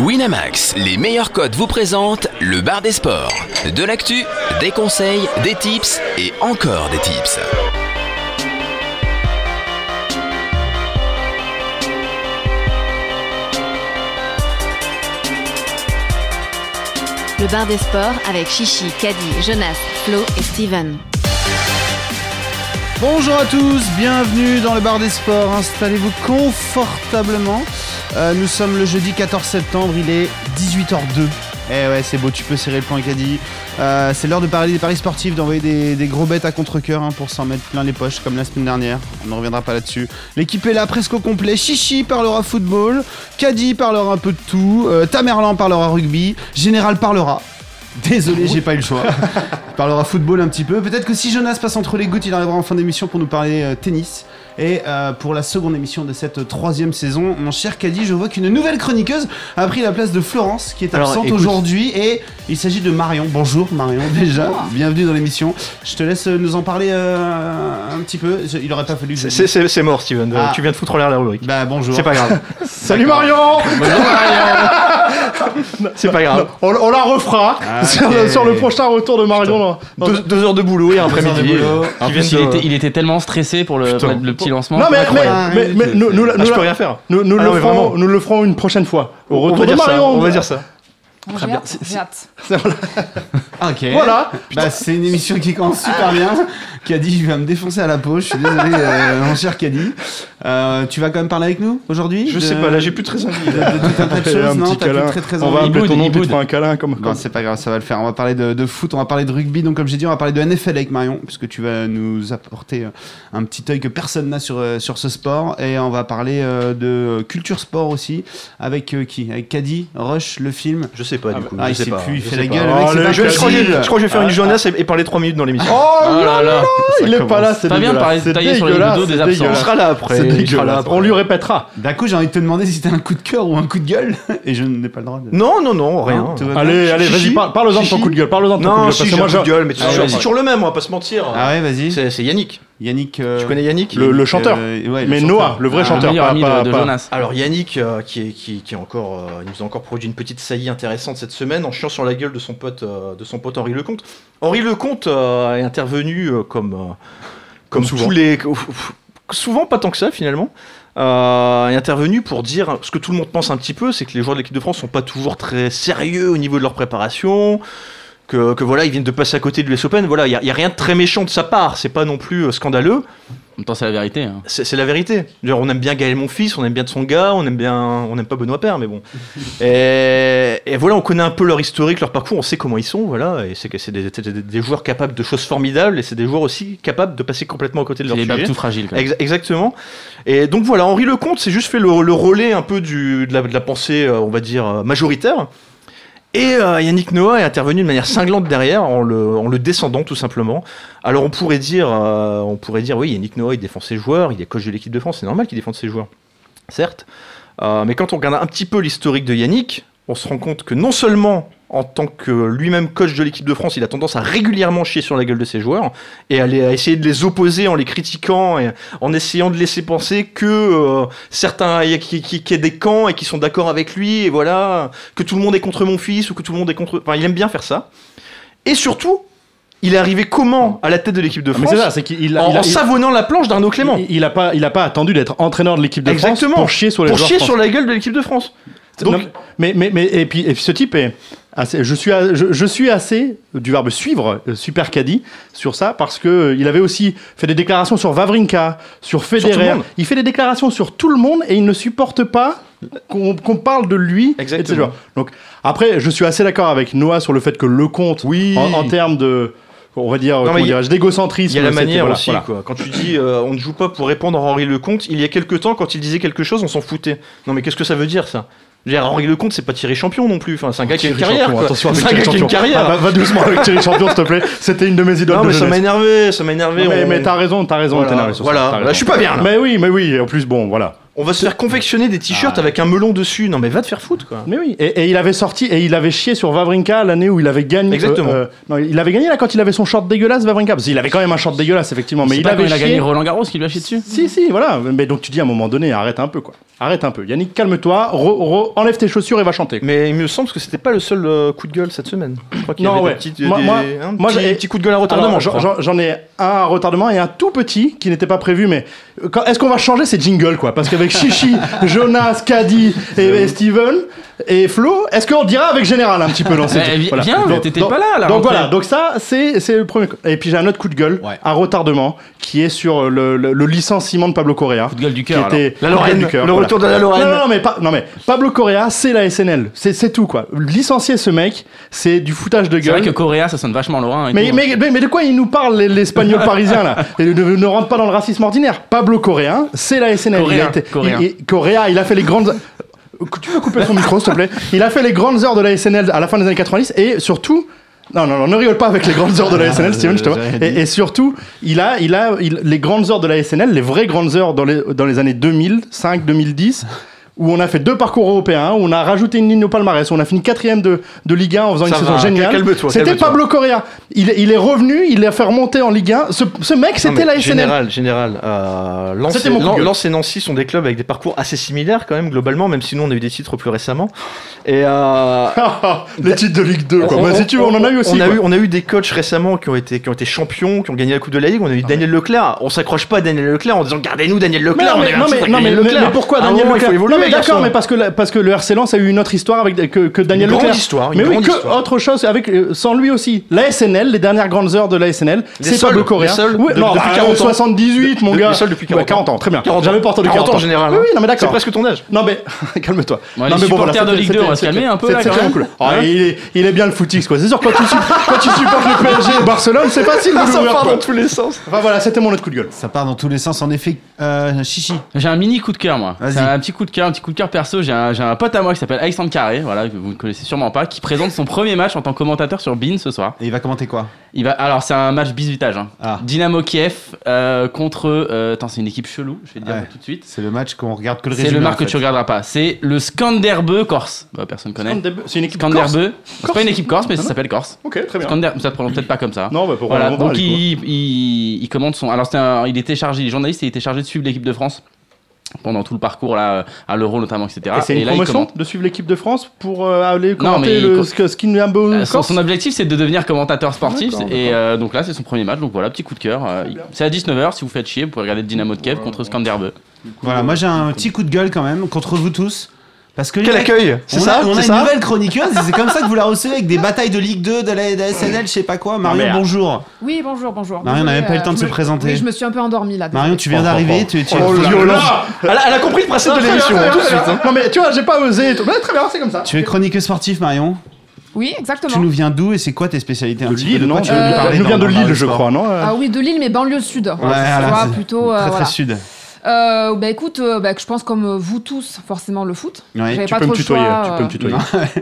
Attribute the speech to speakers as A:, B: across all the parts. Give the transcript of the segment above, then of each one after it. A: Winamax, les meilleurs codes vous présentent le bar des sports. De l'actu, des conseils, des tips et encore des tips.
B: Le bar des sports avec Chichi, Caddy, Jonas, Flo et Steven.
C: Bonjour à tous, bienvenue dans le bar des sports. Installez-vous confortablement. Euh, nous sommes le jeudi 14 septembre, il est 18h02. Eh ouais, c'est beau, tu peux serrer le plan Caddy. Euh, c'est l'heure de parler des paris sportifs, d'envoyer des, des gros bêtes à contre-coeur hein, pour s'en mettre plein les poches comme la semaine dernière. On ne reviendra pas là-dessus. L'équipe est là presque au complet. Chichi parlera football, Caddy parlera un peu de tout, euh, Tamerlan parlera rugby, Général parlera. Désolé, j'ai pas eu le choix. Il parlera football un petit peu. Peut-être que si Jonas passe entre les gouttes, il arrivera en fin d'émission pour nous parler euh, tennis. Et euh, pour la seconde émission de cette euh, troisième saison, mon cher Caddy, je vois qu'une nouvelle chroniqueuse a pris la place de Florence, qui est
D: Alors,
C: absente
D: écoute.
C: aujourd'hui. Et il s'agit de Marion. Bonjour Marion, déjà. Bienvenue dans l'émission. Je te laisse euh, nous en parler euh, un petit peu. Je- il aurait pas fallu que je...
D: C'est- C'est c'est mort, Steven. Euh,
C: Ah.
D: Tu viens de foutre en l'air la rubrique.
C: Bah bonjour.
D: C'est pas grave.
E: Salut Marion
C: Bonjour Marion.
D: C'est pas grave.
E: on, on la refera
C: Ah,
E: sur, le-
C: ok.
E: sur le prochain retour de Marion. dans- dans-
D: Deux, deux heures de boulot et un après-midi. euh, qui
F: En
D: viennent
F: plus, il,
D: de-
F: était, il était tellement stressé pour le,
D: Putain.
F: le petit lancement.
E: Non mais, mais,
C: Incroyable.
E: mais- mais nous, nous la-
D: Ah,
E: nous
D: je
E: la-
D: peux rien faire.
E: nous- nous
D: Ah
E: le
D: non, mais
E: ferons,
D: vraiment.
E: nous le ferons une prochaine fois. Au
D: On va
E: retour de
D: dire ça.
E: Marion.
D: On va dire ça.
G: J'ai hâte, j'ai hâte.
C: Ok.
E: Voilà.
C: Bah, c'est une émission qui commence super bien. Caddy va me défoncer à la peau. Je suis désolé, euh, mon cher Caddy. Euh, tu vas quand même parler avec nous aujourd'hui
D: Je
C: de-
D: sais pas, là j'ai plus très envie.
C: de- de tout un tas de
E: Allez,
C: choses,
E: un
C: non
E: petit
C: T'as plus
E: câlin.
C: très, très
E: on va
C: envie.
F: Il
E: appeler ton
F: boude,
E: nom
F: il
E: puis
F: boude.
E: te faire un câlin comme.
C: Non,
E: comme-
C: c'est pas grave, ça va le faire. On va parler de, de foot, on va parler de rugby. Donc, comme j'ai dit, on va parler de NFL avec Marion, puisque tu vas nous apporter euh, un petit œil que personne n'a sur, euh, sur ce sport. Et on va parler euh, de culture sport aussi, avec euh, qui Avec Caddy, Rush, le film.
D: Je sais pas du coup.
C: Ah,
D: je
C: il
D: sais
C: sait
D: pas.
C: plus, il
D: Je
C: fait
D: sais
C: la
D: pas.
C: gueule.
E: bah, Oh,
C: mec, c'est
E: le
C: pas
E: jeu,
D: Je Ah. crois
C: possible.
D: qu'il- je crois que je vais faire une Jonas et et parler 3 minutes dans l'émission.
E: Oh
F: Oh
E: là
F: là là.
E: Il est pas là, c'est
F: Pas bien de parler-
E: dégueulasse.
F: de tailler
E: C'est
F: sur les
E: dégueulasse,
F: dos des
E: c'est
F: absents.
D: On
E: dégueulasse.
D: sera là après.
E: C'est
D: il sera là
E: dégueulasse.
D: après.
E: On lui répétera.
C: D'un coup, j'ai envie de te demander si c'était un coup de cœur ou un coup de gueule, et je n'ai pas le droit de.
D: Non, non, non,
C: Non,
D: rien.
C: tout va bien.
E: Allez, allez,
D: Chichi,
E: vas-y, parle- parle-en de ton
D: chichi.
E: coup de gueule. Parle-en de ton coup
D: Non,
E: de gueule. parce
D: si
E: que
D: j'ai
E: moi,
D: un coup de
E: je-
D: gueule, mais c'est
F: Ah,
D: toujours-
F: ouais.
D: c'est toujours le même, on va pas se mentir.
C: Ah ouais, vas-y.
D: C'est c'est Yannick.
C: Yannick. euh,
D: Tu connais Yannick
E: Le- le chanteur.
C: euh, ouais,
E: Mais
C: chanteur.
E: Noah, le vrai
C: Ah,
F: Le
E: chanteur.
F: meilleur
E: pas-
F: ami
E: pas-
F: de, de
E: pas-
F: Jonas.
D: Alors Yannick, euh, qui, est, qui, qui est encore, euh, il nous a encore produit une petite saillie intéressante cette semaine en chiant sur la gueule de son pote, euh, de son pote Henri Lecomte. Henri Lecomte euh, est intervenu euh, comme, euh, comme, souvent. les, souvent pas tant que ça finalement. Euh, est intervenu pour dire ce que tout le monde pense un petit peu, c'est que les joueurs de l'équipe de France sont pas toujours très sérieux au niveau de leur préparation. Que, que voilà, ils viennent de passer à côté de l'US Open. Voilà, il n'y a rien de très méchant de sa part. C'est pas non plus euh, scandaleux.
F: En même temps, c'est la vérité. hein.
D: C'est c'est la vérité. Genre, on aime bien Gaël Monfils, on aime bien de son gars, on aime bien, on n'aime pas Benoît Père, mais bon. et, et voilà, on connaît un peu leur historique, leur parcours, on sait comment ils sont, voilà. Et c'est que c'est des, c'est des- des joueurs capables de choses formidables, et c'est des joueurs aussi capables de passer complètement à côté de
F: C'est
D: leur
F: les babes
D: sujet.
F: tout fragiles. quoi.
D: Ex- exactement. Et donc voilà, Henri Lecomte s'est juste fait le, le relais un peu du, de, la, de la pensée, euh, on va dire, euh, majoritaire. Et euh, Yannick Noah est intervenu de manière cinglante derrière en le, en le descendant tout simplement. Alors on pourrait dire, euh, on pourrait dire, oui, Yannick Noah il défend ses joueurs, il est coach de l'équipe de France, c'est normal qu'il défende ses joueurs, certes. Euh, mais quand on regarde un petit peu l'historique de Yannick, on se rend compte que non seulement en tant que lui-même coach de l'équipe de France, il a tendance à régulièrement chier sur la gueule de ses joueurs et à, les- à essayer de les opposer en les critiquant et en essayant de laisser penser que euh, certains y a- qui, qui, qui est des camps et qui sont d'accord avec lui et voilà que tout le monde est contre mon fils ou que tout le monde est contre. Enfin, il aime bien faire ça. Et surtout, il est arrivé comment à la tête de l'équipe de
E: Ah, Mais
D: France
E: c'est ça, c'est qu'il a.
D: en,
E: il a-
D: en savonnant la planche d'Arnaud Clément
E: il- Il a pas, il a pas attendu d'être entraîneur de l'équipe de France
D: Exactement.
E: pour chier sur les
D: pour
E: joueurs
D: chier
E: français.
D: sur la gueule de l'équipe de France. Donc,
E: Non, mais, mais, mais- et, puis, et puis ce type est. assez- je, suis, à- je, je suis assez du verbe suivre, euh, super caddie, sur ça, parce que euh, il avait aussi fait des déclarations sur Vavrinka, sur
D: tout le
E: Federer.
D: monde.
E: il fait des déclarations sur tout le monde et il ne supporte pas qu'on qu'on parle de lui. et de ses
D: Exactement.
E: joueurs. Donc, après, je suis assez d'accord avec Noah sur le fait que le compte,
D: Oui.
E: en, en termes de. On va dire, comment
D: mais il-
E: dirais-je, d'égocentrisme.
D: Il y a la
E: c'était-
D: manière
E: voilà,
D: aussi,
E: voilà.
D: quoi. Quand tu dis euh, on ne joue pas pour répondre à Henri Lecomte, il y a quelques temps, quand il disait quelque chose, on s'en foutait. Non, mais qu'est-ce que ça veut dire, ça Je veux dire, Henri Lecomte, c'est pas Thierry Champion non plus. Enfin, c'est un gars qui a une
E: Thierry
D: carrière.
E: Champion,
D: quoi.
E: attention avec
D: C'est un
E: Thierry
D: gars qui a une
E: Champion. Ah,
D: carrière.
E: va, va doucement avec Thierry Champion, s'il te plaît. C'était une de mes idoles
D: Non,
E: de
D: mais ça
E: jeunesse.
D: m'a énervé, ça m'a énervé.
E: Non, mais,
D: on-
E: mais t'as raison, t'as raison,
D: Voilà,
E: t'es énervé sur ça,
D: voilà.
E: t'as
D: Là,
E: raison. Ah.
D: je suis pas bien, là.
E: Mais oui, mais oui, en plus, bon, voilà.
D: On va se faire confectionner des t-shirts avec un melon dessus. Non, mais va te faire foutre, quoi.
E: Mais oui, et, et il avait sorti et il avait chié sur Vavrinka l'année où il avait gagné. euh,
D: Exactement.
E: non, il avait gagné là quand il avait son short dégueulasse, Vavrinka. Parce qu'il avait quand même un short dégueulasse, effectivement. Mais
F: C'est
E: il
F: pas quand
E: avait
F: il a
E: chié.
F: gagné Roland Garros qui lui a chié dessus.
E: Si, si, voilà. Mais donc tu dis à un moment donné, arrête un peu, quoi. Arrête un peu. Yannick, calme-toi, re- re- enlève tes chaussures et va chanter. quoi.
D: Mais il me semble que c'était pas le seul euh, coup de gueule cette semaine. Je crois qu'il y
E: Non,
D: avait
E: ouais.
D: des petites-
E: Moi-
D: des-
E: moi-
D: un
E: moi,
D: petit,
E: j'ai-
D: petit coup de gueule à
E: Alors,
D: retardement. je
E: j'en-
D: crois.
E: j'en- j'en ai un à retardement et un tout petit qui n'était pas prévu, mais euh, quand- est-ce qu'on va changer ces jingles quoi Parce qu'avec Chichi, Jonas, Caddy et, et Steven et Flo, est-ce qu'on dira avec Général un petit peu dans ces
F: Eh, vi- viens, mais t'étais
E: donc-
F: pas là, à la
E: Donc
F: rentrée.
E: voilà, donc ça c'est c'est le premier. Et puis j'ai un autre coup de gueule
C: Ouais.
E: à retardement qui est sur le, le- le licenciement de Pablo Correa.
F: Coup de gueule du
E: qui
F: cœur. alors.
E: était
D: La Lorraine,
E: du cœur,
D: le
E: voilà.
D: retour de la Lorraine.
E: Non, non, non, mais, pas- non, mais Pablo Correa, c'est la SNL. C'est c'est tout, quoi. Licencier ce mec, c'est du foutage de
F: C'est vrai
E: gueule.
F: que Coréa, ça sonne vachement lorrain. hein, et
E: Mais,
F: tout.
E: mais, mais, mais de quoi il nous parle les- l'espagnol parisien là Et ne, ne rentre pas dans le racisme ordinaire. Pablo Coréen, c'est la SNL. il, a
F: Coréen, Coréen.
E: il- il- Coréa, il a fait les grandes. Tu veux couper son micro s'il te plaît Il a fait les grandes heures de la SNL à la fin des années 90 et surtout. Non, non, non, ne rigole pas avec les grandes heures de la SNL, Steven, je te vois.
C: j'ai rien dit.
E: Et, et surtout, il a, il a il- les grandes heures de la SNL, les vraies grandes heures dans les, dans les années 2005, 2010, où on a fait deux parcours européens, où on a rajouté une ligne au palmarès, où on a fini quatrième de, de Ligue 1 en faisant
D: Ça
E: une
D: va,
E: saison géniale.
D: calme-toi,
E: C'était
D: calme-toi.
E: Pablo Pablo Correa, il, est- il est revenu, il l'a fait remonter en Ligue 1. Ce, ce mec,
D: Non, mais
E: c'était la SNL.
D: Général, général. euh, Lens,
E: C'était
D: et-
E: mon coup de
D: Lan-
E: gueule.
D: Lens et Nancy sont des clubs avec des parcours assez similaires quand même globalement, même si nous on a eu des titres plus récemment. Et euh,
E: Les titres de Ligue 2, quoi. Bah, si tu veux, on en a eu aussi.
D: On a
E: quoi.
D: eu, on a eu des coachs récemment qui ont été, qui ont été champions, qui ont gagné la Coupe de la Ligue. On a eu Daniel Leclerc. On s'accroche pas à Daniel Leclerc en disant gardez-nous Daniel
E: Ah Mais
D: Leclerc. on
E: non,
D: a
E: mais,
D: eu un titre avec
E: non, mais, non, mais,
D: Daniel
E: mais-
D: Leclerc.
E: mais pourquoi
D: À un
E: Daniel
D: moment, Il
E: Leclerc
D: faut évoluer,
E: Non, mais
D: garçon.
E: d'accord, mais parce que, la- parce que le RC Lens a eu une autre histoire avec, que, que Daniel
D: grande
E: Leclerc.
D: histoire, une
E: mais oui,
D: grande
E: que
D: histoire.
E: autre chose, avec, euh, sans lui aussi. La SNL, les dernières grandes heures de la SNL,
D: Les
E: c'est
D: seuls,
E: Pablo Correa.
D: les seuls
E: Ouais,
D: de-
E: non,
D: depuis
E: bah,
D: 40 ans.
E: 78, mon
D: De-
E: gars.
D: les seuls depuis
E: Ouais,
D: 40 ans.
E: très bien.
D: 40 ans.
E: J'avais pas entendu
D: 40
E: 40
D: ans, général.
E: Oui, oui, non, mais
D: C'est
E: d'accord.
D: presque ton âge.
E: Non mais calme-toi.
F: Bon,
E: non
F: les
E: mais
F: supporters de
E: c'était-
F: Ligue 2,
E: c'était-
F: on va se
E: c'était-
F: calmer un peu,
E: c'était
F: là, quand
E: vraiment
F: même.
E: cool. Ah,
F: Hein
E: il, est, il est bien le footix quoi. C'est sûr quand tu, suis- quand tu supportes le PSG et Barcelone, c'est facile de l'ouvrir, quoi.
D: tous les sens.
E: Enfin voilà, c'était mon autre coup de gueule.
C: Ça part dans tous les sens, en effet. Euh, chichi.
F: J'ai un mini coup de cœur, moi.
C: Vas-y.
F: C'est un petit coup de cœur, un petit coup de cœur perso. J'ai un, j'ai un pote à moi qui s'appelle Alexandre Carré, voilà, que vous ne connaissez sûrement pas, qui présente son premier match en tant que commentateur sur Bean ce soir.
C: Et il va commenter quoi
F: Il va, alors, c'est un match bisutage. Hein.
C: Ah.
F: Dynamo Kiev euh, contre. euh, attends, c'est une équipe chelou, je vais te dire
C: Ouais.
F: tout de suite.
C: C'est le match qu'on regarde que le
F: C'est
C: résumé.
F: le
C: en
F: marque que
C: fait.
F: tu regarderas pas. C'est le Skanderbeu Corse. Bah, personne connaît.
E: C'est une équipe corse.
F: Skanderbeu. C'est
E: Corse
F: pas une équipe corse, mais ça s'appelle Corse.
E: OK, très bien.
F: Skander- ça te prononce peut-être pas comme ça.
E: Non, bah pour
F: Voilà,
E: on va
F: donc
E: aller, quoi.
F: il, il, il commente son. Alors, c'était un- il était chargé, il est journaliste, et il était chargé de suivre l'équipe de France pendant tout le parcours là, à l'Euro notamment, etc.
E: Et c'est une
F: là, il
E: promotion
F: commente.
E: de suivre l'équipe de France pour euh, aller commenter
F: mais
E: le
F: co-
E: sk- skin Lambo
F: Euh, son,
E: Corse.
F: son objectif, c'est de devenir commentateur sportif.
E: D'accord,
F: Et euh, donc là, c'est son premier match. Donc voilà, petit coup de cœur. euh, il- c'est à 19h. Si vous faites chier, vous pouvez regarder le Dynamo de Kiev contre Skanderbeu.
C: Voilà, moi j'ai un petit coup de gueule quand même contre vous tous. Parce que
D: Quel
C: les-
D: accueil
C: On
D: C'est
C: a,
D: ça
C: on a
D: C'est
C: une
D: ça
C: nouvelle chroniqueuse, et c'est comme ça que vous la recevez avec des batailles de Ligue 2, de la, de la SNL, je sais pas quoi. Marion,
E: mais, ah.
C: bonjour.
G: Oui, bonjour, bonjour.
C: Marion
G: Désolée,
C: n'avait pas eu le temps
G: euh,
C: de
G: je
C: se
G: me-
C: présenter.
G: Oui, je me suis un peu endormie là.
C: Marion,
G: désolée.
C: tu viens d'arriver, tu, tu, tu-
E: Oh, Très bien,
D: l'émission hein,
E: très bien,
D: tout de
E: très
D: suite.
E: bien. Non mais tu vois, j'ai pas osé. et tout. Ouais, Très bien, c'est comme ça.
C: tu es chroniqueuse sportive, Marion.
G: Oui, exactement.
C: Tu nous viens d'où et c'est quoi tes spécialités un
E: De
C: petit peu
E: Lille, non
C: quoi tu veux nous
G: Euh,
C: parler
E: Il nous
C: dans-
E: vient de
C: dans le
E: Lille, je
C: sport
E: crois, non
G: Ah oui, de Lille, mais banlieue sud. Ouais,
C: euh, voilà, c'est
G: plutôt. euh,
C: Très
G: voilà.
C: très sud.
G: Euh, bah écoute, euh, bah, que je pense comme euh, vous tous, forcément le foot.
C: Ouais,
G: J'avais
E: Tu
G: pas
E: peux
G: trop
E: me
G: le
E: tutoyer,
G: choix,
E: tu peux
G: euh,
E: me tutoyer.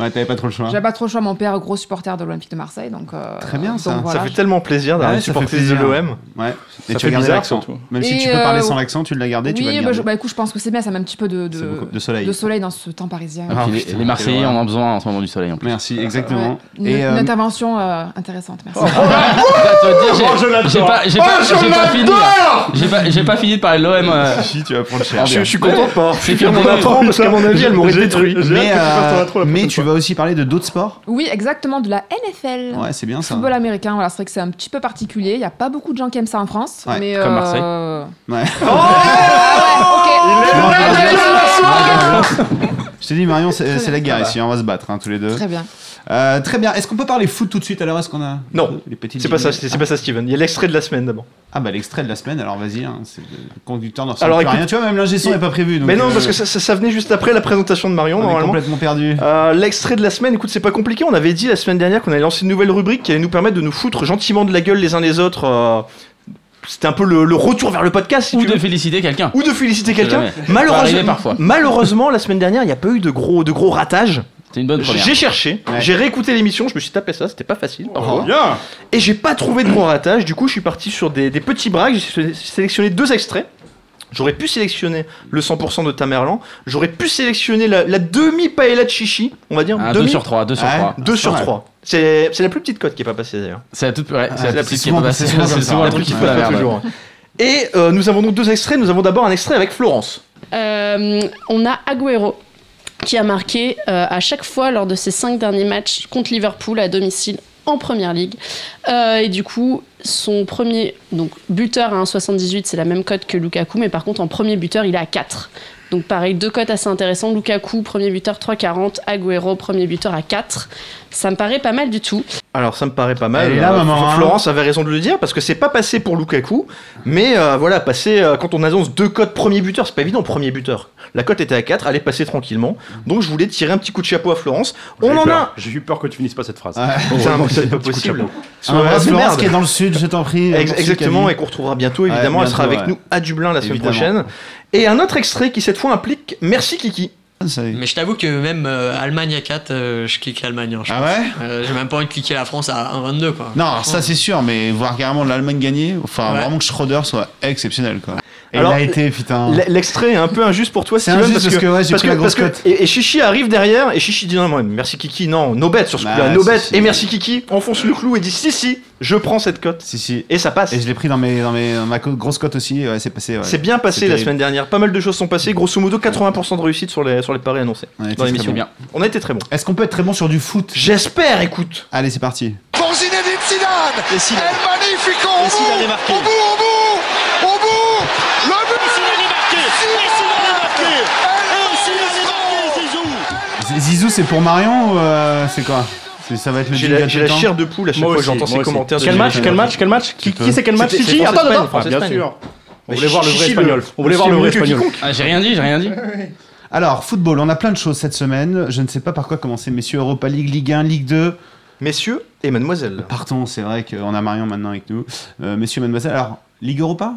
C: Ouais, t'avais pas trop le choix.
G: J'avais pas trop le choix. Mon père est gros supporter de l'Olympique de Marseille, donc. euh,
C: hein. Très bien, ça.
G: donc, voilà.
D: Ça fait tellement plaisir
C: Ouais,
D: d'avoir une
C: ça fait
D: supportrice de
C: plaisir.
D: l'OM.
C: Ouais. Et tu
D: fait
C: as gardé
D: bizarre,
C: l'accent.
D: surtout.
C: Même si
G: Et,
C: tu peux parler
G: euh,
C: sans l'accent, tu l'as gardé, tu vas le
G: Oui, bah,
C: garder.
G: je- bah, écoute, je pense que c'est bien, ça met un petit peu de, de,
C: C'est beaucoup de soleil.
G: de soleil dans ce temps parisien.
C: Ah,
F: Et puis,
C: putain,
F: les, les Marseillais
C: quelle
F: en ont besoin en ce moment du soleil. En plus.
C: Merci, exactement.
G: Ouais. Une,
C: Et,
G: une
C: euh, Oh.
G: intervention euh, intéressante, merci.
F: Ah, tu vas te dire, j'ai-
E: Oh, je l'adore.
F: j'ai pas, j'ai pas-
E: Oh, je
F: j'ai pas fini.
E: l'adore.
F: là. J'ai pas, j'ai pas fini de parler de l'OM. euh,
C: si, tu vas prendre cher.
D: Je, je suis content de pas avoir
F: C'est
D: fait
F: que
D: mon
F: des-
D: intro parce qu'à mon avis, elle m'aurait
E: J'ai-
D: détruit.
E: j'ai-
C: Mais,
E: hâte que tu fasses ton
C: euh,
E: intro la
C: mais
E: prochaine
C: tu vas aussi parler de d'autres sports
G: Oui, exactement, de la NFL.
C: Ouais, c'est bien ça.
G: Football américain, voilà, c'est vrai que c'est un petit peu particulier. Il n'y a pas beaucoup de gens qui aiment ça en France.
C: Ouais,
G: mais,
F: comme
G: euh,
F: Marseille.
C: Ouais.
G: Ouais, ok.
C: Je t'ai dit, Marion, c'est
G: Très
C: c'est la guerre ici, on va se battre hein, tous les deux.
G: Très bien.
C: Euh, très bien. Est-ce qu'on peut parler foot tout de suite alors Est-ce qu'on a
D: Non.
C: les petites
D: C'est pas ça,
C: lignes
D: c'est c'est pas ça, Steven. Il y a l'extrait de la semaine d'abord.
C: Ah bah l'extrait de la semaine. Alors vas-y, hein, c'est le conducteur n'en ressemble
D: Alors,
C: plus à
D: écoute-
C: rien. Tu vois, même l'ingé son
D: Il-
C: n'est pas prévu. donc,
D: Mais non,
C: euh,
D: parce que ça, ça- ça venait juste après la présentation de Marion,
C: on est
D: normalement.
C: complètement perdu.
D: Euh, L'extrait de la semaine, écoute, c'est pas compliqué. On avait dit la semaine dernière qu'on allait lancer une nouvelle rubrique qui allait nous permettre de nous foutre gentiment de la gueule les uns les autres. euh, C'était un peu le, le retour vers le podcast, si
F: ou
D: tu veux.
F: de féliciter quelqu'un.
D: Ou de féliciter quelqu'un.
F: jamais. Ça peut
D: Malheureusement,
F: arriver parfois.
D: malheureusement, la semaine dernière, il n'y a pas eu de gros, de gros ratages.
F: C'est une bonne première.
D: J'ai cherché,
C: Ouais. Oh,
D: j'ai réécouté l'émission, je me suis tapé ça, c'était pas facile. par
E: fois.
D: contre.
E: Bien.
D: Et j'ai pas trouvé de gros ratage, du coup je suis parti sur des, des petits braques, j'ai sé- sélectionné deux extraits J'aurais pu sélectionner le 100% de Tamerlan. J'aurais pu sélectionner la, la demi-paella de chichi, on va dire.
F: Un 2
D: demi-
F: Ah, sur 3, 2 sur
C: Ouais.
F: 3.
D: deux sur
C: pas mal.
D: 3. C'est c'est la plus petite cote qui est pas passée d'ailleurs.
F: C'est la toute. Ouais,
C: c'est
F: c'est la petite qui est
C: souvent-
F: pas passée.
C: c'est souvent comme
F: C'est
C: ça.
F: souvent
C: Un
F: le truc qui
C: truc
F: fait la
C: qui
F: merde.
D: toujours. Et euh, nous avons donc deux extraits. Nous avons d'abord un extrait avec Florence.
H: Euh, on a Agüero qui a marqué euh, à chaque fois lors de ses cinq derniers matchs contre Liverpool à domicile en Première Ligue. Euh, et du coup, son premier donc buteur à 1,78, c'est la même cote que Lukaku, mais par contre, en premier buteur, il est à 4. Donc pareil, deux cotes assez intéressantes. Lukaku, premier buteur, 3,40. Agüero, premier buteur à 4. Ça me paraît pas mal du tout.
D: Alors ça me paraît pas mal.
C: Elle est là, maman, hein.
D: Florence avait raison de le dire parce que c'est pas passé pour Lukaku, mais euh, voilà, passé euh, quand on annonce deux cotes premier buteur, c'est pas évident premier buteur. La cote était à 4, elle est passée tranquillement. Donc je voulais tirer un petit coup de chapeau à Florence. On
I: J'ai eu
D: en
I: peur.
D: a.
I: J'ai eu peur que tu finisses pas cette phrase.
C: Oh, Ouais.
D: Putain,
I: Heureusement
D: mais
I: que
D: c'est
I: j'ai
D: pas
I: un petit coup de
D: possible.
I: chapeau.
C: Un embrasse
D: Merde.
C: Ah, Florence qui est dans le sud, je t'en prie.
D: Ex-
C: Merci,
D: Exactement,
C: Camille.
D: et qu'on retrouvera bientôt, évidemment, elle sera
C: bientôt,
D: avec
C: ouais.
D: nous à Dublin la semaine
C: Évidemment.
D: prochaine. Et un autre extrait qui cette fois implique Merci Kiki.
C: Salut.
J: Mais je t'avoue que même euh, Allemagne à 4, euh, je clique Allemagne. hein, je
C: Ah
J: pense.
C: ouais
J: Euh, J'ai même pas envie de cliquer la France à 1,22 quoi.
C: Non, ça c'est sûr, mais voir carrément l'Allemagne gagner, enfin
J: Ouais.
C: vraiment que Schroeder soit exceptionnel quoi. Et
D: Alors,
C: il a été putain.
D: L- L'extrait est un peu injuste pour toi,
C: Ah. C'est
D: Steven,
C: injuste parce que, ouais, j'ai pris la grosse cote.
D: et, et Chichi arrive derrière, et Chichi dit non, non, merci Kiki, non, no bet sur ce
C: Bah,
D: coup-là, no
C: si,
D: bet,
C: si.
D: et merci Kiki, enfonce le clou et dit si, si, je prends cette cote.
C: Si si.
D: Et ça passe.
C: Et je l'ai pris dans mes dans mes dans ma co- grosse cote aussi. Ouais, c'est passé. Ouais.
D: C'est bien
C: C'est
D: passé la
C: terrible.
D: semaine dernière, pas mal de choses sont passées, grosso modo 80% de réussite sur les, sur les paris annoncés
C: On a été
D: dans
C: très
D: l'émission.
C: bon.
F: Bien.
D: On a été très bon.
C: Est-ce qu'on peut être très bon sur du foot
D: J'espère, écoute.
C: Allez, c'est parti.
K: Pour Zinedine Zidane
J: Et si-
K: El Magnifico
J: Et
K: Au
J: s'il avait
K: bout
J: marqué
K: Au bout Au bout Au bout Le but
C: Z- Zizou, c'est pour Marion ou euh, c'est quoi C'est- Ça va être le
D: J'ai
C: jingle
D: la, j'ai la
C: tout le temps
D: chair de poule à chaque
I: Moi
D: fois que
I: aussi,
D: j'entends
I: moi
D: ces
I: aussi.
D: commentaires. de
E: Quel
D: Gilles
E: match Quel
D: Gilles.
E: match Quel match Qui, qui c'est quel match
D: C'était-
E: Chichi
D: c'était
E: Attends,
D: France-Espagne,
E: attends
D: France-
E: Bien
D: Espagne.
E: sûr On
D: Mais
E: voulait voir le vrai
D: Chichi,
E: espagnol. On voulait voir le
D: Chichi,
E: vrai
D: mieux que
E: espagnol.
D: quiconque.
F: Ah, j'ai rien dit, j'ai rien dit.
C: Alors, football, on a plein de choses cette semaine. Je ne sais pas par quoi commencer, messieurs. Europa League, Ligue 1, Ligue 2.
D: Messieurs et mademoiselle.
C: Partons, c'est vrai qu'on a Marion maintenant avec nous. Euh, messieurs, mademoiselle, alors, Ligue Europa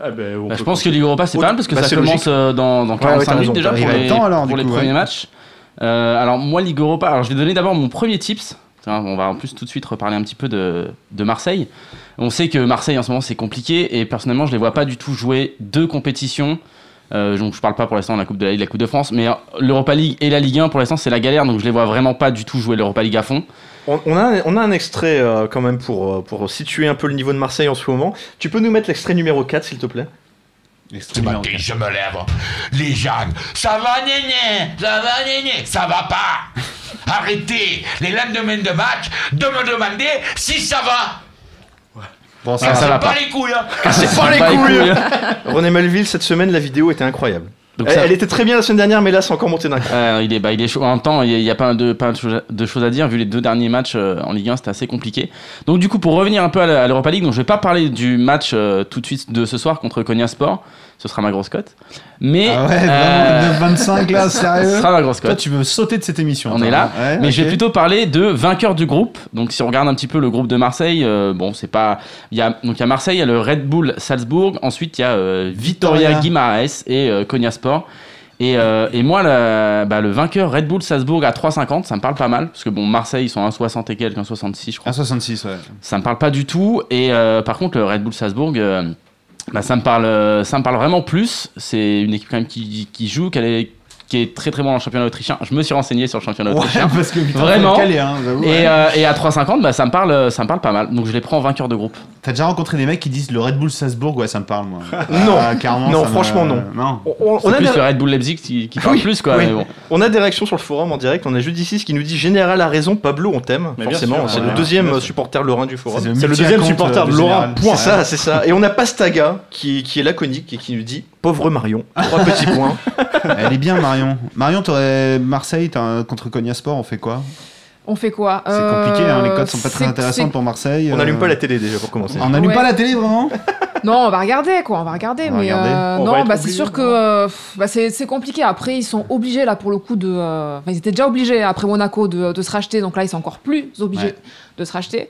I: Ah ben, on
F: Bah, je
I: peut-
F: pense que Ligue Europa c'est
D: Autant-
F: pas mal parce que
D: bah, c'est
F: ça commence euh, dans, dans 45
D: ouais, t'as raison,
F: minutes déjà
D: t'as
F: pour
C: raison.
F: les,
C: Temps, alors, du
F: pour les
C: coup,
F: premiers
C: ouais.
F: matchs. Euh, alors moi Ligue Europa, alors je vais donner d'abord mon premier tips. Tiens, On va en plus tout de suite reparler un petit peu de, de Marseille. On sait que Marseille en ce moment c'est compliqué et personnellement je les vois pas du tout jouer deux compétitions. Euh, donc je parle pas pour l'instant de la Coupe de la Ligue, de la Coupe de France, mais euh, l'Europa League et la Ligue 1 pour l'instant c'est la galère donc je les vois vraiment pas du tout jouer l'Europa League à fond.
D: On, on a, un- on a un extrait euh, quand même pour, euh, pour situer un peu le niveau de Marseille en ce moment. Tu peux nous mettre l'extrait numéro 4 s'il te plaît
K: Ce
C: Extrêmement.
K: matin, je me lève, les jeunes, ça va néné, ça va néné, ça va pas. Arrêtez les lendemains de match de me demander si ça va.
C: Bon,
F: Ah,
C: ça,
F: ça
C: ça
F: va
C: va.
F: pas.
K: Pas les couilles, hein.
D: C'est pas les
F: Pas les
D: couilles
F: couilles.
D: René Melville, cette semaine, la vidéo était incroyable.
F: Donc
D: elle,
F: ça-
D: elle était très bien la semaine dernière, mais là, c'est encore monté d'un cran.
F: Euh, il est, bah, il est chaud. En même temps, il n'y a, pas, de, pas de, choses à- de choses à dire. Vu les deux derniers matchs euh, en Ligue 1, c'était assez compliqué. Donc, du coup, pour revenir un peu à la- à l'Europa League, donc, je vais pas parler du match euh, tout de suite de ce soir contre Konya Sport. Ce sera ma grosse cote. Mais.
C: Ah ouais,
F: euh,
C: vraiment, 9,25 là,
F: ce
C: sérieux
F: sera ma grosse cote.
C: Toi, tu veux sauter de cette émission.
F: On
C: toi,
F: est là,
C: hein Ouais,
F: Mais je
C: ok.
F: vais plutôt parler de vainqueur du groupe. Donc si on regarde un petit peu le groupe de Marseille, euh, bon c'est pas, il y a donc il y a Marseille, il y a le Red Bull Salzbourg, ensuite il y a euh, Vitoria
C: Vitoria.
F: Guimaraes et euh, Konya Sport. Et, euh, et moi la- bah, le vainqueur Red Bull Salzbourg à 3,50, ça me parle pas mal parce que bon Marseille ils sont à 1,60 et quelques, 1,66 je crois.
C: 1,66, ouais.
F: Ça me parle pas du tout. Et euh, par contre, le Red Bull Salzbourg, euh, bah, ça, me parle, euh, ça me parle vraiment plus. C'est une équipe quand même qui, qui joue, qui est, qui est très très bon dans le championnat autrichien. Je me suis renseigné sur le championnat
C: Ouais,
F: autrichien.
C: parce que putain,
F: Vraiment.
C: faut le caler, hein, j'avoue,
F: Et,
C: ouais.
F: euh, et à 3,50, bah, ça, me parle, ça me parle pas mal. Donc je les prends en vainqueur de groupe.
C: T'as déjà rencontré des mecs qui disent le Red Bull Salzbourg, ouais, ça me parle, moi.
D: Non.
C: Ah, carrément,
D: Non,
C: ça me-
D: franchement, non.
C: Non.
D: On, on- on
F: C'est
D: a
F: plus
D: des,
F: le Red Bull Leipzig qui, qui parle
D: Oui,
F: plus, quoi.
D: oui.
F: mais bon.
D: on a des réactions sur le forum en direct. On a Judicis qui nous dit Général a raison, Pablo, on t'aime.
I: Mais bien
D: Forcément,
I: sûr,
D: c'est
C: ouais,
D: le
C: ouais,
D: deuxième
I: bien sûr.
D: supporter lorrain du forum.
E: C'est le deuxième
C: multi-compte,
E: supporter
C: euh,
E: de
C: du
E: Laurent,
C: général.
E: point.
D: C'est ça, c'est ça. Et on a Pastaga qui, qui est laconique et qui nous dit Pauvre Marion, trois petits points.
C: Elle est bien, Marion. Marion, t'aurais Marseille t'as- contre Cognasport, Sport, on fait quoi
G: On fait quoi euh,
C: C'est compliqué, hein, les codes sont pas très intéressantes pour Marseille.
D: On
C: euh,
D: n'allume pas la télé déjà pour commencer.
C: On n'allume
G: Ouais.
C: pas la télé, vraiment
G: Non, on va regarder quoi, on va regarder.
C: On va
G: mais
C: regarder.
G: euh,
E: On va
G: non,
E: être
G: bah, c'est
E: obligé,
G: sûr que euh, pff, bah, c'est c'est compliqué. Après, ils sont hein, obligés là pour le coup de. euh, enfin, ils étaient déjà obligés après Monaco de, de se racheter, donc là ils sont encore plus obligés.
C: Ouais.
G: de se racheter.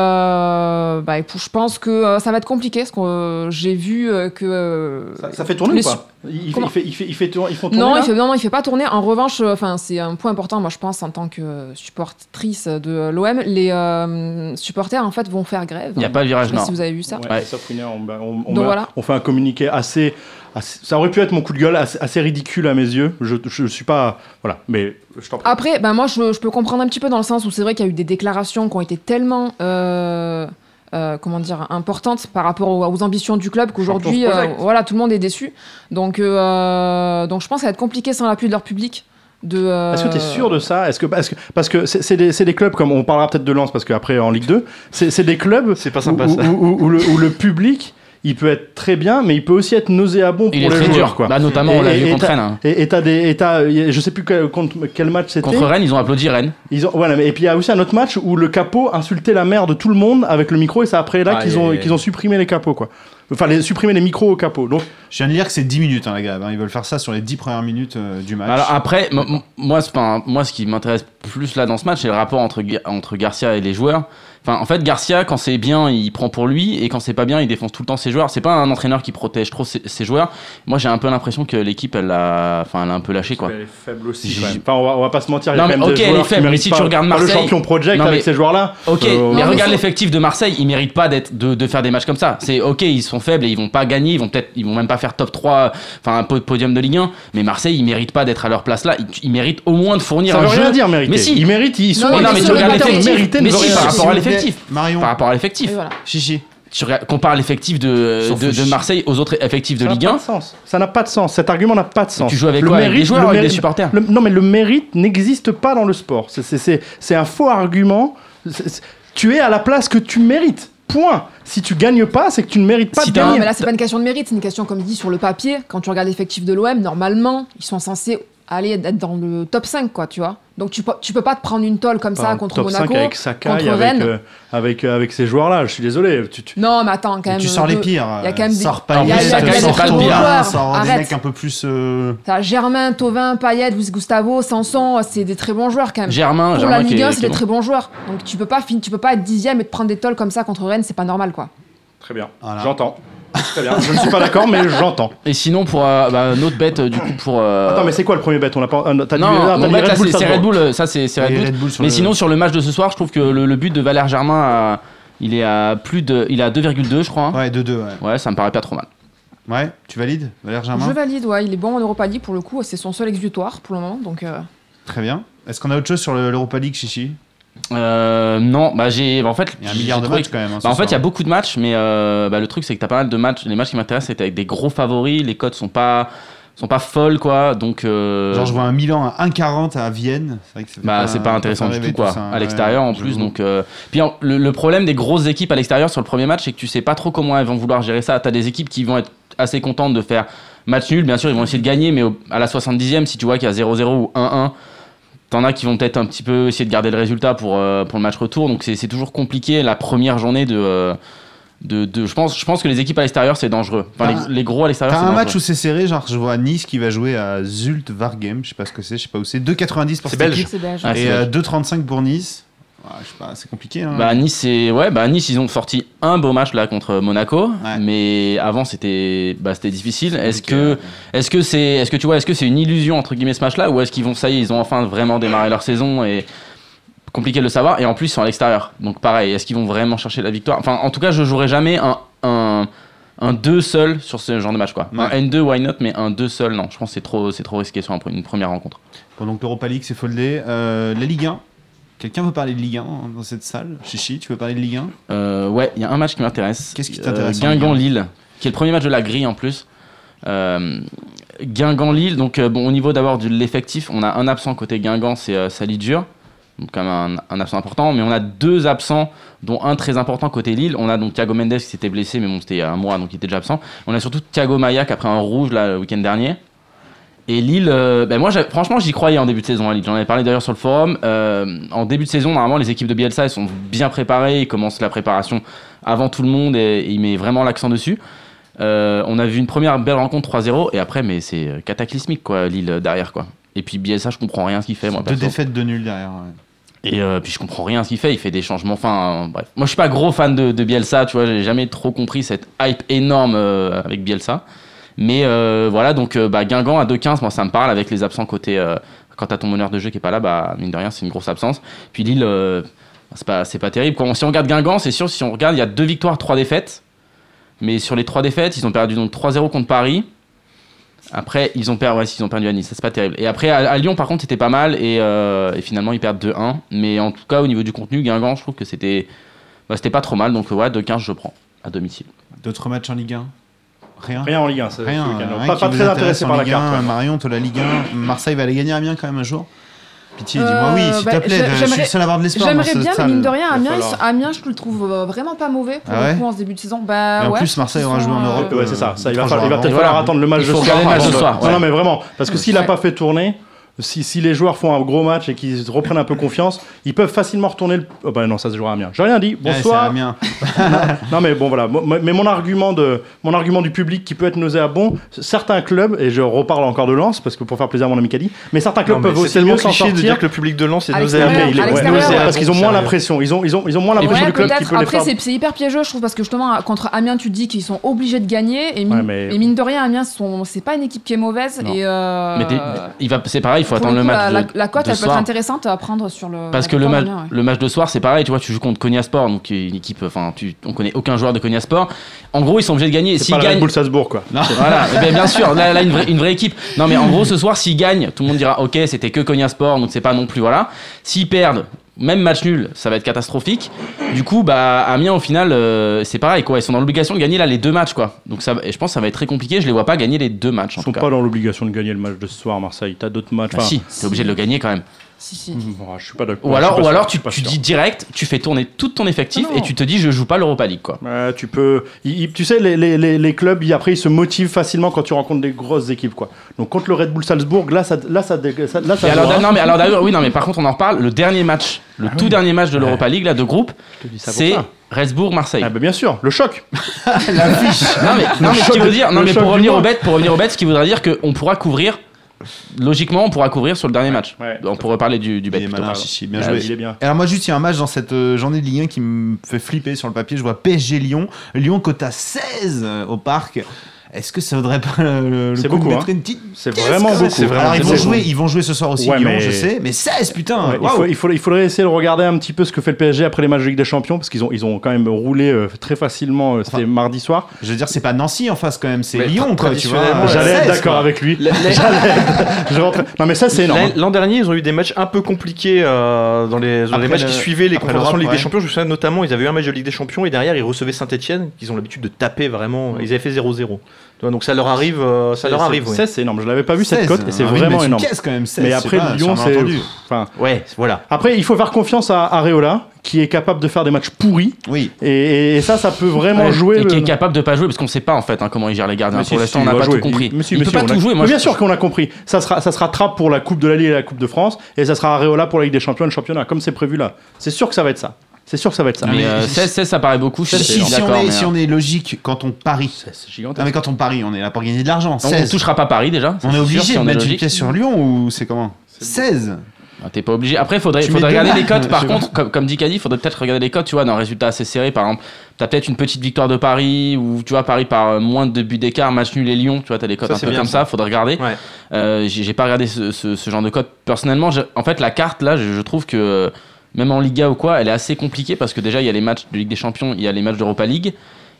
G: Euh, bah, écoute, je pense que euh, ça va être compliqué, parce que euh, j'ai vu euh, que... euh,
E: Ça, ça fait tourner
G: les
E: ou
G: su-
E: pas il, il fait,
G: Comment
E: il, fait, il, fait, il fait tourner- ils font tourner
G: non,
E: là
G: il fait, non, non, il fait pas tourner. En revanche, euh, enfin, c'est un point important, moi, je pense, en tant que euh, supportrice de euh, l'OM, les euh, supporters, en fait, vont faire grève.
F: Il n'y a pas de virage
G: Je sais pas
F: nord.
G: si vous avez vu ça.
E: Ouais, Christophe Wiener, on, bah, on- on
G: Donc
E: m'a-
G: voilà.
E: on fait un communiqué assez, assez- Ça aurait pu être mon coup de gueule, assez, assez ridicule à mes yeux. Je, je suis pas. Voilà, mais je t'en prie.
G: Après, ben moi, je, je peux comprendre un petit peu dans le sens où c'est vrai qu'il y a eu des déclarations qui ont été tellement, euh, euh, comment dire, importantes par rapport aux, aux ambitions du club qu'aujourd'hui,
L: Champions Project.
G: euh, voilà, tout le monde est déçu. Donc, euh, donc, je pense que ça va être compliqué sans l'appui de leur public. De, euh,
E: Est-ce que tu es sûr de ça Est-ce que parce que parce que c'est c'est des, c'est des clubs comme on parlera peut-être de Lens parce qu'après en Ligue 2, c'est c'est des clubs
D: sympa,
E: où,
D: ça.
E: où- où- où le, où le public il peut être très bien, mais il peut aussi être nauséabond pour
F: Il est
E: les
F: très
E: joueurs.
F: dur.
E: Quoi.
F: Bah, notamment, on l'a vu
E: et
F: contre
E: t'as-
F: Rennes, hein.
E: Et et t'as des, et t'as- y- je sais plus quel, contre quel match c'était.
F: Contre Rennes, ils ont applaudi Rennes.
E: Ils ont, voilà, mais, et puis il y a aussi un autre match où le capot insultait la mère de tout le monde avec le micro et c'est après là
F: Aïe,
E: qu'ils ont,
F: aïe, aïe.
E: qu'ils ont supprimé les capots. Quoi. Enfin, les, supprimé les micros au capot. Donc,
C: Je viens de lire que c'est 10 minutes, hein, la grève. hein. Ils veulent faire ça sur les 10 premières minutes euh, du match.
F: Bah, Alors ah, après, m- m- moi, c'est pas un- moi, ce qui m'intéresse plus là dans ce match, c'est le rapport entre, Ga- entre Garcia et les joueurs. Enfin, en fait, Garcia, quand c'est bien, il prend pour lui, et quand c'est pas bien, il défonce tout le temps ses joueurs. C'est pas un entraîneur qui protège trop ses, ses joueurs. Moi, j'ai un peu l'impression que l'équipe, elle l'a, enfin, elle a un peu lâché quoi.
E: Elle est faible aussi.
F: J'ai-
E: quand même. Enfin, on va, on va pas se mentir. il y a
F: Non
E: quand
F: mais
E: même des
F: ok, elle est
E: joueurs qui
F: faible. Mais
E: méritent
F: si
E: pas-
F: tu regardes
E: pas
F: Marseille,
E: le champion project
F: Non, mais-
E: avec ces joueurs-là.
F: Ok,
E: euh,
F: mais
E: on-
F: regarde l'effectif de Marseille, ils méritent pas d'être de, de faire des matchs comme ça. C'est ok, ils sont faibles et ils vont pas gagner, ils vont peut-être, ils vont même pas faire top 3, enfin un po- podium de Ligue 1. Mais Marseille, ils méritent pas d'être à leur place là. Ils, ils méritent au moins de fournir
E: Ça
F: un
E: veut
F: jeu.
E: rien dire, mériter.
F: Mais si,
E: Ils méritent, ils sont-
F: Mais
E: ils
F: non, mais
E: sont
F: tu regardes
E: compétents.
F: l'effectif.
E: Mérités ne
F: Mais
E: veut
F: si,
E: rien
F: par
E: dire.
F: rapport à
E: S'il vous plaît,
F: l'effectif.
C: Marion.
F: Par rapport à l'effectif.
C: Chichi.
F: Tu regardes- compares l'effectif de,
E: S'en
F: de, de
E: fiche.
F: Marseille aux autres effectifs de
E: Ça n'a
F: Ligue
E: pas
F: 1.
E: de sens. Ça n'a pas de sens. Cet argument n'a pas de sens.
F: tu joues avec quoi Avec des joueurs
E: le
F: ou avec des
E: mérite-
F: supporters
E: le- Non, mais le mérite n'existe pas dans le sport. C'est- c'est- C'est c'est un faux argument. C'est- c'est- Tu es à la place que tu mérites. Point. Si tu gagnes pas, c'est que tu ne mérites pas de
G: Non,
E: gagner.
G: mais là, c'est pas une question de mérite, c'est une question, comme il dit, sur le papier. Quand tu regardes l'effectif de l'OM, normalement, ils sont censés aller être dans le top 5, quoi, tu vois. Donc, tu, peux- tu peux pas te prendre une tôle comme ça
E: Enfin,
G: contre
E: top
G: Monaco,
E: 5 avec Sakai,
G: contre
E: avec,
G: Rennes.
E: euh, avec, euh, avec ces joueurs-là. Je suis désolé. Tu- tu-
G: Non, mais attends, quand même. euh,
E: tu sors les
G: deux-
E: pires,
G: Il y a quand même des.
C: euh,
G: Ah,
C: Sors
G: il y a- il y a quand
C: Payet,
G: même des
C: sors
G: très bons
C: Tauvin,
G: joueurs.
C: sors des
G: Arrête.
C: mecs un peu plus. euh,
G: T'as Germain, Tovin, Payet, Luis Gustavo, Sanson, c'est des très bons joueurs quand même.
F: Germain,
G: Pour
F: Germain
G: la
F: qui
G: Ligue
F: est-
G: 1,
F: qui
G: c'est
F: est
G: des
F: bon.
G: très bons joueurs. Donc tu peux pas, fin- tu peux pas être dixième et te prendre des tolls comme ça contre Rennes, c'est pas normal quoi.
E: Très bien. J'entends. Très bien. Je ne suis pas d'accord, mais j'entends.
F: Et sinon, pour euh, bah, notre bête, euh, du coup, pour. euh,
E: Attends, Ah, mais c'est quoi le premier bet On l'a pas. ah, T'as dit,
F: Non,
E: ah, t'as
F: mon
E: dit
F: bet, là, c'est- c'est
E: Savoie.
F: Red Bull, euh, ça c'est c'est Red
E: Et
F: Bull.
E: Red Bull sur
F: Mais
E: le-
F: sinon sur le match de ce soir, je trouve que le, le but de Valère Germain, à- il est à plus de, il est à 2,2 je crois. hein.
C: Ouais, 2,2. Ouais.
F: ça me paraît pas trop mal.
C: Ouais, tu valides, Valère Germain
G: Je valide, ouais, il est bon en Europa League pour le coup, c'est son seul exutoire pour le moment, donc. euh,
C: Très bien. Est-ce qu'on a autre chose sur le- l'Europa League, Chichi
F: Euh, non, bah j'ai, bah, en fait,
C: Il y a un
F: j'ai
C: milliard de
F: trouvé
C: matchs,
F: que-
C: quand même, hein, ce
F: bah, en fait, il y a
C: soir.
F: beaucoup de matchs, mais euh, bah, le truc c'est que t'as pas mal de matchs. Les matchs qui m'intéressent, c'est avec des gros favoris. Les cotes sont pas, sont pas folles quoi. Donc euh,
C: Genre, je vois un Milan à 1,40 à Vienne. C'est vrai que ça fait
F: Bah, c'est pas intéressant
C: ça
F: du
C: fait
F: tout,
C: rêver
F: quoi.
C: ça,
F: à
C: ouais,
F: l'extérieur, en plus.
C: j'avoue.
F: Donc, euh, Puis en- le, le problème des grosses équipes à l'extérieur sur le premier match, c'est que tu sais pas trop comment elles vont vouloir gérer ça. T'as des équipes qui vont être assez contentes de faire match nul. Bien sûr, ils vont essayer de gagner, mais au- à la 70e, si tu vois qu'il y a 0-0 ou 1-1, t'en as qui vont peut-être un petit peu essayer de garder le résultat pour, euh, pour le match retour. Donc, c'est c'est toujours compliqué la première journée de. euh, de, de- je, pense, je pense que les équipes à l'extérieur, c'est dangereux. Enfin,
C: T'as-
F: les, les gros à l'extérieur,
C: T'as
F: c'est
C: un
F: dangereux.
C: match où c'est serré, genre je vois Nice qui va jouer à Zult Vargem, je sais pas ce que c'est, je sais pas où c'est, 2,90 pour
F: C'est
C: cette
F: belge.
C: équipe.
F: C'est belge. Ah, c'est
C: et euh,
F: belge.
C: 2,35 pour Nice. Ouais, je sais pas, c'est compliqué. Hein.
F: Bah Nice, c'est- ouais, bah Nice, ils ont sorti un beau match là contre Monaco, mais avant c'était, bah, c'était difficile. Est-ce
C: euh,
F: que, est-ce que c'est, est-ce que tu vois, est-ce que c'est une illusion entre guillemets ce match-là, ou est-ce qu'ils vont, ça y est, ils ont enfin vraiment démarré leur saison et compliqué de le savoir. Et en plus, ils sont à l'extérieur, donc pareil, est-ce qu'ils vont vraiment chercher la victoire Enfin, en tout cas, je jouerai jamais un, un, un 2 seul sur ce genre de match quoi. Un N2 why not, mais un 2 seul non. Je pense que c'est trop, c'est trop risqué sur un pr- une première rencontre.
C: Bon, donc l'Europa League c'est foldé. Euh, la Ligue 1, quelqu'un veut parler de Ligue 1 dans cette salle Chichi, tu veux parler de Ligue 1
F: Euh, ouais, il y a un match qui m'intéresse. Euh,
C: Qu'est-ce qui t'intéresse en
F: Guingamp
C: Ligue
F: Lille, qui est le premier match de la grille en plus. Euh, Guingamp Lille, donc euh, bon au niveau d'abord de l'effectif, on a un absent côté Guingamp, c'est euh, Sally Dur, donc quand même un, un absent important, mais on a deux absents, dont un très important côté Lille. On a donc Thiago Mendes qui s'était blessé, mais bon c'était il y a un mois, donc il était déjà absent. On a surtout Thiago Maia qui a pris un rouge là le week-end dernier. Et Lille, euh, ben moi, j'ai- franchement, j'y croyais en début de saison à Lille. J'en avais parlé d'ailleurs sur le forum. Euh, en début de saison, normalement, les équipes de Bielsa, elles sont bien préparées. Ils commencent la préparation avant tout le monde et, et il met vraiment l'accent dessus. Euh, on a vu une première belle rencontre 3-0 et après, mais c'est euh, cataclysmique, quoi, Lille euh, derrière, quoi. Et puis Bielsa, je comprends rien à ce qu'il fait, moi.
C: Deux
F: perso.
C: défaites, deux nuls derrière. ouais.
F: Et euh, puis je comprends rien à ce qu'il fait, il fait des changements. Enfin, euh, bref. Moi je suis pas gros fan de, de Bielsa, tu vois, j'ai jamais trop compris cette hype énorme euh, avec Bielsa. Mais euh, voilà, donc euh, bah, Guingamp à 2-15, moi ça me parle avec les absents côté. euh, quand t'as ton meneur de jeu qui est pas là, bah mine de rien, c'est une grosse absence. Puis Lille, euh, c'est pas, c'est pas terrible. Quand, si on regarde Guingamp, c'est sûr, si on regarde, il y a deux victoires, trois défaites. Mais sur les trois défaites, ils ont perdu donc 3-0 contre Paris. Après, ils ont perdu, ouais, ils ont perdu à Nice, ça c'est pas terrible. Et après, à, à Lyon, par contre, c'était pas mal et, euh, et finalement, ils perdent 2-1. Mais en tout cas, au niveau du contenu, Guingamp, je trouve que c'était, bah, c'était pas trop mal. Donc, ouais, 2-15, je prends à domicile.
C: D'autres matchs en Ligue 1 Rien.
E: Rien en Ligue 1, ça,
C: Rien.
E: ce week-end.
C: euh,
E: Pas-
C: rien
E: pas
C: qui
E: très
C: vous intéresse
E: intéressé
C: en
E: par la
C: Ligue
E: carte,
C: 1.
E: ouais.
C: Marion, toi, la Ligue 1, Marseille va aller gagner à Amiens quand même un jour Pitié, dis-moi
G: Euh,
C: oui, s'il
G: bah,
C: te plaît.
G: j'a-
C: Je suis
G: j'aimerais-
C: le seul à avoir de l'espoir.
G: J'aimerais
C: dans ce
G: bien, mais
C: stade.
G: mine de rien,
C: Il va
G: Amiens, ils
C: falloir.
G: sont- Amiens, je le trouve euh, vraiment pas mauvais pour
C: Ah ouais
G: le coup en ce début de saison. Bah,
C: Et en
G: ouais,
C: plus, Marseille aura
G: ils
C: joué en
G: sont, euh,
C: Europe.
E: Ouais, c'est ça. ça il va,
C: Trois
E: falloir-
C: jours
E: il va
C: avant.
E: peut-être
F: Et voilà.
E: falloir attendre le match
F: Il
E: de soir.
F: faut regarder le match de
E: Non,
F: soir,
E: non,
F: ouais.
E: Non, mais vraiment, parce que s'il n'a pas fait tourner, si, si les joueurs font un gros match et qu'ils reprennent un peu confiance, ils peuvent facilement retourner le. Oh, bah non, ça se jouera à Amiens. J'ai rien dit.
C: Ouais, Eh, c'est
E: Bonsoir.
C: Amiens.
E: non, mais bon, voilà. Mo- mo- Mais mon argument, de, mon argument du public qui peut être nauséabond, c- certains clubs, et je reparle encore de Lens, parce que pour faire plaisir à mon ami Caddy, mais certains clubs
D: Non, mais
E: peuvent aussi
D: C'est tellement
E: mieux s'en
D: cliché
E: sortir.
D: de dire que le public de Lens est
G: À
D: nausé
G: l'extérieur,
E: Mais il est-
G: à
E: ouais,
G: l'extérieur,
E: nausé- parce qu'ils ont moins la
D: Sérieux.
E: pression. Ils ont, ils ont, ils ont moins la
F: Et
E: pression
G: ouais,
E: du club qui
G: peut-être.
E: peut les
G: Après,
E: faire.
G: c'est c'est hyper piégeux, je trouve, parce que justement, à- contre Amiens, tu te dis qu'ils sont obligés de gagner. Et mine,
E: Ouais, mais-
G: et mine de rien, Amiens, sont- c'est pas une équipe qui est mauvaise.
F: Non.
G: Et, euh,
F: Mais t'es- il va, c'est pareil, il faut
G: pour
F: attendre
G: le
F: le
G: coup, la-
F: match.
G: La,
F: de-
G: la cote,
F: de
G: elle
F: ce
G: peut être
F: soir.
G: intéressante à prendre sur le.
F: Parce
G: la
F: que le,
G: victoire
F: mal-
G: d'Amiens, ouais.
F: le match de soir, c'est pareil, tu vois, tu joues contre Konya Sport, donc une équipe, enfin, tu, on connaît aucun joueur de Konya Sport. En gros, ils sont obligés de gagner. Et
E: C'est
F: s'ils
E: pas la Red
F: gagnent,
E: Bull Salzbourg, quoi.
F: voilà, eh bien, bien sûr, là, là, une, vraie, une vraie équipe. Non, mais en gros, ce soir, s'ils gagnent, tout le monde dira ok, c'était que Konya Sport, donc c'est pas non plus, voilà. S'ils perdent, même match nul, ça va être catastrophique. Du coup, bah, Amiens, au final, euh, c'est pareil, quoi. Ils sont dans l'obligation de gagner là les deux matchs, quoi. Donc, ça, et je pense que ça va être très compliqué. Je les vois pas gagner les deux matchs, en
E: Ils sont
F: tout cas.
E: pas dans l'obligation de gagner le match de ce soir à Marseille. T'as d'autres matchs.
F: Bah,
E: enfin,
F: si, t'es obligé de le gagner quand même.
G: Si, si.
F: Mm.
E: bon, je suis pas d'accord.
F: Ou
E: Je suis
F: alors,
E: pas
F: ou
E: sûr,
F: alors
E: je suis
F: tu,
E: pas
F: tu
E: sûr.
F: dis direct, tu fais tourner tout ton effectif
E: Ah non.
F: et tu te dis je joue pas l'Europa League quoi.
E: Ouais, tu peux. il- il- tu sais, les, les- les- les clubs, ils- après, ils se motivent facilement quand tu rencontres des grosses équipes, quoi. Donc contre le Red Bull Salzbourg, là, ça, là, ça, dé- ça- là, ça
F: Et alors,
E: joue, hein.
F: non mais alors d'ailleurs oui non mais par contre on en reparle le dernier match, le
E: Ah
F: tout dernier match de l'Europa League là de groupe,
E: ça pour
F: c'est
E: ça.
F: Resbourg Marseille.
E: Ah, bah, bien sûr, le choc.
F: non mais, non, mais ce
E: choc
F: qui veut
E: de-
F: dire non
E: le
F: mais
E: choc
F: pour
E: du
F: revenir
E: mois.
F: au bet pour revenir au bet ce qui voudra dire qu'on pourra couvrir logiquement on pourra couvrir sur le dernier match.
E: ouais,
F: on pourrait parler du, du bet
C: Il est
F: plutôt,
C: malin,
F: pardon.
C: Chichi, bien
E: Ah,
C: joué.
E: il est bien.
C: Et Alors moi juste il y a un match dans cette euh, journée de Ligue 1 qui me fait flipper sur le papier. Je vois PSG Lyon, Lyon cote à 16 euh, au parc. Est-ce que ça vaudrait pas le, le- le
E: C'est
C: coup de
E: beaucoup,
C: mettre
E: hein.
C: une petite
E: C'est
C: pièce
E: vraiment
C: quand même
E: beaucoup. Ah, C'est vraiment
C: Alors ils vont
E: beaucoup.
C: jouer, ils vont jouer ce soir aussi
E: Ouais,
C: Lyon,
E: mais-
C: je sais, mais 16 putain.
E: Ouais, il,
C: waouh.
E: faut- il faut- il faudrait essayer de regarder un petit peu ce que fait le PSG après les matchs de Ligue des Champions, parce qu'ils ont, ils ont quand même roulé euh, très facilement. euh, C'était
C: Enfin,
E: mardi soir.
C: Je veux dire c'est pas Nancy en face quand même, c'est
D: Mais
C: Lyon quoi, tu vois.
D: traditionnellement, Ouais,
E: J'allais
C: 16,
E: être d'accord
C: quoi.
E: avec lui. J'allais- je rentre- Non, mais ça, c'est énorme.
D: L'an- L'an dernier, ils ont eu des matchs un peu compliqués euh, dans les, dans
C: Après
D: les matchs
C: le-
D: qui suivaient les
C: après
D: confrontations de Ligue
C: l'Europe,
D: des
C: ouais.
D: Champions. Je me souviens notamment, ils avaient eu un match de Ligue des Champions et derrière, ils recevaient Saint-Etienne, qu'ils ont l'habitude de taper vraiment. Ils avaient fait 0-0. Tu vois, Donc ça leur arrive. euh, ça leur
E: C'est-
D: arrive. ouais.
E: Ça, c'est énorme. Je l'avais pas vu cette
C: 16,
E: cote et c'est
C: envie de
E: vraiment
C: mettre une
E: énorme.
C: pièce, quand même, 16,
E: Mais
C: je sais
E: après,
C: pas,
E: Lyon,
C: un
E: c'est.
C: malentendu.
E: Enfin,
D: Ouais, voilà.
E: Après, il faut faire confiance à Areola, qui est capable de faire des matchs pourris.
C: Oui.
E: Et, et- et ça, ça peut vraiment
F: Ouais,
E: jouer.
F: et
E: le-
F: qui est capable de pas jouer parce qu'on sait pas en fait hein, comment il gère les gardiens.
E: Mais
F: pour
E: si, si,
F: l'instant on
E: il
F: n'a
E: va
F: pas
E: jouer.
F: tout compris.
E: Il- mais si,
F: il
E: mais
F: peut
E: si,
F: pas
E: on
F: tout
E: a-
F: jouer. Moi
E: Mais bien
F: je-
E: sûr qu'on a compris. Ça sera, ça sera Trapp pour la Coupe de la Ligue et la Coupe de France, et ça sera Areola pour la Ligue des Champions, et le championnat, comme c'est prévu là. C'est sûr que ça va être ça. C'est sûr que ça va être ça.
F: Mais euh, 16, 16, ça paraît
E: Ah,
F: beaucoup. Je
C: Si, si,
F: suis
C: si on
F: d'accord.
C: est
F: mais,
C: si
F: euh,
E: hein.
C: on est logique quand on parie.
E: C'est gigantesque.
C: Non mais quand on parie, on est là pour gagner de l'argent.
F: On, on
C: 16.
F: touchera pas Paris déjà. ça,
C: On est
F: c'est
C: obligé
F: sûr, si
C: de
F: on est
C: mettre une
F: logique.
C: pièce sur Lyon ou c'est comment 16
F: Ah, T'es pas obligé. Après, faudrait,
C: Tu
F: faudrait
C: mets deux
F: regarder
C: balles.
F: les cotes. Par
C: Je sais
F: contre, comme, comme dit Caddy, faudrait peut-être regarder les cotes. Tu vois, dans un résultat assez serré, par exemple, t'as peut-être une petite victoire de Paris ou tu vois Paris par euh, moins de buts d'écart, match nul et Lyon. Tu vois, t'as des cotes
D: Ça,
F: un
D: c'est
F: peu
D: bien,
F: comme ça. Faudrait regarder.
D: Ouais.
F: Euh, j'ai j'ai pas regardé ce, ce- ce genre de cotes. Personnellement, je- en fait, la carte là, je, je trouve que euh, même en Liga ou quoi, elle est assez compliquée parce que déjà il y a les matchs de Ligue des Champions, il y a les matchs d'Europa League.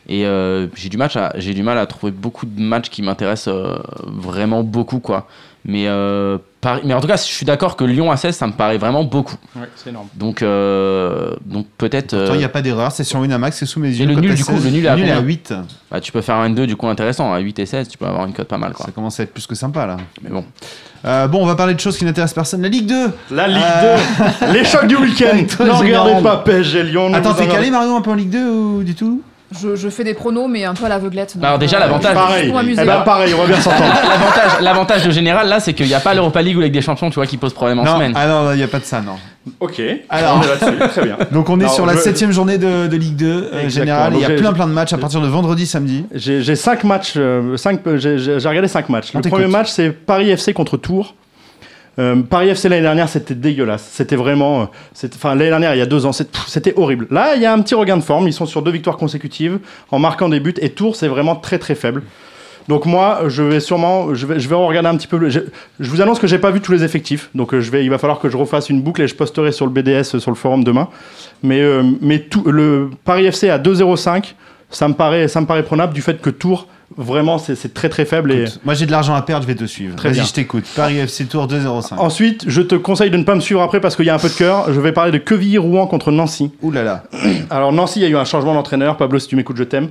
F: Et euh, j'ai du match, à- j'ai du mal à trouver beaucoup de matchs qui m'intéressent euh, vraiment beaucoup quoi. Mais euh, Paris- mais en tout cas, je suis d'accord que Lyon à 16, ça me paraît vraiment beaucoup.
E: Ouais, c'est énorme.
F: Donc euh, donc peut-être
C: Pourtant, il
F: euh,
C: n'y a pas d'erreur, c'est sur Winamax, c'est sous mes yeux.
F: le
C: cote
F: nul,
C: à
F: du coup,
C: 16,
F: le nul est à
C: nul est à
F: combien
C: 8.
F: bah, tu peux faire un 2 du coup intéressant à 8 et 16, tu peux avoir une cote pas mal quoi.
C: Ça commence à être plus que sympa là.
F: Mais bon.
C: Euh, bon, on va parler de choses qui n'intéressent personne. La Ligue 2
E: La Ligue
C: Euh,
E: 2, les chocs du week-end.
C: Toi,
E: ne
C: c'est
E: regardez
C: énorme.
E: pas PSG Lyon. ne
C: Attends,
E: vous
C: t'es
E: en regardez-
C: calé Marion un peu en Ligue 2 ou du tout
G: Je, je fais des pronos, mais un peu à l'aveuglette. donc,
F: Alors, déjà,
G: euh,
F: l'avantage-
G: juste
E: Pareil.
G: pour
E: Eh
G: m'amuser.
E: ben, pareil, on va bien s'entendre.
F: L'avantage, l'avantage de général là, c'est qu'il n'y a pas l'Europa League ou la Ligue des Champions, tu vois, qui pose problème en
C: Non,
F: semaine.
C: ah non, il n'y a pas de ça, non.
E: ok.
C: Alors.
E: on est là-dessus. Très bien.
C: Donc, on est
E: Non,
C: sur la
E: je-
C: septième journée de, de Ligue 2 euh,
E: Exactement.
C: générale. Il y a
E: Donc, j'ai-
C: plein plein de matchs à partir de vendredi, samedi.
E: J'ai j'ai cinq matchs. euh, cinq- euh, j'ai j'ai- j'ai regardé cinq matchs.
C: On
E: Le
C: t'écoute.
E: premier match, c'est Paris FC contre Tours. Euh, Paris FC l'année dernière, c'était dégueulasse. C'était vraiment. euh, c'était- Enfin, l'année dernière, il y a deux ans, c'est- pff, c'était horrible. Là, il y a un petit regain de forme. Ils sont sur deux victoires consécutives en marquant des buts. Et Tours, c'est vraiment très très faible. Donc moi, je vais sûrement, je vais, je vais en regarder un petit peu. le- Je, je vous annonce que j'ai pas vu tous les effectifs, donc euh, je vais, il va falloir que je refasse une boucle et je posterai sur le BDS, euh, sur le forum demain. Mais, euh, mais tout, le Paris FC à 2,05, ça me paraît, ça me paraît prenable du fait que Tours, vraiment, c'est c'est très très faible. Et...
C: Moi, j'ai de l'argent à perdre, je vais te suivre.
E: Très
C: Vas-y,
E: bien.
C: je t'écoute. Paris FC Tour 205.
E: Ensuite, je te conseille de ne pas me suivre après parce qu'il y a un peu de cœur. Je vais parler de Quevilly-Rouen contre Nancy.
C: Ouh là là.
E: Alors Nancy, il y a eu un changement d'entraîneur. Pablo, si tu m'écoutes, je t'aime.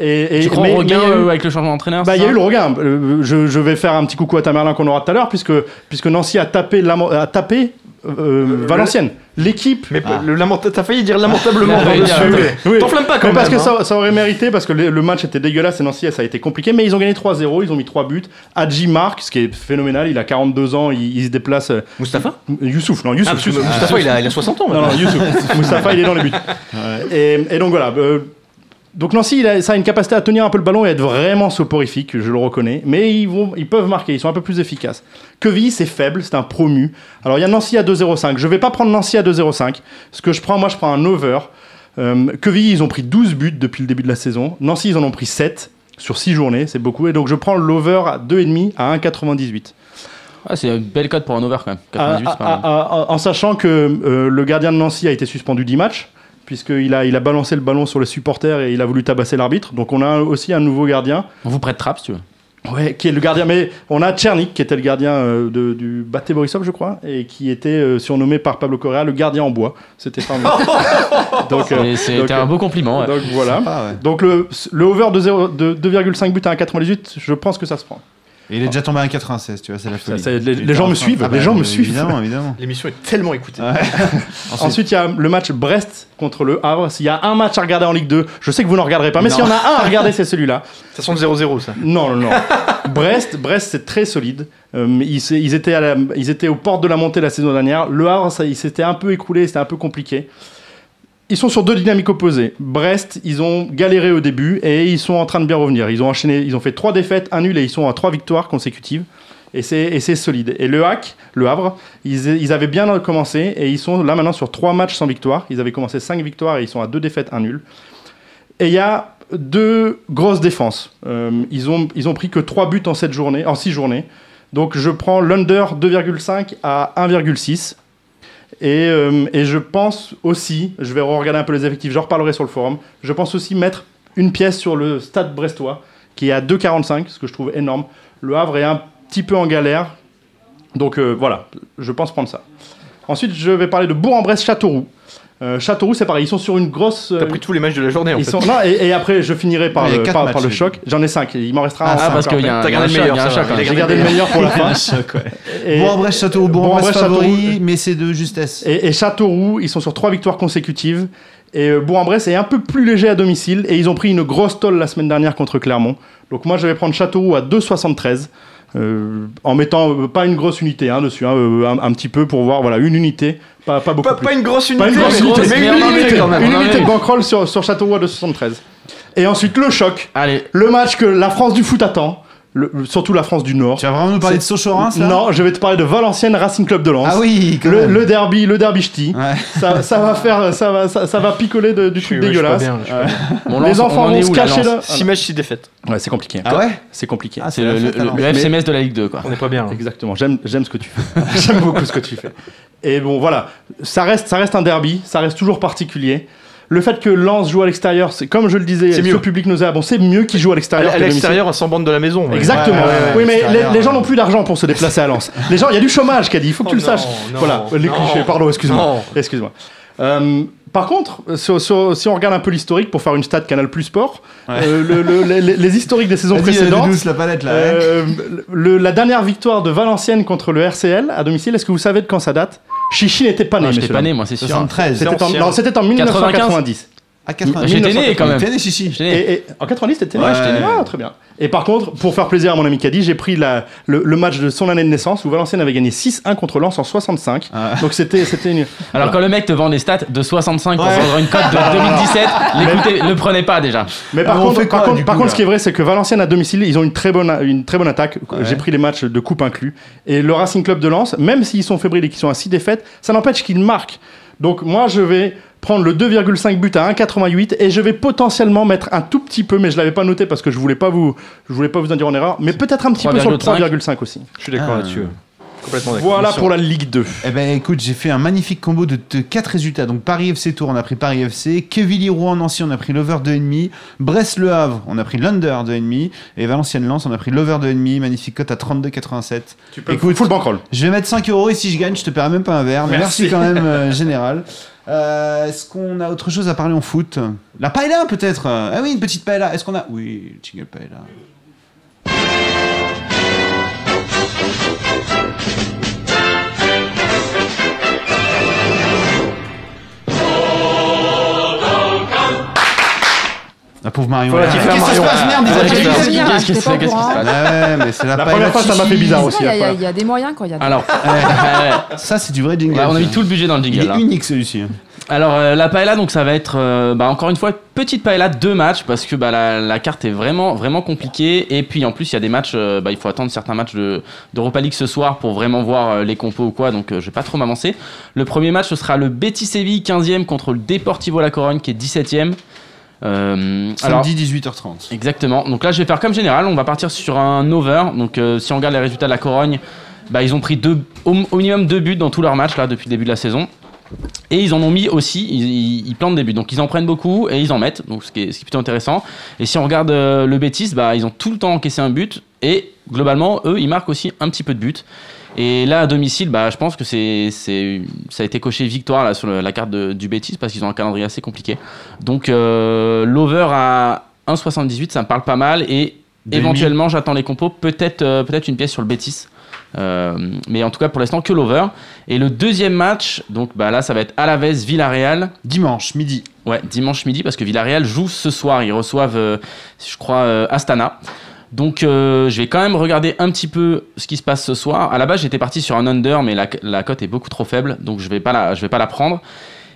E: Et, et- et-
F: Tu crois
E: mais-
F: au regain
E: mais il y a eu-
F: euh, avec le changement d'entraîneur
E: bah, il y a
F: c'est
E: eu
F: ça
E: le regain. Euh, Je, je vais faire un petit coucou à Tamerlan qu'on aura tout à l'heure, puisque, puisque Nancy a tapé, Lamo- a tapé euh, Valenciennes. L'équipe. Mais
D: le t'as failli dire lamentablement par-dessus, mais t'enflammes pas quand
E: Parce
D: même,
E: que
D: hein.
E: ça, ça aurait mérité, parce que le, le match était dégueulasse et Nancy, ça a été compliqué, mais ils ont gagné 3-0, ils ont mis 3 buts. Adji marque, ce qui est phénoménal, il a 42 ans, il, il se déplace. euh,
D: Moustapha
E: Youssouf, non, Youssouf.
D: Ah, parce que
E: Youssouf.
D: Moustapha, il a- il a 60 ans,
E: Non, non,
D: maintenant.
E: Youssouf. Moustapha, il est dans les buts. Et, et donc voilà. euh, donc Nancy, il a, ça a une capacité à tenir un peu le ballon et être vraiment soporifique, je le reconnais. Mais ils, vont, ils peuvent marquer, ils sont un peu plus efficaces. Quevilly, c'est faible, c'est un promu. Alors il y a Nancy à 2,05. Je vais pas prendre Nancy à 2,05. Ce que je prends, moi, je prends un over. Euh, Quevilly, ils ont pris 12 buts depuis le début de la saison. Nancy, ils en ont pris 7 sur 6 journées, c'est beaucoup. Et donc je prends l'over à 2,5 à 1,98.
F: Ah, c'est une belle cote pour un over quand même.
E: À-
F: 98, c'est pas
E: à-
F: mal.
E: à- à- ah, en sachant que euh, le gardien de Nancy a été suspendu 10 matchs, puisqu'il a, il a balancé le ballon sur les supporters et il a voulu tabasser l'arbitre. Donc on a aussi un nouveau gardien.
F: On vous prête trappe si tu veux.
E: Ouais, qui est le gardien. Mais on a Tchernik, qui était le gardien euh, de- du Baté Borisov, je crois, et qui était euh, surnommé par Pablo Correa le gardien en bois. C'était formidable. donc,
F: C'est- c'était un beau compliment, ouais.
E: Donc voilà.
C: Ah,
E: Donc le, le over de, 0 de 2,5 buts à 1,98, je pense que ça se prend.
C: Et il est déjà tombé à 96, tu vois, c'est la folie.
E: c'est- les-
C: Il
E: les
C: était
E: gens me
C: enfin-
E: suivent,
C: Ah bah,
E: les gens me
C: mais
E: suivent.
C: Évidemment, évidemment.
D: L'émission est tellement écoutée.
E: Ensuite, Ensuite, il y a le match Brest contre le Havre. S'il y a un match à regarder en Ligue 2, je sais que vous n'en regarderez pas, mais
D: Non.
E: s'il y en a un à regarder, c'est celui-là.
D: Ça sent le 0-0, ça.
E: Non, non, non. Brest, Brest c'est très solide. Euh, ils, s- ils étaient à la- ils étaient aux portes de la montée la saison dernière. Le Havre, ça, il s'était un peu écoulé, c'était un peu compliqué. Ils sont sur deux dynamiques opposées. Brest, ils ont galéré au début et ils sont en train de bien revenir. Ils ont enchaîné, ils ont fait trois défaites, un nul et ils sont à trois victoires consécutives. Et c'est et c'est solide. Et le Hack, le Havre, ils, ils avaient bien commencé et ils sont là maintenant sur trois matchs sans victoire. Ils avaient commencé cinq victoires et ils sont à deux défaites, un nul. Et il y a deux grosses défenses. Euh, ils, ont, ils ont pris que 3 buts en, sept journées, en 6 journées. Donc je prends l'under 2,5 à 1,6. Et, euh, et je pense aussi, je vais regarder un peu les effectifs, j'en reparlerai sur le forum, je pense aussi mettre une pièce sur le stade brestois, qui est à 2,45, ce que je trouve énorme. Le Havre est un petit peu en galère, donc euh, voilà, je pense prendre ça. Ensuite, je vais parler de Bourg-en-Bresse-Châteauroux. Euh, Châteauroux, c'est pareil, ils sont sur une grosse...
D: T'as pris tous les matchs de la journée, en
E: Ils
D: fait.
E: sont- non, et, et après, je finirai par,
D: Ah, il y a
E: le,
D: quatre
E: par-
D: matchs,
E: par le
D: j'ai
E: choc. J'en ai 5. Il m'en restera
D: Ah,
E: un.
D: ça, parce
E: encore.
D: qu'il y a un- T'as gardé il y a le un meilleur, choc, il y a un ça choc, va. hein.
E: J'ai gardé le meilleur pour la fin. Et-
C: Bourg-en-Bresse, Châteauroux, Bourg-en-Bresse
E: Bourg-en-Bresse,
C: favori,
E: Châteauroux.
C: mais c'est de justesse.
E: Et, et Châteauroux, ils sont sur trois victoires consécutives. Et euh, Bourg-en-Bresse est un peu plus léger à domicile. Et ils ont pris une grosse tolle la semaine dernière contre Clermont. Donc moi, je vais prendre Châteauroux à 2,73. euh, en mettant euh, pas une grosse unité hein, dessus, hein, euh, un, un petit peu pour voir, voilà, une unité, pas, pas beaucoup.
D: Pas-
E: plus.
D: pas une grosse
E: Pas une
D: unité, mais
E: grosse unité,
D: grosse, mais
E: une
D: on en
E: unité,
D: est quand même, hein,
E: une
D: on en
E: unité
D: est.
E: de banquerolle sur, sur Châteauroux à 273. Et ensuite, le choc. Le match que la France du foot attend. le- surtout la France du Nord. Tu
C: vas vraiment nous parler de Sochaux-Reims, là
E: Non, je vais te parler de Valenciennes Racing Club de Lens.
C: Ah oui, quand
E: le,
C: même.
E: le derby, le derby ch'ti. Ça, ça va faire, ça va, ça, ça va picoler de- du truc
D: ouais, je suis pas
E: dégueulasse.
D: bien, je suis pas
E: Ouais.
D: bien. Bon,
E: Les
D: Lens, on
E: enfants
D: en
E: vont
D: est
E: se
D: où, là,
E: cacher
D: Lens
E: là.
D: Six matchs, six défaites.
E: Ouais, c'est compliqué. hein.
D: Ah ouais
E: C'est compliqué.
D: Ah, c'est le- le- le FCMS
E: de la Ligue 2, quoi.
D: On n'est pas bien. hein.
E: Exactement. J'aime, j'aime ce que tu fais. j'aime beaucoup ce que tu fais. Et bon, voilà. Ça reste, ça reste un derby. Ça reste toujours particulier. Le fait que Lens joue à l'extérieur, c'est comme je le disais,
D: C'est mieux.
E: ce public nous a. Bon, c'est mieux qu'il joue à
D: À,
E: l'extérieur. qu'à domicile.
D: l'extérieur, on s'embande de la maison. ouais.
E: Exactement.
D: Ouais, ouais, ouais,
E: oui, mais
D: l'extérieur,
E: les, les gens
D: ouais. Oh
E: n'ont plus d'argent pour se déplacer à Lens. Les gens, il y a du chômage, qu'a dit. Il faut que tu le saches.
D: non,
E: voilà, les
D: non,
E: clichés. Pardon, excuse-moi.
D: non.
E: Excuse-moi. Euh, par contre, sur- sur- si on regarde un peu l'historique pour faire une stat Canal Plus Sport, euh, le- le- les, les- les historiques des saisons
C: Vas-y,
E: précédentes,
C: dénousse la palette, là, hein.
E: euh,
D: hein.
E: le- la dernière victoire de Valenciennes contre le RCL à domicile, est-ce que vous savez de quand ça date Chichi n'était pas né.
F: Ah, j'étais
E: messieurs,
F: pas né,
E: dames.
F: moi, c'est sûr.
E: 73. C'était en,
F: C'est
E: non,
F: ancien.
E: c'était en 1990.
C: À 90.
F: J'étais né quand même.
E: T'étais né,
C: si, si.
E: Et, et- en 90, t'étais né
C: Ouais, j'étais né.
E: Ah, très bien. Et par contre, pour faire plaisir à mon ami Caddy, j'ai pris la- le, le match de son année de naissance où Valenciennes avait gagné 6-1 contre Lens en 65. Donc c'était c'était une.
F: Alors
E: Voilà.
F: quand le mec te vend des stats de 65 pour
E: Ouais.
F: vendre une cote de 2017, l'écoutez, le prenez pas déjà.
E: Mais par contre, par contre, par contre, ce qui est vrai, c'est que Valenciennes à domicile, ils ont une très bonne, une très bonne attaque. J'ai pris les matchs de coupe inclus. Et le Racing Club de Lens, même s'ils sont fébriles et qu'ils sont à 6 défaites, ça n'empêche qu'ils marquent. Donc moi, je vais prendre le 2,5 but à 1,88 et je vais potentiellement mettre un tout petit peu, mais je l'avais pas noté parce que je voulais pas vous, je voulais pas vous induire en erreur, mais peut-être un petit peu sur le 3,5 aussi.
D: Je suis d'accord
C: Ah.
D: là-dessus. Complètement d'accord.
E: Voilà
D: Bien
E: pour
D: sûr.
E: la Ligue 2.
C: Eh ben écoute, j'ai fait un magnifique combo de, 4 résultats. Donc Paris FC Tour, on a pris Paris FC. Quevilly Rouen Nancy, on a pris l'over de demi. Brest Le Havre, on a pris l'under de demi. Et Valenciennes Lens, on a pris l'over de demi. Magnifique cote à 32,87.
E: Tu peux full bankroll.
C: Je vais mettre 5 euros et si je gagne, je te paierai même pas un verre. Mais merci,
E: Merci.
C: quand même, euh, général. Euh, Est-ce qu'on a autre chose à parler en foot La paella peut-être Ah oui, une petite paella. Est-ce qu'on a Oui, jingle paella. La pauvre Marion.
E: Voilà,
C: elle-
E: qui fait un
C: Qu'est-ce qui se
E: Marion.
C: passe Merde, ils
E: Ouais,
C: attaquent
E: qui
C: les
E: fait un-
C: Brésiliens.
G: Qu'est-ce qui se passe Qu'est-ce qui se passe
C: Ouais, mais c'est la,
E: La
C: paella
E: première fois, ça m'a fait
C: chichi.
E: bizarre aussi.
G: Il y, a-
E: la
G: il y a-
E: première
G: il y a des moyens quand il y a des
F: Alors,
C: ça c'est du vrai jingle.
F: Bah, on a mis
C: ça.
F: tout le budget dans le jingle.
C: Il
F: là.
C: est unique celui-ci.
F: Alors euh, la paella donc ça va être euh, bah, encore une fois petite paella deux matchs parce que bah, la, la carte est vraiment vraiment compliquée et puis en plus il y a des matchs euh, bah, il faut attendre certains matchs de d'Europa League ce soir pour vraiment voir euh, les compos ou quoi donc euh, je vais pas trop m'avancer. Le premier match ce sera le Betis Séville 15e contre le Deportivo La Corogne qui est 17e. Euh, alors-
C: Samedi 18h30.
F: Exactement. Donc là, je vais faire comme général. On va partir sur un over. Donc, euh, si on regarde les résultats de la Corogne, bah, ils ont pris deux, au, au minimum deux buts dans tous leurs matchs là depuis le début de la saison. Et ils en ont mis aussi, ils, ils- ils plantent des buts. Donc ils en prennent beaucoup et ils en mettent, donc ce qui est, ce qui est plutôt intéressant. Et si on regarde euh, le Betis, bah, ils ont tout le temps encaissé un but. Et globalement, eux, ils marquent aussi un petit peu de buts. Et là, à domicile, bah, je pense que c'est, c'est, ça a été coché victoire là, sur le- la carte de- du Betis parce qu'ils ont un calendrier assez compliqué. Donc euh, l'over à 1,78, ça me parle pas mal. Et
C: Demi.
F: éventuellement, j'attends les compos, peut-être, euh, peut-être une pièce sur le Betis. Euh, mais en tout cas, pour l'instant, que l'over. Et le deuxième match, donc bah, là, ça va être Alavés Villarreal.
C: Dimanche midi.
F: Ouais, dimanche midi, parce que Villarreal joue ce soir. Ils reçoivent, euh, je crois, euh, Astana. Donc, euh, je vais quand même regarder un petit peu ce qui se passe ce soir. À la base, j'étais parti sur un under, mais la, la cote est beaucoup trop faible, donc je vais pas la, je vais pas la prendre.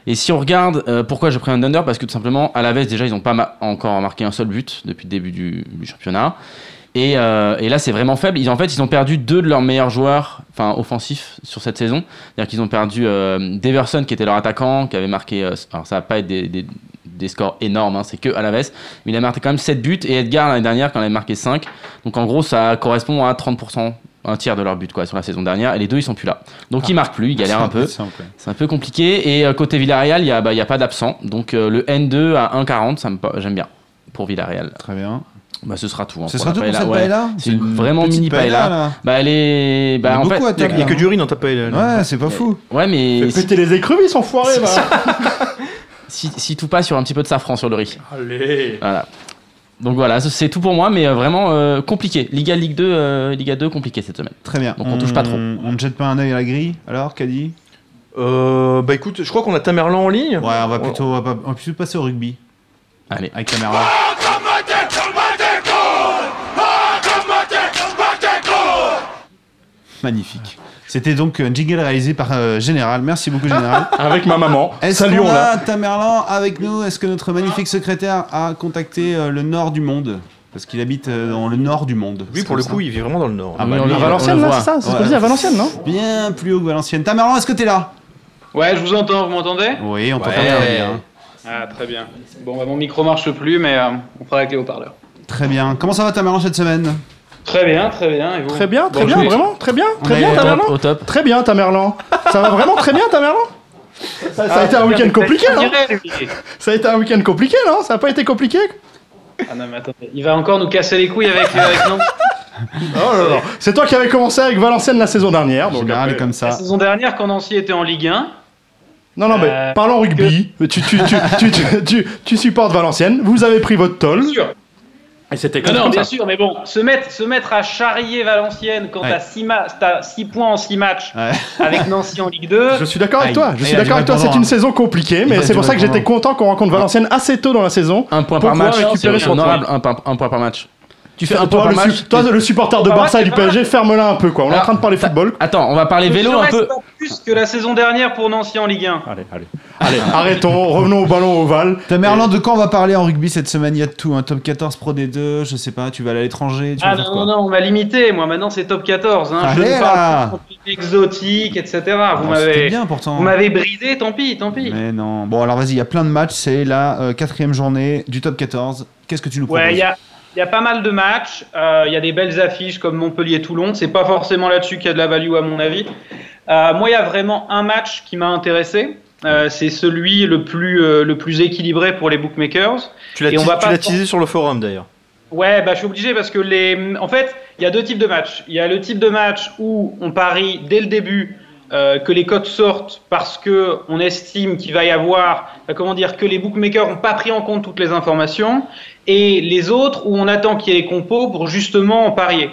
F: Et si on regarde euh, pourquoi j'ai pris un under, parce que tout simplement, à la veste, déjà, ils n'ont pas ma- encore marqué un seul but depuis le début du, du championnat. Et, euh, et là, c'est vraiment faible. Ils, en fait, ils ont perdu deux de leurs meilleurs joueurs, enfin offensifs, sur cette saison. C'est-à-dire qu'ils ont perdu euh, Deverson, qui était leur attaquant, qui avait marqué. euh, alors, ça va pas être des, des- des scores énormes, hein, c'est que à la veste. Mais il a marqué quand même 7 buts. Et Edgar, l'année dernière, quand il avait marqué 5. Donc, en gros, ça correspond à 30%, un tiers de leur but, quoi, sur la saison dernière. Et les deux, ils sont plus là. Donc, ils marquent plus, ils galèrent un peu.
C: C'est simple, ouais.
F: C'est un peu compliqué. Et euh, côté Villarreal, il n'y a, bah, il y a pas d'absent. Donc euh, le N2 à 1,40, ça me pa- j'aime bien pour Villarreal.
C: Très bien.
F: Bah, ce sera tout. hein,
C: Ce sera
F: la
C: tout pour
F: paella.
C: cette
F: Ouais.
C: paella
F: C'est une vraiment
C: petite
F: mini paella.
C: paella, là.
F: Bah, elle est.
C: Il y
F: Bah,
C: a
F: en
C: beaucoup
F: fait,
C: à table,
D: Il n'y a
C: là.
D: que du riz dans ta paella. là.
C: Ouais, c'est pas fou.
F: Ouais, mais si,
E: Péter les écrevisses, enfoiré, bah.
F: si, si tout passe sur un petit peu de safran sur le riz.
D: Eh.
E: Allez.
F: Voilà. Donc voilà, ce- c'est tout pour moi, mais euh, vraiment euh, compliqué. Liga, Ligue 2, euh, Liga 2, compliqué cette semaine.
C: Très bien.
F: Donc, on touche pas trop.
C: On ne jette pas un œil à la grille. Alors, Caddy
D: Euh, bah écoute, je crois qu'on a Tamerlan en ligne.
C: Ouais, on va plutôt, on va pas- on va plutôt passer au rugby
F: Allez.
C: avec Tamerlan. Magnifique. C'était donc un jingle réalisé par euh, Général. Merci beaucoup, Général.
E: Avec ma maman.
C: Est-ce
E: Salut,
C: qu'on
E: on l'a.
C: a Tamerlan avec nous Est-ce que notre magnifique secrétaire a contacté euh, le nord du monde Parce qu'il habite euh, dans le nord du monde. C'est
D: Lui, pour
C: comme
D: le
C: ça.
D: coup, il vit vraiment dans le nord.
C: Ah
F: Oui,
C: bah,
F: on
C: lui,
F: le
C: il-
E: À
F: voit.
E: Valenciennes,
F: le
E: là,
F: voit.
E: c'est ça C'est ce qu'on
C: Ouais.
E: dit à Valenciennes, non
C: Bien plus haut que Valenciennes. Tamerlan, est-ce que t'es là
L: Ouais, je vous entends, vous m'entendez
C: Oui, on t'entend
L: Ouais.
C: très bien.
L: Ah, très bien. Bon, bah, mon micro marche plus, mais euh, on fera avec les haut-parleurs.
C: Très bien. Comment ça va Tamerlan cette semaine
L: Très bien, très bien. Et vous
E: Très bien, très
L: Bon,
E: bien,
L: je vais-
E: vraiment Très bien,
C: On
E: très
C: est
E: bien,
C: au
E: ta
F: Top,
E: maman
F: au top.
E: Très bien, ta Merlan. Ça va vraiment très bien, ta Merlan
L: Ah,
E: ça, Ah, ça a été un week-end compliqué, hein. non Ça a été un week-end compliqué, non Ça a pas été compliqué
L: Ah non, mais attendez, il va encore nous casser les couilles avec, euh, avec Nantes.
E: Oh là là. C'est toi qui avais commencé avec Valenciennes la saison dernière. Donc
C: Général est
E: après-
C: comme ça.
L: La saison dernière, quand Nancy était en Ligue 1,
E: Non, non, mais
L: Euh,
E: parlons rugby. Tu, tu, tu, tu, tu, tu- tu supportes Valenciennes. Vous avez pris votre toll.
L: bien sûr.
I: Et c'était
L: Non,
I: comme
L: non, bien
I: ça.
L: sûr, mais bon, se mettre, se mettre à charrier Valenciennes quand
I: Ouais.
L: t'as 6 points en 6 matchs avec Nancy en Ligue 2.
E: Je suis d'accord avec toi, je suis d'accord avec toi, c'est une saison compliquée,
F: Il
E: mais
F: va
E: c'est
F: durer
E: pour ça que
F: pendant-
E: j'étais content qu'on rencontre Valenciennes assez tôt dans la saison.
F: Un point
E: pour
F: par
E: pouvoir
F: match, c'est
E: récupérer son
F: honorable, un, point- un point par match. Tu fais un point
E: Toi,
F: par
E: le,
F: match.
E: su- toi, le supporter de
L: Pas mal,
E: Barça et du
L: c'est pas
E: PSG, ferme-la un peu, Ah. quoi. On est en train de parler football.
F: Attends, on va parler
L: Ne serait-ce pas plus que la saison dernière pour Nancy en Ligue 1.
C: Ah,
E: Allez, allez. Allez, arrêtons, revenons au ballon ovale.
C: T'as Merland, de quoi on va parler en rugby cette semaine Il y a de tout, un top 14, Pro D2, je sais pas, tu vas aller à l'étranger, tu
L: Ah
C: vas faire
L: non,
C: quoi
L: non, non, on m'a limité. Moi, maintenant, c'est top 14. Hein.
C: Allez,
L: je ne
C: là.
L: parle plus de exotique, etc. Vous
C: Non,
L: m'avez
C: Ah, c'était bien, pourtant.
L: vous m'avez brisé, tant pis, tant pis.
C: Mais non. Bon, alors vas-y, il y a plein de matchs. C'est la euh, quatrième journée du top 14. Qu'est-ce que tu nous proposes
L: Ouais, il y a, il y a pas mal de matchs. Euh, Il y a des belles affiches comme Montpellier-Toulon. C'est pas forcément là-dessus qu'il y a de la value, à mon avis. Euh, moi, il y a vraiment un match qui m'a intéressé. Euh, c'est celui le plus, euh, le plus équilibré pour les bookmakers.
D: Tu l'as
L: Et on
D: tu
L: va pas-
D: l'as teasé sur le forum d'ailleurs.
L: Ouais, bah, je suis obligé parce que les. En fait, il y a deux types de matchs. Il y a le type de match où on parie dès le début euh, que les codes sortent parce que on estime qu'il va y avoir, euh, comment dire, que les bookmakers n'ont pas pris en compte toutes les informations, et les autres où on attend qu'il y ait les compos pour justement en parier.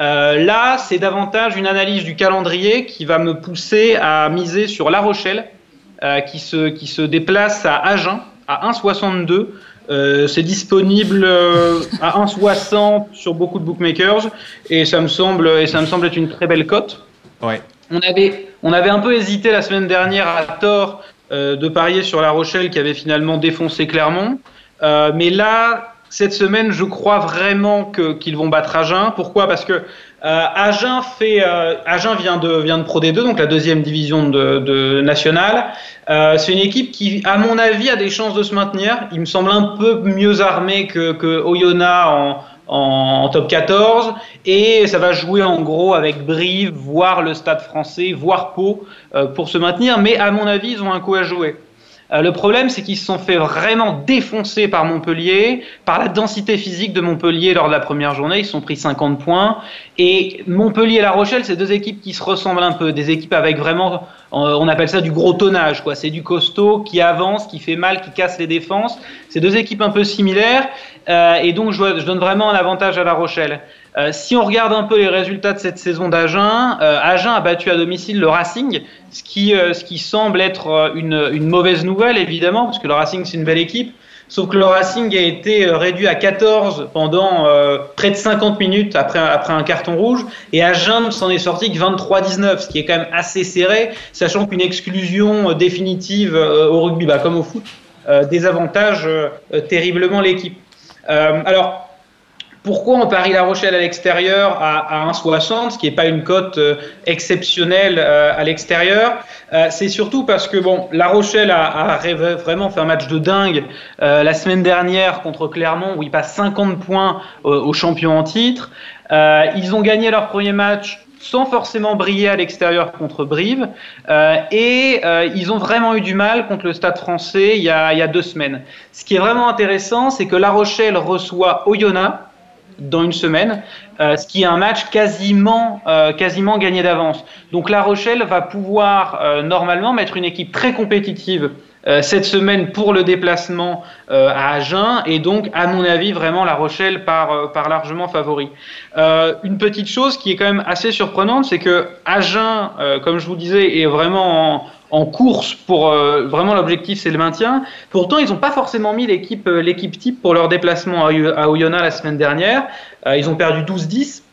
L: Euh, là, c'est davantage une analyse du calendrier qui va me pousser à miser sur La Rochelle, euh, qui, se, qui se déplace à Agen, à 1,62. Euh, c'est disponible euh, à 1,60 sur beaucoup de bookmakers, et ça me semble, et ça me semble être une très belle cote.
C: Ouais.
L: On avait, on avait un peu hésité la semaine dernière à tort euh, de parier sur La Rochelle qui avait finalement défoncé Clermont. Euh, mais là, cette semaine, je crois vraiment que- qu'ils vont battre Agen. Pourquoi Parce que euh, Agen, fait, euh, Agen vient, de, vient de Pro D2, donc la deuxième division de, de nationale. Euh, C'est une équipe qui, à mon avis, a des chances de se maintenir. Il me semble un peu mieux armée que, que Oyonnax en, en, en top 14 et ça va jouer en gros avec Brive, voire le Stade français, voire Pau euh, pour se maintenir. Mais à mon avis, ils ont un coup à jouer. Euh, le problème, c'est qu'ils se sont fait vraiment défoncer par Montpellier, par la densité physique de Montpellier lors de la première journée. Ils se sont pris 50 points. Et Montpellier et La Rochelle, c'est deux équipes qui se ressemblent un peu. Des équipes avec vraiment, euh, on appelle ça du gros tonnage, quoi. C'est du costaud qui avance, qui fait mal, qui casse les défenses. C'est deux équipes un peu similaires. Euh, et donc, je, vois- je donne vraiment un avantage à La Rochelle. Euh, si on regarde un peu les résultats de cette saison d'Agen, euh, Agen a battu à domicile le Racing, ce qui, euh, ce qui semble être euh, une, une mauvaise nouvelle évidemment, parce que le Racing c'est une belle équipe. Sauf que le Racing a été euh, réduit à 14 pendant euh, près de 50 minutes après, après un carton rouge. Et Agen s'en est sorti que 23-19, ce qui est quand même assez serré, sachant qu'une exclusion euh, définitive euh, au rugby, bah, comme au foot, euh, désavantage euh, euh, terriblement l'équipe. Euh, alors, pourquoi on parie La Rochelle à l'extérieur à, à 1,60, ce qui n'est pas une cote euh, exceptionnelle euh, à l'extérieur Euh, C'est surtout parce que bon, La Rochelle a, a rêvé- vraiment fait un match de dingue euh, la semaine dernière contre Clermont, où il passe 50 points euh, aux champions en titre. Euh, ils ont gagné leur premier match sans forcément briller à l'extérieur contre Brive. Euh, et euh, ils ont vraiment eu du mal contre le Stade français il y a, il y a deux semaines. Ce qui est vraiment intéressant, c'est que La Rochelle reçoit Oyonnax dans une semaine, euh, ce qui est un match quasiment, euh, quasiment gagné d'avance. Donc La Rochelle va pouvoir euh, normalement mettre une équipe très compétitive euh, cette semaine pour le déplacement euh, à Agen, et donc à mon avis vraiment La Rochelle par, euh, par largement favori. Euh, une petite chose qui est quand même assez surprenante, c'est que Agen, euh, comme je vous disais, est vraiment en, en course pour euh, vraiment l'objectif, c'est le maintien. Pourtant, ils n'ont pas forcément mis l'équipe euh, l'équipe type pour leur déplacement à, Oy- à Oyonnax la semaine dernière. Euh, ils ont perdu 12-10.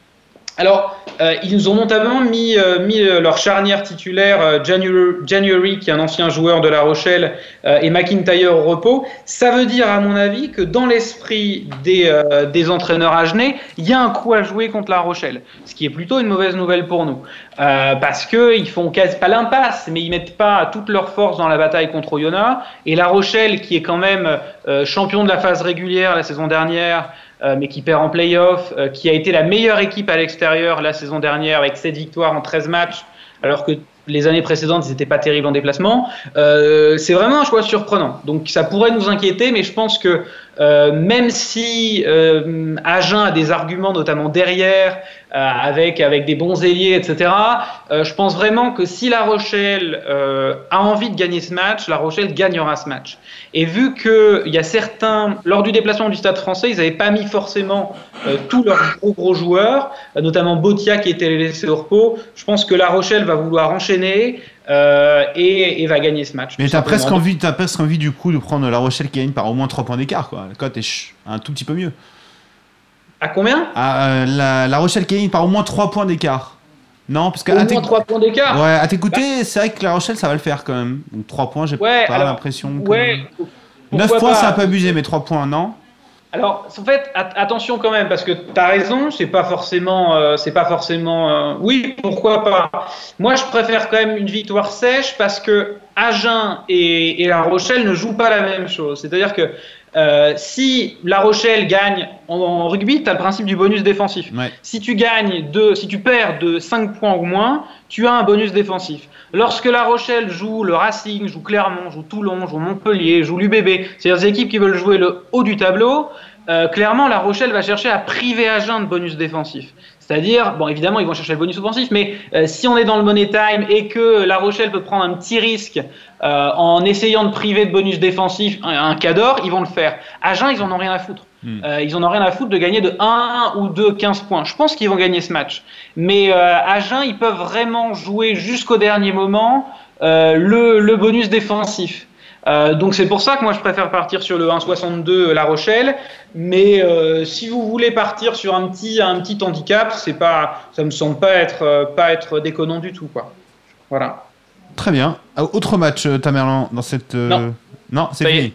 L: Alors, euh, ils nous ont notamment mis, euh, mis euh, leur charnière titulaire, euh, January, January, qui est un ancien joueur de La Rochelle, euh, et McIntyre au repos. Ça veut dire, à mon avis, que dans l'esprit des, euh, des entraîneurs agenais, il y a un coup à jouer contre La Rochelle, ce qui est plutôt une mauvaise nouvelle pour nous. Euh, parce qu'ils font quasi pas l'impasse, mais ils mettent pas toutes leurs forces dans la bataille contre Oyonnax. Et La Rochelle, qui est quand même euh, champion de la phase régulière la saison dernière, euh, mais qui perd en playoff, euh, qui a été la meilleure équipe à l'extérieur la saison dernière avec 7 victoires en 13 matchs, alors que les années précédentes, ils n'étaient pas terribles en déplacement. Euh, c'est vraiment un choix surprenant. Donc ça pourrait nous inquiéter, mais je pense que Euh, même si euh, Agen a des arguments, notamment derrière, euh, avec, avec des bons ailiers, etc., euh, je pense vraiment que si La Rochelle euh, a envie de gagner ce match, La Rochelle gagnera ce match. Et vu qu'il y a certains, lors du déplacement du stade français, ils n'avaient pas mis forcément euh, tous leurs gros gros joueurs, euh, notamment Botia qui était laissé au repos, je pense que La Rochelle va vouloir enchaîner euh, et, et va gagner ce match.
C: Mais
L: tout
C: t'as
L: simplement.
C: presque, envie, t'as presque envie du coup de prendre La Rochelle qui gagne par au moins 3 points d'écart. Quoi. La cote est ch- un tout petit peu mieux.
L: À combien
C: Ah, euh, la, la Rochelle qui gagne par au moins 3 points d'écart. Non, parce que.
L: Au
C: à
L: moins
C: t'éc-
L: 3 points d'écart.
C: Ouais, à t'écouter, c'est vrai que La Rochelle ça va le faire quand même. Donc 3 points, j'ai
L: Ouais,
C: pas
L: alors,
C: l'impression. Que...
L: Ouais,
C: 9
L: pourquoi
C: euh, points,
L: pas.
C: c'est un peu abusé, mais 3 points, non
L: Alors, en fait, at- attention quand même, parce que tu as raison, c'est pas forcément. euh, c'est pas forcément euh, oui, pourquoi pas. Moi, je préfère quand même une victoire sèche parce que Agen et, et La Rochelle ne jouent pas la même chose. C'est-à-dire que euh, si La Rochelle gagne en, en rugby, tu as le principe du bonus défensif. Si tu gagnes de, si tu perds de 5 points ou moins, tu as un bonus défensif. Lorsque La Rochelle joue le Racing, joue Clermont, joue Toulon, joue Montpellier, joue l'UBB, c'est-à-dire des équipes qui veulent jouer le haut du tableau, euh, clairement La Rochelle va chercher à priver Agen de bonus défensif. C'est-à-dire, bon, évidemment, ils vont chercher le bonus offensif, mais euh, si on est dans le money time et que La Rochelle peut prendre un petit risque euh, en essayant de priver de bonus défensif un, un cador, ils vont le faire. Agen, ils en ont rien à foutre. Euh, ils en ont rien à foutre de gagner de 1 ou de 15 points. Je pense qu'ils vont gagner ce match. Mais euh, Agen, ils peuvent vraiment jouer jusqu'au dernier moment euh, le, le bonus défensif. Euh, donc c'est pour ça que moi je préfère partir sur le 1,62 La Rochelle. Mais euh, si vous voulez partir sur un petit, un petit handicap, c'est pas, ça me semble pas être, euh, pas être déconnant du tout. Quoi. Voilà.
C: Très bien. Ah, Autre match, euh, Tamerlan, dans cette. euh,
L: Non.
C: Non, c'est fini.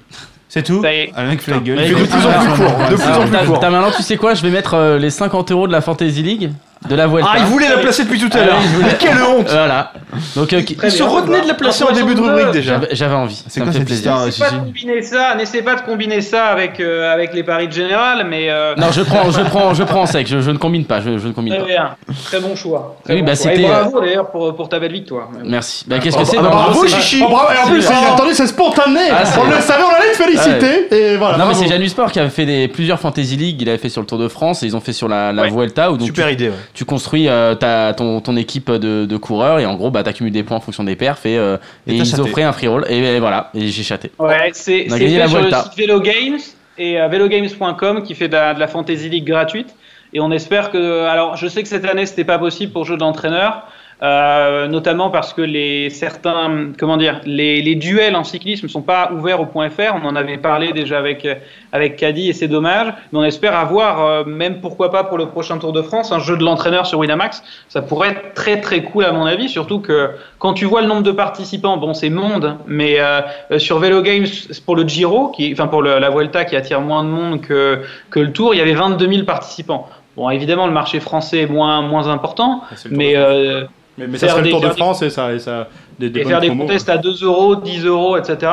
C: C'est tout Ah, Le mec fait la gueule. Il fait
F: Écoute,
C: ah,
F: alors,
C: ouais, ouais,
F: alors,
C: ouais,
F: alors,
C: ouais.
F: t'as- t'as maintenant, tu sais quoi Je vais mettre euh, les 50 euros de la Fantasy League de la Vuelta.
D: Ah, il voulait la placer depuis tout à
F: Ah
D: l'heure.
F: oui, je voulais-
D: Mais quelle honte
F: Voilà. Donc, euh, qui-
D: Il se retenait de la placer en début de rubrique déjà.
F: J'avais- J'avais envie.
D: C'est
F: Ça
D: quoi
F: me fait
D: cette
F: plaisir.
D: histoire,
L: N'essayez pas de combiner ça, n'essayez pas de combiner ça avec, euh, avec les paris de général, mais euh,
F: Non, je prends, je prends, je prends en sec. Je, je ne combine pas. Je, je ne combine
L: Très
F: pas.
L: bien, très bon choix. Très
F: Oui,
L: bon
F: bah,
L: choix. Et
F: c'était,
L: bravo d'ailleurs pour, pour ta belle victoire.
F: Merci. Bah, qu'est-ce que
L: Ah,
F: c'est
L: bah,
F: non,
L: bravo,
F: c'est-
L: Chichi.
E: Oh, bravo, et en plus,
F: c'est-
E: attendez, c'est spontané.
F: Ah, c'est-
E: on le savait, on allait te féliciter. Et voilà.
F: non, mais
E: bravo.
F: c'est Janus Sport qui avait fait des, plusieurs Fantasy League. Il avait fait sur le Tour de France et ils ont fait sur la, la Vuelta. Où donc Super
D: idée.
F: Tu construis euh, ta, ton, ton équipe de, de coureurs et en gros, bah, t'accumules des points en fonction des perfs et, euh, et
D: Et t'as
F: ils
D: chaté.
F: offraient un free roll. Et, et voilà, et j'ai chaté.
L: Ouais, c'est
F: On a
L: c'est
F: gagné
L: fait
F: la
L: sur le
F: Vuelta.
L: site Velo Games et euh, velogames.com qui fait de la, de la Fantasy League gratuite. Et on espère que. Alors, je sais que cette année, c'était pas possible pour jeu d'entraîneur, euh, notamment parce que les certains. Comment dire les, les duels en cyclisme sont pas ouverts au point .fr. On en avait parlé déjà avec, euh, avec Caddy et c'est dommage. Mais on espère avoir, euh, même pourquoi pas pour le prochain Tour de France, un jeu de l'entraîneur sur Winamax. Ça pourrait être très très cool à mon avis, surtout que quand tu vois le nombre de participants, bon c'est monde, mais euh, euh, sur Velo Games c'est pour le Giro, qui, enfin pour le- la Vuelta qui attire moins de monde que, que le Tour, il y avait 22 000 participants. Bon évidemment le marché français est moins, moins important, mais... euh,
E: Mais, mais ça
L: faire
E: serait le
L: des-
E: Tour de
L: faire des-
E: France et ça. Et ça des, des
L: et
E: bonnes
L: faire des
E: promos. hein.
L: contests à 2 euros, 10 euros, etc.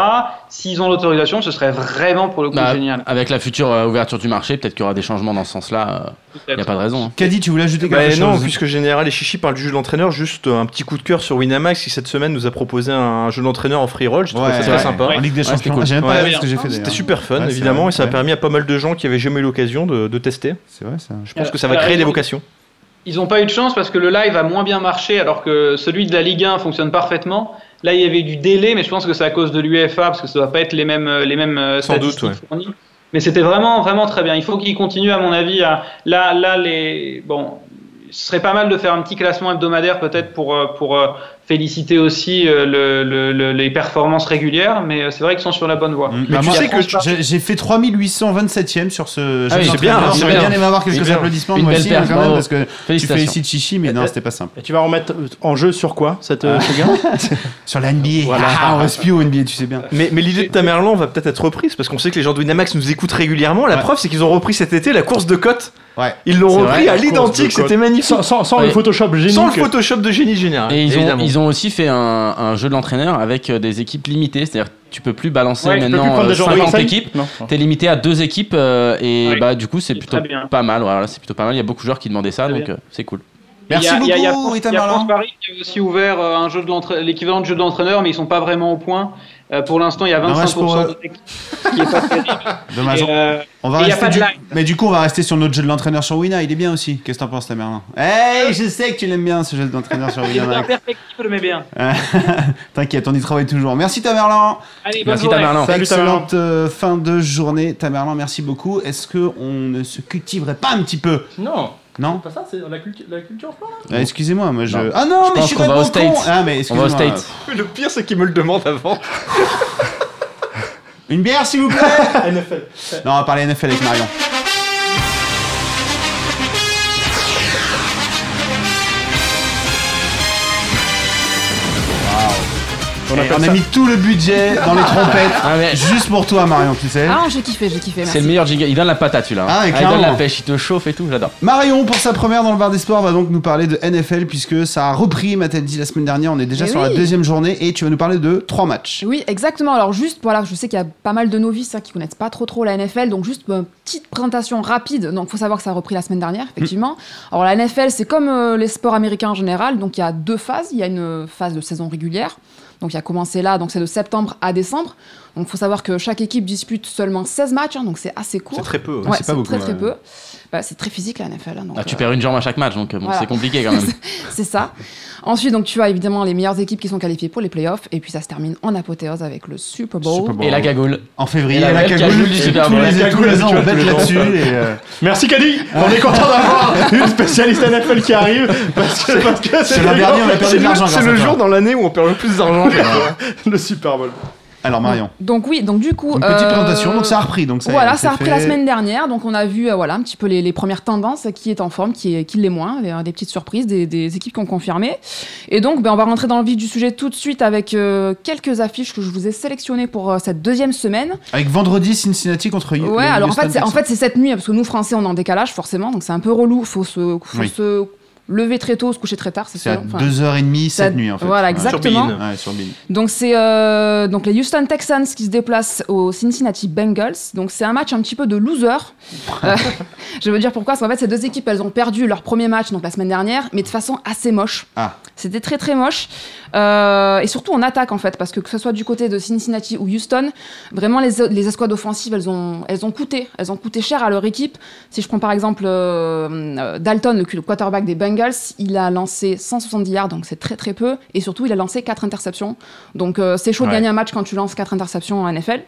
L: S'ils ont l'autorisation, ce serait vraiment pour le coup
F: Bah,
L: génial.
F: Avec la future euh, ouverture du marché, peut-être qu'il y aura des changements dans ce sens-là. Il n'y a pas de raison. hein.
C: Caddy, tu voulais ajouter
D: Bah,
C: quelque
D: non,
C: chose
D: puisque Général et Chichi parlent du jeu de l'entraîneur, juste euh, un petit coup de cœur sur Winamax qui cette semaine nous a proposé un jeu d'entraîneur en free roll. J'ai trouvé
C: Ouais,
D: ça
C: ouais.
D: très sympa.
C: En Ligue des Champions.
D: c'était
C: J'ai même pas regardé ce que j'ai fait,
D: C'était
C: d'ailleurs.
D: super fun,
C: Ouais, c'est
D: évidemment,
C: vrai,
D: et ça
C: ouais.
D: a permis à pas mal de gens qui avaient jamais eu l'occasion de, de tester.
C: C'est vrai, ça.
D: Je pense
L: Euh,
D: que ça va
L: t'as
D: créer des
L: raison.
D: vocations.
L: Ils n'ont pas eu de chance parce que le live a moins bien marché alors que celui de la Ligue 1 fonctionne parfaitement. Là, il y avait du délai, mais je pense que c'est à cause de l'UEFA parce que ça ne doit pas être les mêmes, euh, les mêmes euh,
D: Sans doute,
L: statistiques fournies. Mais c'était vraiment, vraiment très bien. Il faut qu'ils continuent, à mon avis, à. Là, là les... bon, ce serait pas mal de faire un petit classement hebdomadaire peut-être pour, euh, pour euh, féliciter aussi euh, le- le- le- les performances régulières, mais euh, c'est vrai qu'ils sont sur la bonne voie.
C: Bah, moi,
L: La France,
C: j'ai- j'ai fait 3827ème sur ce jeu
L: Ah oui, c'est bien,
C: d'entraîneur.
L: c'est
C: J'aurais
L: bien.
C: bien aimé avoir
L: C'est
C: quelques
L: bien.
C: applaudissements
L: Une
C: moi
L: belle
C: aussi
L: perf,
C: hein, quand même
L: bravo.
C: parce que tu
L: Félicitations. Euh,
C: félicites Chichi mais non c'était pas simple.
E: Et tu vas remettre euh, en jeu sur quoi cette euh,
C: Ah.
E: ce gain
C: Sur la NBA.
E: Voilà.
C: Ah, on respire au NBA, tu sais bien.
D: Mais, mais l'idée de Tamerlan va peut-être être reprise parce qu'on sait que les gens de Winamax nous écoutent régulièrement. La preuve, c'est qu'ils ont repris cet été la course de cote. Ils l'ont
F: C'est
D: repris
F: vrai,
D: à
F: la
D: l'identique,
F: course de côte.
D: c'était magnifique.
F: Sans- sans- sans le Ouais. Photoshop génie
D: Sans le
F: que-
D: Photoshop de génie général.
F: Et ils ont,
D: évidemment.
F: ils ont aussi fait un, un jeu de l'entraîneur avec euh, des équipes limitées, c'est-à-dire que tu peux plus balancer
D: Ouais, tu peux plus
F: maintenant
D: prendre
F: euh,
D: des gens de
F: 50
D: Marseille
F: équipes,
D: Non.
F: t'es limité à deux équipes euh, et
L: Ouais.
F: bah du coup c'est plutôt
L: très bien.
F: pas mal, voilà, c'est plutôt pas mal, il y a beaucoup de joueurs qui demandaient ça donc
L: bien.
F: euh, c'est cool.
L: Il y a- il y a- il y a France- il y a France Paris qui a aussi ouvert euh, un jeu de l'entra- l'équivalent de jeu de l'entraîneur, mais ils sont pas vraiment au point. Euh, pour l'instant, il y a
C: Dommage
L: 25%
C: pour eux.
L: de- qui est pas terrible.
C: Dommage.
L: Et, euh,
C: on va
L: et y a
C: rester
L: pas de
C: du-
L: line.
C: Mais du coup, on va rester sur notre jeu de l'entraîneur sur Wina. Il est bien aussi. Qu'est-ce que t'en penses, ta Merlin
L: Euh.
C: Hey, je sais que tu l'aimes bien, ce jeu de l'entraîneur sur
L: Il est
C: Wina. Max.
L: imperfectible, mais bien.
C: T'inquiète, on y travaille toujours. Merci Tamerlan.
L: Allez, bonne Merci, journée. Tamerlan. Salut,
C: Excellente euh, fin de journée Tamerlan, merci beaucoup. Est-ce que on ne se cultiverait pas un petit peu
I: Non.
C: Non
I: Pas ça, c'est la, culture la culture en plan, là
C: Ah, Excusez-moi, moi je.
I: Non.
C: Ah non,
I: Je
C: mais je
I: pense
C: suis
I: qu'on va
C: complètement
I: au States.
C: con. Ah mais
I: On va au
C: excusez-moi.
I: States.
D: Mais le pire, c'est qu'il me le demande avant.
C: Une bière, s'il vous plaît. NFL. Non, on va parler NFL avec Marion.
E: On
C: Eh,
E: appelle
C: on a
E: ça-
C: mis tout le budget dans les trompettes, juste pour toi Marion, tu sais.
G: Ah, j'ai kiffé, j'ai kiffé,
F: C'est
G: merci.
F: le meilleur giga. Il donne la patate, celui-là.
C: Ah, et
F: il donne
C: clairement.
F: la pêche, il te chauffe et tout, j'adore.
C: Marion, pour sa première dans le bar des sports, va donc nous parler de NFL puisque ça a repris, m'a-t-elle dit la semaine dernière. On est déjà
G: Eh
C: sur la
G: oui.
C: deuxième journée et tu vas nous parler de trois matchs.
G: Oui, exactement. Alors juste, voilà, je sais qu'il y a pas mal de novices hein, qui connaissent pas trop trop la NFL, donc juste une petite présentation rapide. Donc faut savoir que ça a repris la semaine dernière, effectivement. Alors la NFL, c'est comme euh, les sports américains en général, donc il y a deux phases. Il y a une euh, phase de saison régulière, donc il a commencé là, donc c'est de septembre à décembre. Donc faut savoir que chaque équipe dispute seulement 16 matchs, hein, donc c'est assez court.
D: C'est très peu, ouais.
G: Ouais,
D: C'est
G: c'est
D: pas beaucoup,
G: très hein.
C: hein.
G: très
D: ouais.
G: peu. Bah, c'est très physique la NFL. hein, donc,
F: Ah, tu
G: euh,
F: perds une jambe à chaque match, donc euh, bon,
G: voilà.
F: c'est compliqué quand même.
G: c'est ça. Ensuite, donc tu as évidemment les meilleures équipes qui sont qualifiées pour les playoffs, et puis ça se termine en apothéose avec le Super Bowl.
F: Et la cagoule.
C: En février,
F: Et la
C: la,
F: belle
C: cagoule,
F: cagoule du
C: tous
F: Super Bowl.
C: les-
F: La
C: tous
F: cagoule
C: les ans, on
F: habituelle
C: bête
F: tous les ans.
C: là-dessus. et, euh,
E: Merci Caddy On est content d'avoir une spécialiste NFL qui arrive parce que parce que
C: c'est l'an
E: le-
C: dernier, on a perdu
E: c'est
C: de
E: le-
D: Ah,
C: l'argent
E: c'est
C: grâce
E: le
C: à toi.
E: jour
D: dans l'année où on perd le plus d'argent.
E: le Super Bowl.
C: Alors Marion,
G: Donc oui, donc du coup...
C: une petite
G: euh,
C: présentation, donc ça a repris. Donc ça,
G: voilà,
C: c'est
G: ça a repris
C: fait.
G: la semaine dernière, donc on a vu euh, voilà, un petit peu les, les premières tendances, qui est en forme, qui, est, qui l'est moins, euh, des, des petites surprises, des, des équipes qui ont confirmé. Et donc ben, on va rentrer dans le vif du sujet tout de suite avec euh, quelques affiches que je vous ai sélectionnées pour euh, cette deuxième semaine.
C: Avec vendredi Cincinnati contre Hu-
G: Ouais,
C: le
G: alors en
C: Houston
G: fait, c'est, en
C: Texans.
G: fait, c'est cette nuit, hein, parce que nous, Français, on est en décalage, forcément, donc c'est un peu relou. Faut se, faut
C: Oui.
G: se lever très tôt, se coucher très tard, c'est
C: c'est
G: ça
C: à
G: enfin,
C: 2h30
G: c'est à-
C: cette nuit en fait.
G: Voilà,
C: Ouais.
G: exactement.
C: Ouais, sur Bein.
G: Donc c'est euh, donc les Houston Texans qui se déplacent aux Cincinnati Bengals. Donc c'est un match un petit peu de loser. Euh, je veux dire pourquoi Parce qu'en fait ces deux équipes elles ont perdu leur premier match donc la semaine dernière, mais de façon assez moche.
C: Ah.
G: C'était très très moche. Euh, et surtout en attaque en fait, parce que que ce soit du côté de Cincinnati ou Houston, vraiment les, les escouades offensives elles ont, elles ont coûté. Elles ont coûté cher à leur équipe. Si je prends par exemple euh, euh, Dalton, le, le quarterback des Bengals, il a lancé 170 yards, donc c'est très très peu. Et surtout il a lancé 4 interceptions. Donc euh, c'est chaud de
B: Ouais.
G: gagner un match quand tu lances 4 interceptions en NFL.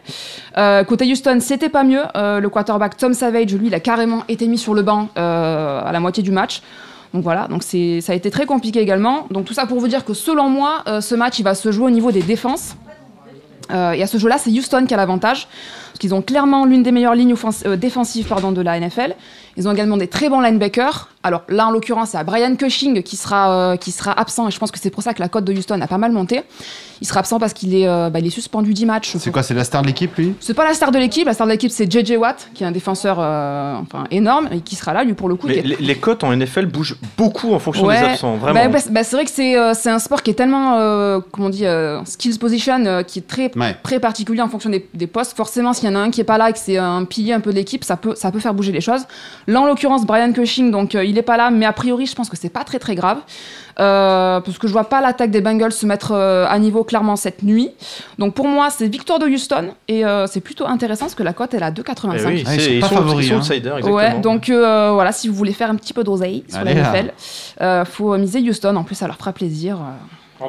G: Euh, côté Houston, c'était pas mieux. Euh, le quarterback Tom Savage, lui, il a carrément été mis sur le banc euh, à la moitié du match. Donc voilà, donc c'est, ça a été très compliqué également. Donc tout ça pour vous dire que selon moi, euh, ce match, il va se jouer au niveau des défenses. Euh, et à ce jeu-là, c'est Houston qui a l'avantage, parce qu'ils ont clairement l'une des meilleures lignes offens- euh, défensives pardon, de la NFL. Ils ont également des très bons linebackers. Alors là, en l'occurrence, c'est à Brian Cushing qui sera, euh, qui sera absent, et je pense que c'est pour ça que la cote de Houston a pas mal monté. Il sera absent parce qu'il est, euh, bah, il est suspendu 10 matchs.
C: C'est quoi, c'est la star de l'équipe lui
G: C'est pas la star de l'équipe, la star de l'équipe c'est JJ Watt, qui est un défenseur euh, enfin, énorme, et qui sera là lui pour le coup. qui
D: Mais
G: est-
D: les, les cotes en NFL bougent beaucoup en fonction
G: Ouais.
D: des absents, vraiment.
G: Bah, bah, c'est- bah, c'est vrai que c'est euh, c'est un sport qui est tellement, euh, comment on dit, euh, skills position, euh, qui est très,
D: Ouais.
G: très particulier en fonction des, des postes. Forcément, s'il y en a un qui est pas là et que c'est un pilier un peu de l'équipe, ça peut, ça peut faire bouger les choses. Là, en l'occurrence, Brian Cushing, donc euh, il est pas là, mais a priori, je pense que c'est pas très très grave. Euh, parce que je vois pas l'attaque des Bengals se mettre euh, à niveau clairement cette nuit. Donc pour moi, c'est victoire de Houston et euh, c'est plutôt intéressant parce que la cote elle est à 2,85.
D: Eh oui,
C: Ah, ils sont
D: c'est-
C: pas
D: ils sont
C: favoris,
D: ils sont
C: hein.
D: outsiders, exactement.
G: Ouais, donc euh, voilà, si vous voulez faire un petit peu d'oseille sur
E: Allez,
G: la
C: ah.
E: là.
G: NFL, euh, faut miser Houston. En plus, ça leur fera plaisir. euh.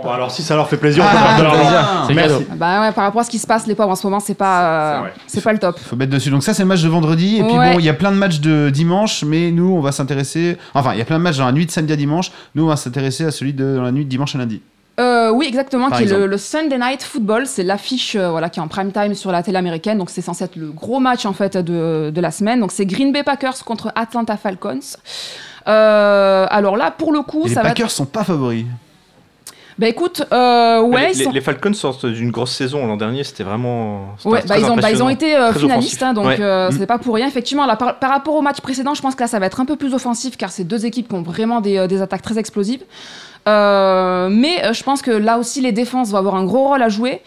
E: Bah alors si ça leur fait plaisir, on peut
C: Ah,
E: faire de l'argent.
C: plaisir, c'est
E: Merci.
C: cadeau.
G: Bah ouais, par rapport à ce qui se passe, les pauvres en ce moment, c'est pas, euh, c'est pas le top.
C: Faut mettre dessus. Donc ça, c'est le match de vendredi. Et puis
G: Ouais.
C: bon, il y a plein de matchs de dimanche, mais nous, on va s'intéresser. Enfin, il y a plein de matchs dans la nuit de samedi à dimanche. Nous, on va s'intéresser à celui de dans la nuit de dimanche à lundi.
G: Euh, oui, exactement,
C: Par
G: qui est le,
C: exemple.
G: le Sunday Night Football. C'est l'affiche euh, voilà, qui est en prime time sur la télé américaine. Donc, c'est censé être le gros match en fait de, de la semaine. Donc, c'est Green Bay Packers contre Atlanta Falcons. Euh, alors là, pour le coup,
C: Et les
G: ça va. être-
C: Packers sont pas favoris.
G: Bah écoute, euh,
D: Mais
G: ouais,
D: les,
G: ils
D: les-
G: sont-
D: les Falcons sortent d'une grosse saison l'an dernier, c'était vraiment. c'était
G: Ouais,
D: très
G: bah, ils ont, bah, ils ont
D: impressionnant,
G: été euh,
D: très
G: finalistes,
D: offensif.
G: hein, donc
D: Ouais.
G: euh,
D: Mm.
G: c'est pas pour rien. Effectivement, là, par, par rapport au match précédent, je pense que là, ça va être un peu plus offensif car c'est deux équipes qui ont vraiment des, euh, des attaques très explosives. Euh, mais euh, je pense que là aussi, les défenses vont avoir un gros rôle à jouer.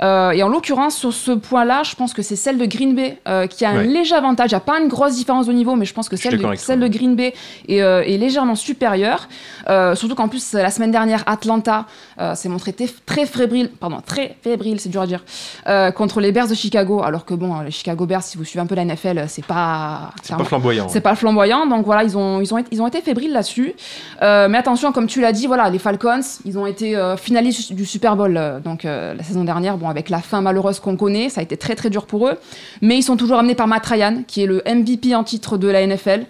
G: Euh, et en l'occurrence, sur ce point-là, je pense que c'est celle de Green Bay euh, qui a un
M: Ouais.
G: léger avantage. Il n'y a pas une grosse différence de niveau, mais je pense que
M: suis
G: celle,
M: d'accord
G: de,
M: avec toi.
G: celle de Green Bay est, euh, est légèrement supérieure. Euh, surtout qu'en plus, la semaine dernière, Atlanta euh, s'est montré té- très fébrile, pardon, très fébrile, c'est dur à dire, euh, contre les Bears de Chicago. Alors que bon, hein, les Chicago Bears, si vous suivez un peu la NFL, euh, c'est pas.
D: C'est pas flamboyant.
G: C'est pas flamboyant, donc voilà, ils ont, ils ont, été- ils ont été fébriles là-dessus. Euh, mais attention, comme tu l'as dit, voilà, les Falcons, ils ont été euh, finalistes du Super Bowl euh, donc euh, la saison dernière. Bon, avec la fin malheureuse qu'on connaît, ça a été très très dur pour eux. Mais ils sont toujours amenés par Matt Ryan, qui est le MVP en titre de la NFL.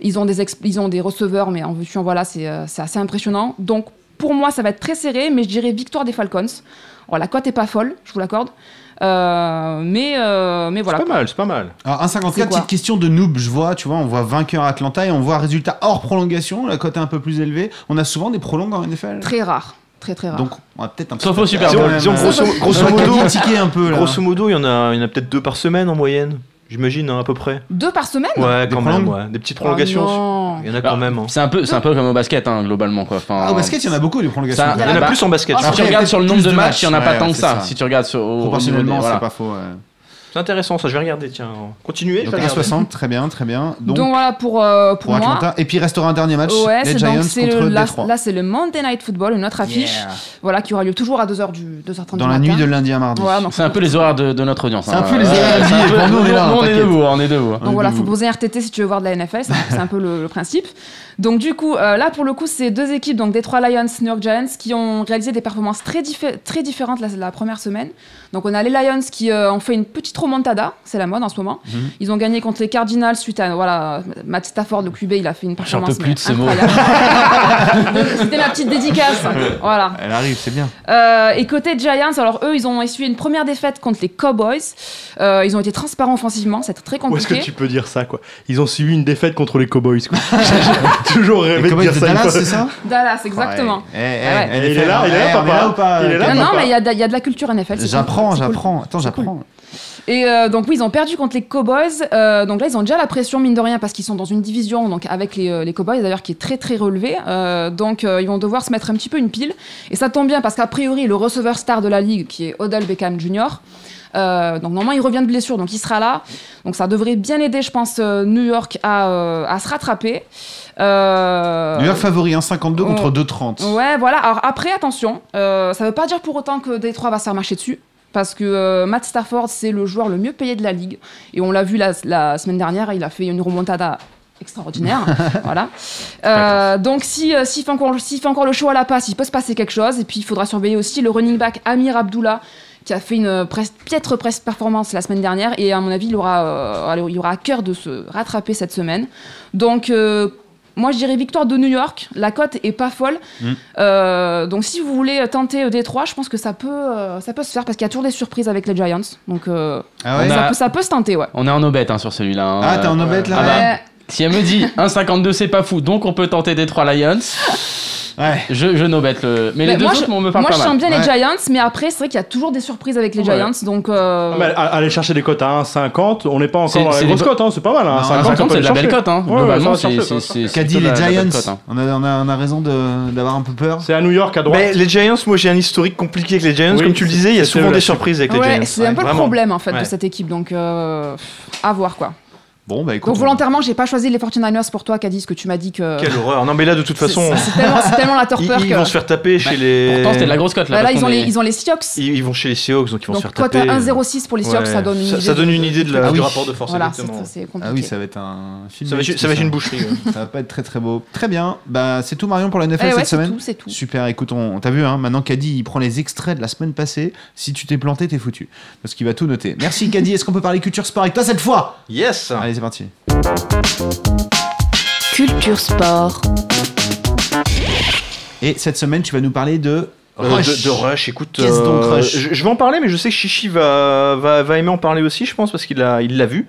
G: Ils ont des, ex- ils ont des receveurs, mais en vue, voilà, c'est euh, c'est assez impressionnant. Donc pour moi, ça va être très serré, mais je dirais victoire des Falcons. Alors, la cote est pas folle, je vous l'accorde. Euh, mais, euh, mais voilà.
D: C'est pas mal, c'est pas mal.
C: Alors 1,54,
G: C'est quoi
C: petite question de noob, je vois, tu vois, on voit vainqueur Atlanta et on voit résultat hors prolongation, la cote est un peu plus élevée. On a souvent des prolongues en NFL.
G: Très rare. Très très rare.
C: Donc on va peut-être un peu.
F: Sauf au Super
D: Disons,
F: Bowl.
D: disons,
F: Sauf
D: grosso,
F: au-
D: grosso
C: On va
D: modo, euh,
C: critiquer un peu, là.
D: grosso modo, il y en a, il y en a peut-être deux par semaine en moyenne, j'imagine, hein, à peu près.
G: Deux par semaine
D: Ouais,
F: Des
D: quand même,
F: prolongues
D: ouais. Des petites prolongations.
G: Oh non.
D: il y en a quand même. hein.
F: C'est un peu, c'est un peu comme au basket, hein, globalement, quoi. Enfin,
C: Ah, au basket, il y en a beaucoup, les prolongations.
F: ça-
C: Il y en a
F: bah,
C: plus en basket, je
G: Ah,
F: Si tu
C: crois.
F: regardes sur le nombre
C: Plus
F: de
C: de
F: matchs, il n'y en a
C: matchs,
F: pas
C: ouais,
F: tant que
C: c'est ça.
F: ça. Si tu regardes sur, au- au,
C: Proportionnellement,
F: niveau des-
C: c'est
F: voilà.
C: pas faux. ouais.
D: C'est intéressant, ça, je vais regarder, tiens. Continuez, je
C: Donc
D: vais regarder.
C: 1,60, très bien, très bien. Donc,
G: Donc, voilà pour, euh, pour,
C: pour
G: moi.
C: Atlanta. Et puis il restera un dernier match,
G: Ouais,
C: les
G: c'est
C: Giants
G: donc c'est
C: contre
G: le, là,
C: Détroit.
G: là, c'est le Monday Night Football, une autre affiche,
C: Yeah.
G: voilà qui aura lieu toujours à 2h du 2h30
F: Dans la nuit de lundi
C: à mardi.
G: Voilà, donc
F: C'est un peu les horaires de, de notre audience.
C: C'est un
F: hein.
C: peu les horaires
F: Ouais,
C: de
F: c'est un
C: vie,
F: peu-
C: et Ah, pour nous, on est là, hein,
F: on est
C: t'inquiète.
F: debout, on est debout. hein.
G: Donc voilà, faut poser un RTT si tu veux voir de la NFL, c'est c'est un peu le, le principe. Donc du coup, euh, là pour le coup, c'est deux équipes, donc Detroit Lions, New York Giants, qui ont réalisé des performances très, diffé- très différentes la, la première semaine. Donc on a les Lions qui euh, ont fait une petite remontada, c'est la mode en ce moment.
M: Mhm.
G: Ils ont gagné contre les Cardinals suite à voilà, Matt Stafford, le QB, il a fait une
F: J'en
G: performance
F: peux plus de ce mot.
G: incroyable. C'était ma petite dédicace. Voilà.
C: Elle arrive, c'est bien.
G: Euh, et côté Giants, alors eux, ils ont essuyé une première défaite contre les Cowboys. Euh, ils ont été transparents offensivement, c'était très
E: Où est-ce
G: compliqué.
E: que tu peux dire ça, quoi Ils ont suivi une défaite contre les Cowboys, quoi. J'ai toujours rêvé de
C: Cowboys
E: dire
C: de
E: ça. une
C: Dallas,
E: fois.
C: c'est ça
G: Dallas, exactement.
C: Eh, eh,
G: Ouais.
C: elle
E: Il est là,
C: faite,
E: il est là,
C: eh, on
E: papa.
C: là ou pas
E: Il est là,
G: non, non, mais il y, a de- il y a de la culture NFL. c'est
C: J'apprends,
G: cool, c'est cool.
C: j'apprends. Attends, j'apprends.
G: Et euh, donc oui, ils ont perdu contre les Cowboys. Euh, donc là, ils ont déjà la pression mine de rien parce qu'ils sont dans une division donc avec les, euh, les Cowboys d'ailleurs qui est très très relevée. Euh, donc euh, ils vont devoir se mettre un petit peu une pile. Et ça tombe bien parce qu'a priori le receveur star de la ligue qui est Odell Beckham Jr. euh, donc normalement il revient de blessure, donc il sera là. Donc ça devrait bien aider, je pense, euh, New York à, euh, à se rattraper. Euh,
C: New York favori, 1,52
G: on-
C: contre 2,30.
G: Ouais, voilà. Alors après, attention, euh, ça veut pas dire pour autant que Détroit va se faire marcher dessus. Parce que euh, Matt Stafford, c'est le joueur le mieux payé de la ligue. Et on l'a vu la, la semaine dernière, il a fait une remontada extraordinaire. voilà. Euh, donc si, euh, s'il fait, encore- s'il fait encore le show à la passe, il peut se passer quelque chose. Et puis il faudra surveiller aussi le running back Amir Abdullah, qui a fait une euh, pres- piètre presse performance la semaine dernière. Et à mon avis, il aura, euh, il aura à cœur de se rattraper cette semaine. Donc euh, moi, je dirais victoire de New York. La cote est pas folle. Euh, donc si vous voulez tenter euh, Détroit, je pense que ça peut, euh, ça peut se faire parce qu'il y a toujours des surprises avec les Giants. Donc euh,
F: Ah ouais
G: ça,
F: On a-
G: peut, ça peut se tenter, ouais. Euh,
F: On est en obète hein, sur celui-là. hein.
C: Ah, t'es en obète, là
F: Ah bah,
G: Ouais.
F: Si elle me dit 1,52 c'est pas fou, donc on peut tenter des 3 Lions. Je, je nobette le. Mais, les
G: Mais
F: deux
G: moi,
F: autres,
G: je,
F: on me parle
G: moi,
F: pas
G: je
F: mal.
G: sens bien les Giants, mais après, c'est vrai qu'il y a toujours des surprises avec les
E: Ouais.
G: Giants. Donc, euh,
E: Ah,
F: bah,
E: mais a- aller chercher des cotes à 1,50, on n'est pas
F: C'est-
E: encore dans
F: c'est
E: la
F: des
E: grosse
F: bo-
E: cote, hein, c'est pas mal. hein,
F: Non,
E: 1,50, on
F: 1,50,
E: peut
F: c'est de la
E: aller
F: belle
E: chercher.
F: cote, hein.
E: Ouais, ouais,
F: Globalement,
E: ça va
F: c'est-
E: chercher, ça va
F: c'est-
E: chercher.
C: Qu'a dit les
F: cote,
C: Giants
F: hein.
C: on a, on, a, on a raison de- d'avoir un peu peur.
E: C'est à New York à droite.
D: Mais les Giants, moi j'ai un historique compliqué avec les Giants.
E: Oui,
D: Comme tu le disais, il y a
E: c'est- c'est
D: souvent
E: là-dessus.
D: des surprises avec les
G: ouais,
D: Giants.
G: c'est un peu le
D: Vraiment.
G: problème en fait de
D: Ouais.
G: cette équipe. Donc euh, à voir quoi.
C: Bon, bah
G: Donc volontairement, j'ai pas choisi les 49ers pour toi, Cadis, que tu m'as dit que.
D: Quelle horreur. Non, mais là de toute façon,
G: C'est tellement, c'est tellement la torpeur
D: ils, ils
G: que.
D: vont se faire taper chez les.
F: Bah, pourtant, c'était de la grosse cote,
G: Bah, là, ils ont, les, ils ont les Seahawks.
D: Ils, ils vont chez les Seahawks, donc ils vont
G: Donc,
D: se faire
G: cote
D: taper.
G: à 1,06 pour les Seahawks, ça donne une idée
D: ça
G: de-
D: donne une idée de la-
G: Ah
D: du
G: oui.
D: rapport de force.
G: Voilà,
D: exactement.
G: c'est- c'est compliqué.
C: Ah oui, ça va être un film.
D: Ça va être- ça va être une boucherie, ouais.
C: ça va pas être très très beau. Très bien. Bah, c'est tout Marion pour la NFL
G: Eh ouais,
C: cette
G: c'est
C: semaine.
G: tout, c'est tout.
C: Super. Écoute, on on t'a vu hein, maintenant Caddy, il prend les extraits de la semaine passée. Si tu t'es planté, t'es foutu parce qu'il va tout noter. Merci Caddy. Est-ce qu'on peut parler culture sport avec toi cette fois
D: Yes.
C: Allez, c'est parti.
B: Culture Sport.
C: Et cette semaine, tu vas nous parler de
D: Euh,
C: Rush.
D: De, de Rush, écoute.
C: Qu'est-ce donc
D: euh,
C: Rush
D: je, je vais en parler, mais je sais que Chichi va, va, va aimer en parler aussi, je pense, parce qu'il l'a il l'a vu.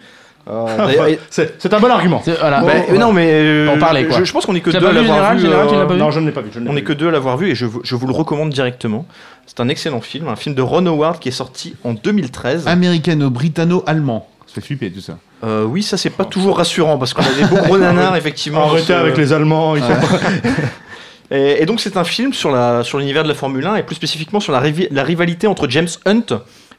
D: Euh,
F: Ah, bah.
D: d'ailleurs, et-
E: C'est c'est un bon argument.
F: voilà.
D: Bah,
E: Bon,
D: Non, mais. euh,
F: T'en parlais, quoi.
D: Je, je pense qu'on est que
F: Tu l'as
D: deux à
F: pas vu,
D: l'avoir
F: Général,
D: vu.
F: Général, tu
D: euh,
F: l'as pas vu
E: Non, je ne l'ai pas vu. je ne l'ai
D: On
E: pas
D: n'est
E: vu.
D: que deux à l'avoir vu et je, vous- je vous le recommande directement. C'est un excellent film, un film de Ron Howard qui est sorti en 2013.
C: Américano-britano-allemand. Ça fait flipper tout ça.
D: Euh, oui, ça c'est pas toujours rassurant parce qu'on a des beaux gros nanars effectivement.
E: Arrêtez
D: sur- euh,
E: avec les Allemands, ils sont pas-
D: Et, et donc c'est un film sur la sur l'univers de la Formule 1 et plus spécifiquement sur la, rivi- la rivalité entre James Hunt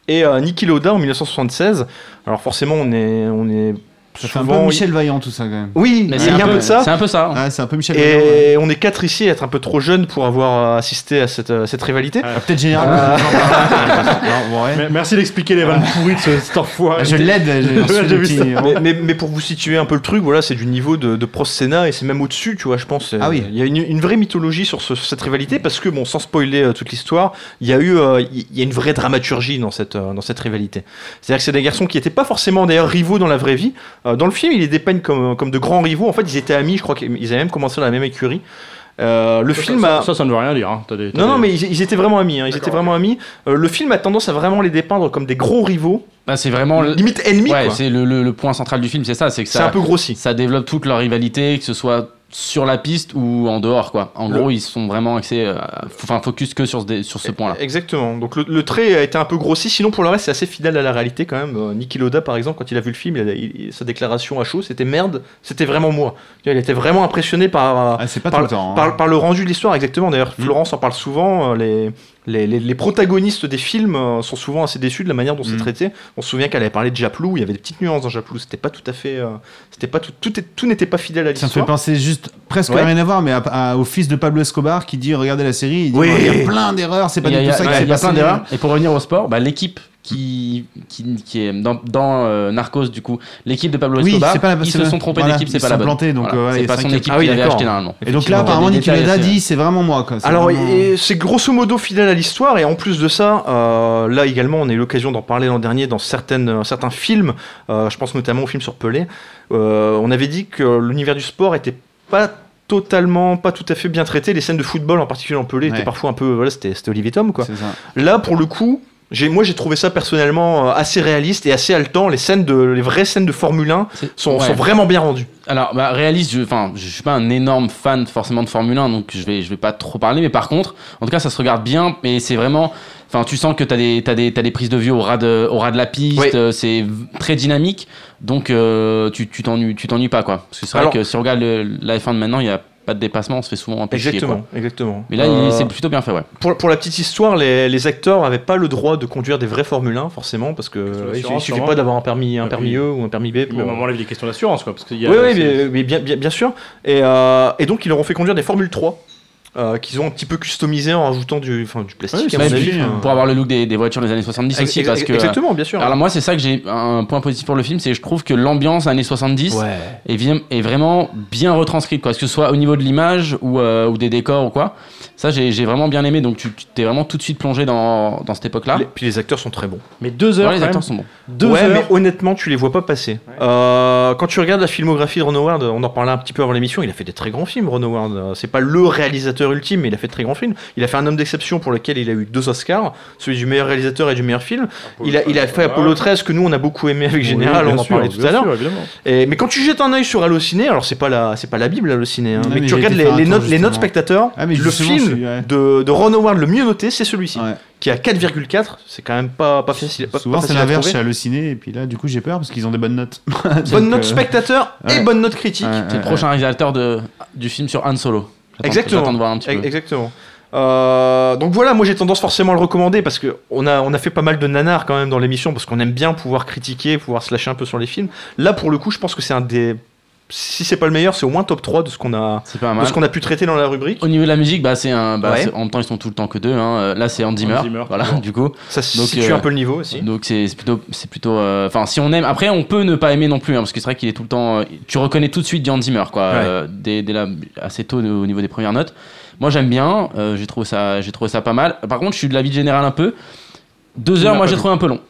D: et euh, Niki Lauda en 1976. Alors forcément on est on est
C: C'est un peu Michel Vaillant tout ça quand même.
D: oui,
F: Mais
D: il
F: c'est
D: y
F: un
D: a un
F: peu-
D: peu de ça.
F: c'est un peu ça.
C: Ah, c'est un peu Michel Vaillant. ouais.
D: Et on est quatre ici à être un peu trop jeunes pour avoir euh, assisté à cette, euh, cette rivalité.
C: Ah, Peut-être Gérard.
D: Euh,
E: Mais- Merci d'expliquer les vannes pourries de ce, cet enfoiré.
C: Je l'aide, je- je suis
E: Ouais, j'ai vu
C: gentil.
E: ça.
D: mais, mais- mais pour vous situer un peu le truc, voilà, c'est du niveau de, de Prost Senna et c'est même au-dessus, tu vois, je pense. Euh,
C: Ah oui.
D: Il y a une, une vraie mythologie sur, ce- sur cette rivalité parce que, bon, sans spoiler euh, toute l'histoire, il y a eu, euh, il y a une vraie dramaturgie dans cette, euh, dans cette rivalité. C'est-à-dire que c'est des garçons qui n'étaient pas forcément d'ailleurs rivaux dans la vraie vie. Euh, dans le film, ils les dépeignent comme, comme de grands rivaux. En fait, ils étaient amis, je crois qu'ils avaient même commencé dans la même écurie. Euh, le film
E: ça,
D: a...
E: ça, ça ne veut rien dire. hein. T'as des- t'as
D: Non, non,
E: des-
D: mais ils, ils étaient vraiment amis. hein, Ils étaient vraiment amis. Euh, le film a tendance à vraiment les dépeindre comme des gros rivaux.
F: Bah, c'est vraiment le-
D: limite ennemis.
F: Ouais,
D: quoi.
F: c'est le, le- le point central du film, c'est ça, c'est que
D: C'est
F: ça,
D: un peu grossi.
F: ça développe toute leur rivalité, que ce soit sur la piste ou en dehors, quoi. En
D: Le-
F: gros, ils sont vraiment axés, euh, enfin focus que sur ce, dé- sur ce point-là.
D: Exactement. Donc le, le trait a été un peu grossi. Sinon, pour le reste, c'est assez fidèle à la réalité quand même. Euh, Niki Loda, par exemple, quand il a vu le film, il a- il- sa déclaration à chaud, c'était merde. C'était vraiment moi. Tu vois, Il était vraiment impressionné par. euh,
C: Ah, c'est pas
D: par,
C: tout le temps. hein.
D: par- par le rendu de l'histoire, exactement. D'ailleurs,
C: Mm.
D: Florence en parle souvent. euh, Les, les, les- les protagonistes des films euh, sont souvent assez déçus de la manière dont c'est
C: Mm.
D: traité. On se souvient qu'elle avait parlé de Japlou. Il y avait des petites nuances dans Japlou. C'était pas tout à fait. euh, C'était pas tout. Tout, est- tout n'était pas fidèle à
C: Ça
D: l'histoire.
C: me fait penser juste presque
D: Ouais.
C: à rien à voir, mais à- à- au fils de Pablo Escobar qui dit Regardez la série, il dit
D: Oui.
C: Bon, il y a plein d'erreurs, c'est pas
F: Il y
C: du
F: a-
C: tout ça
F: il y
C: qui
F: a-
C: s'est
F: il y a
C: passé.
F: plein d'erreurs. Et pour revenir au sport, bah, l'équipe qui, qui, qui est dans, dans, euh, Narcos, du coup, l'équipe de Pablo
C: Oui,
F: Escobar,
C: c'est pas la-
F: ils
C: c'est
F: se
C: la-
F: sont trompés
C: voilà,
F: d'équipe, c'est
C: ils
F: pas
C: se
F: la
C: sont
F: bonne.
C: plantés, donc, euh, voilà,
F: c'est
C: et
F: pas
C: ça
F: son
C: inquiète.
F: équipe
D: Ah oui,
F: qu'il avait
D: d'accord.
F: acheté normalement.
C: Et donc là,
F: Effectivement, il y a
C: apparemment,
F: des
C: Nicolas
F: détails
C: a
F: assez-
C: dit C'est vraiment moi. quoi, c'est
D: Alors,
C: vraiment-
D: et- c'est grosso modo fidèle à l'histoire, et en plus de ça, euh, là également, on a eu l'occasion d'en parler l'an dernier dans certaines, euh, certains films, euh, je pense notamment au film sur Pelé, euh, on avait dit que l'univers du sport était pas totalement, pas tout à fait bien traité, les scènes de football, en particulier en Pelé,
C: Ouais.
D: étaient parfois un peu, voilà, c'était c'était Olivier Tom, quoi.
C: C'est ça.
D: Là, pour le coup, j'ai, moi j'ai trouvé ça personnellement euh, assez réaliste et assez haletant, les scènes de, les vraies scènes de Formule 1
F: C'est-
D: sont,
F: ouais.
D: sont vraiment bien rendues.
F: Alors, bah, réaliste, je, enfin, je suis pas un énorme fan forcément de Formule 1, donc je vais, je vais pas trop parler. Mais par contre, en tout cas, ça se regarde bien. Mais c'est vraiment, enfin, tu sens que t'as des, t'as des, t'as des prises de vue au ras de, au ras de la piste.
D: Oui.
F: euh, C'est v- très dynamique, donc euh, tu, tu t'ennuies, tu t'ennuies pas quoi. Parce que c'est vrai
D: Alors-
F: que si on regarde le- la F1 de maintenant, il y a pas de dépassement, on se fait souvent un peu chier,
D: Exactement,
F: quoi.
D: exactement.
F: Mais là,
D: Euh,
F: il- c'est plutôt bien fait, ouais.
D: pour, pour la petite histoire, les, les acteurs n'avaient pas le droit de conduire des vrais Formule 1, forcément, parce que euh, il,
E: l'assurance,
D: suffit
E: sûrement.
D: pas d'avoir un permis, un
E: Ah,
D: permis
E: oui.
D: E ou un permis B.
E: Puis, à un
D: pour-
E: moment, on lève des questions d'assurance, quoi. Parce qu'il y
D: Oui,
E: a-
D: oui,
E: c'est-
D: mais, mais bien, bien, bien sûr. Et, euh, et donc, ils leur ont fait conduire des Formule 3. euh, qu'ils ont un petit peu customisé en rajoutant du, enfin, du plastique.
C: Ouais,
D: à mon
C: c'est
D: avis. hein.
C: bien.
D: Enfin,
F: Pour avoir le look des, des voitures des années 70 aussi,
D: ex-
F: parce
D: ex-
F: que. euh,
D: exactement, bien sûr.
F: Alors moi c'est ça que j'ai un point positif pour le film, c'est que je trouve que l'ambiance années 70
D: Ouais.
F: est, vi- est vraiment bien retranscrite, quoi. Que ce soit au niveau de l'image ou, euh, ou des décors ou quoi. Ça j'ai j'ai vraiment bien aimé, donc tu tu t'es vraiment tout de suite plongé dans, dans cette époque-là.
D: Les- puis les acteurs sont très bons.
E: Mais deux heures.
F: Ouais, les
E: quand
F: acteurs
E: même.
F: sont bons.
E: Deux
D: ouais,
E: heures.
D: mais honnêtement, tu les vois pas passer. Euh, quand tu regardes la filmographie de Ron Howard, on en parlait un petit peu avant l'émission, il a fait des très grands films, Ron Howard. Euh, C'est pas le réalisateur ultime, mais il a fait de très grands films. Il a fait Un homme d'exception pour lequel il a eu deux Oscars, celui du meilleur réalisateur et du meilleur film. il, a, il a fait Apollo 13, que nous on a beaucoup aimé avec Général,
E: Oui,
D: on
E: bien
D: en
E: sûr,
D: parlait tout
E: bien
D: à l'heure.
E: sûr, évidemment.
D: Et- mais quand tu jettes un œil sur Allociné, alors c'est pas la, c'est pas la Bible Allociné, hein,
C: Non,
D: mais,
C: mais
D: tu
C: j'ai
D: regardes
C: été
D: les,
C: faire un
D: les
C: tour,
D: notes, les
C: justement.
D: notes spectateurs,
C: Ah, mais
D: le
C: justement,
D: film
C: je suis- ouais.
D: de, de Ron Howard le mieux noté, c'est celui-ci,
C: Ouais.
D: qui a 4,4. C'est quand même pas, pas facile. pas-
C: Souvent,
D: pas
C: c'est
D: facile à
C: l'inverse
D: trouver.
C: chez Halluciné, et puis là, du coup, j'ai peur parce qu'ils ont des bonnes notes.
D: Bonne
C: Donc,
D: note
C: euh,
D: spectateur et
C: ouais.
D: bonne note critique.
C: Ouais,
F: C'est le
C: ouais,
F: prochain réalisateur de, du film sur Han Solo. J'attends-
D: Exactement.
F: J'attends de voir un petit
D: E-
F: peu.
D: Exactement. Euh, donc voilà, moi j'ai tendance forcément à le recommander parce que on a, on a fait pas mal de nanars quand même dans l'émission parce qu'on aime bien pouvoir critiquer, pouvoir se lâcher un peu sur les films. Là pour le coup, je pense que c'est un des. Si c'est pas le meilleur, c'est au moins top 3 de ce qu'on a,
F: C'est pas
D: de
F: mal.
D: ce qu'on a pu traiter dans la rubrique.
F: Au niveau de la musique, bah c'est un, bah,
D: Ouais.
F: c'est- en même temps ils sont tout le temps que deux. hein. Euh, Là c'est Hans Zimmer,
E: Zimmer,
F: voilà
E: toujours.
F: du coup.
D: Ça
F: Donc,
D: situe
F: euh,
D: un peu le niveau aussi.
F: Donc c'est c'est plutôt, c'est plutôt. euh, Enfin, si on aime, après on peut ne pas aimer non plus, hein, parce que c'est vrai qu'il est tout le temps. euh, tu reconnais tout de suite Jan Zimmer, quoi,
D: Ouais.
F: euh, dès, dès la- assez tôt au niveau des premières notes. Moi j'aime bien, euh, j'ai trouvé ça, j'ai trouvé ça pas mal. Par contre, je suis de l'avis général un peu. Deux heures,
E: l'as
F: moi
E: pas
F: j'ai
E: vu.
F: trouvé un peu long.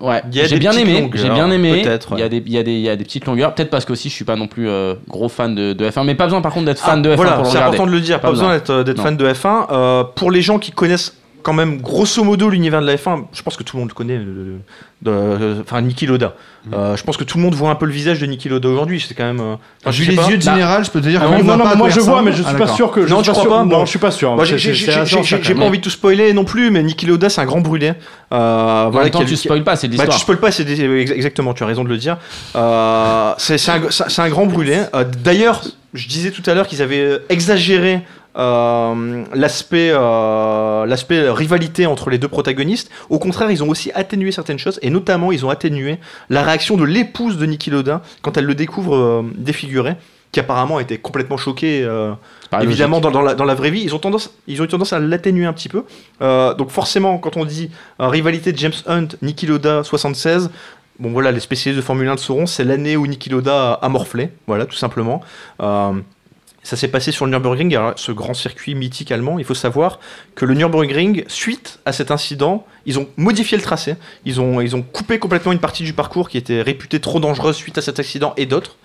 F: Ouais,
D: Il y a
F: j'ai
D: des
F: bien
D: petites
F: aimé,
D: longueurs,
F: j'ai bien aimé.
D: peut-être,
F: Il y a
D: ouais.
F: des, il y a des, il y a des petites longueurs. Peut-être parce que aussi je suis pas non plus euh, gros fan de, de F1, mais pas besoin par contre d'être fan
D: Ah,
F: de F1
D: voilà,
F: pour le
D: c'est
F: regarder.
D: important de le dire. Pas,
F: Pas
D: besoin
F: besoin.
D: d'être, d'être
F: Non.
D: fan de F1. Euh, pour les gens qui connaissent quand même grosso modo l'univers de la F1, je pense que tout le monde le connaît. euh, de- euh, Enfin, Niki Loda.
E: Mm.
D: Euh, je pense que tout le monde voit un peu le visage de Niki Loda aujourd'hui. C'est quand même. euh, enfin, je
C: Vu
D: sais
C: les
D: pas.
C: yeux de général, je peux te dire
E: Ah
C: que
E: oui,
C: on
E: non,
C: voit
E: non,
C: pas à quoi
E: moi
C: il
E: je vois,
C: ressemble.
E: mais je
C: Ah,
E: suis pas
C: d'accord.
E: sûr que.
D: Non,
E: je suis
D: tu
E: pas
D: crois
E: sûr-
D: pas
E: Non,
D: Bon.
E: je suis pas sûr.
D: Moi, j'ai-
E: C'est-
D: Bah, j'ai
E: c'est- c'est
D: j'ai-
E: assez
D: j'ai-
E: ancien,
D: j'ai
E: quand
D: pas
E: même.
D: envie de tout spoiler non plus, mais Niki Loda, c'est un grand brûlé. Euh,
F: En même temps,
D: qui a- qui
F: tu
D: a-
F: spoil pas, c'est de
D: Bah, tu
F: l'histoire.
D: spoil pas, c'est des- ex- exactement, tu as raison de le dire. Euh, c'est c'est un, c'est- c'est un grand brûlé. Euh, D'ailleurs, je disais tout à l'heure qu'ils avaient euh, exagéré euh, l'aspect euh, l'aspect rivalité entre les deux protagonistes. Au contraire, ils ont aussi atténué certaines choses, et notamment, ils ont atténué la réaction de l'épouse de Niki Lodin quand elle le découvre euh, défiguré, qui apparemment était complètement choquée. euh,
F: Pareil,
D: évidemment,
F: Ah, logique.
D: dans, dans la, dans la vraie vie, ils ont tendance, ils ont eu tendance à l'atténuer un petit peu. Euh, donc forcément, quand on dit euh, rivalité de James Hunt, Niki Loda 76, bon voilà, les spécialistes de Formule 1 le sauront, c'est l'année où Niki Loda a morflé, voilà, tout simplement. Euh, ça s'est passé sur le Nürburgring, alors, ce grand circuit mythique allemand. Il faut savoir que le Nürburgring, suite à cet incident, ils ont modifié le tracé. Ils ont, ils ont coupé complètement une partie du parcours qui était réputée trop dangereuse suite à cet accident et d'autres.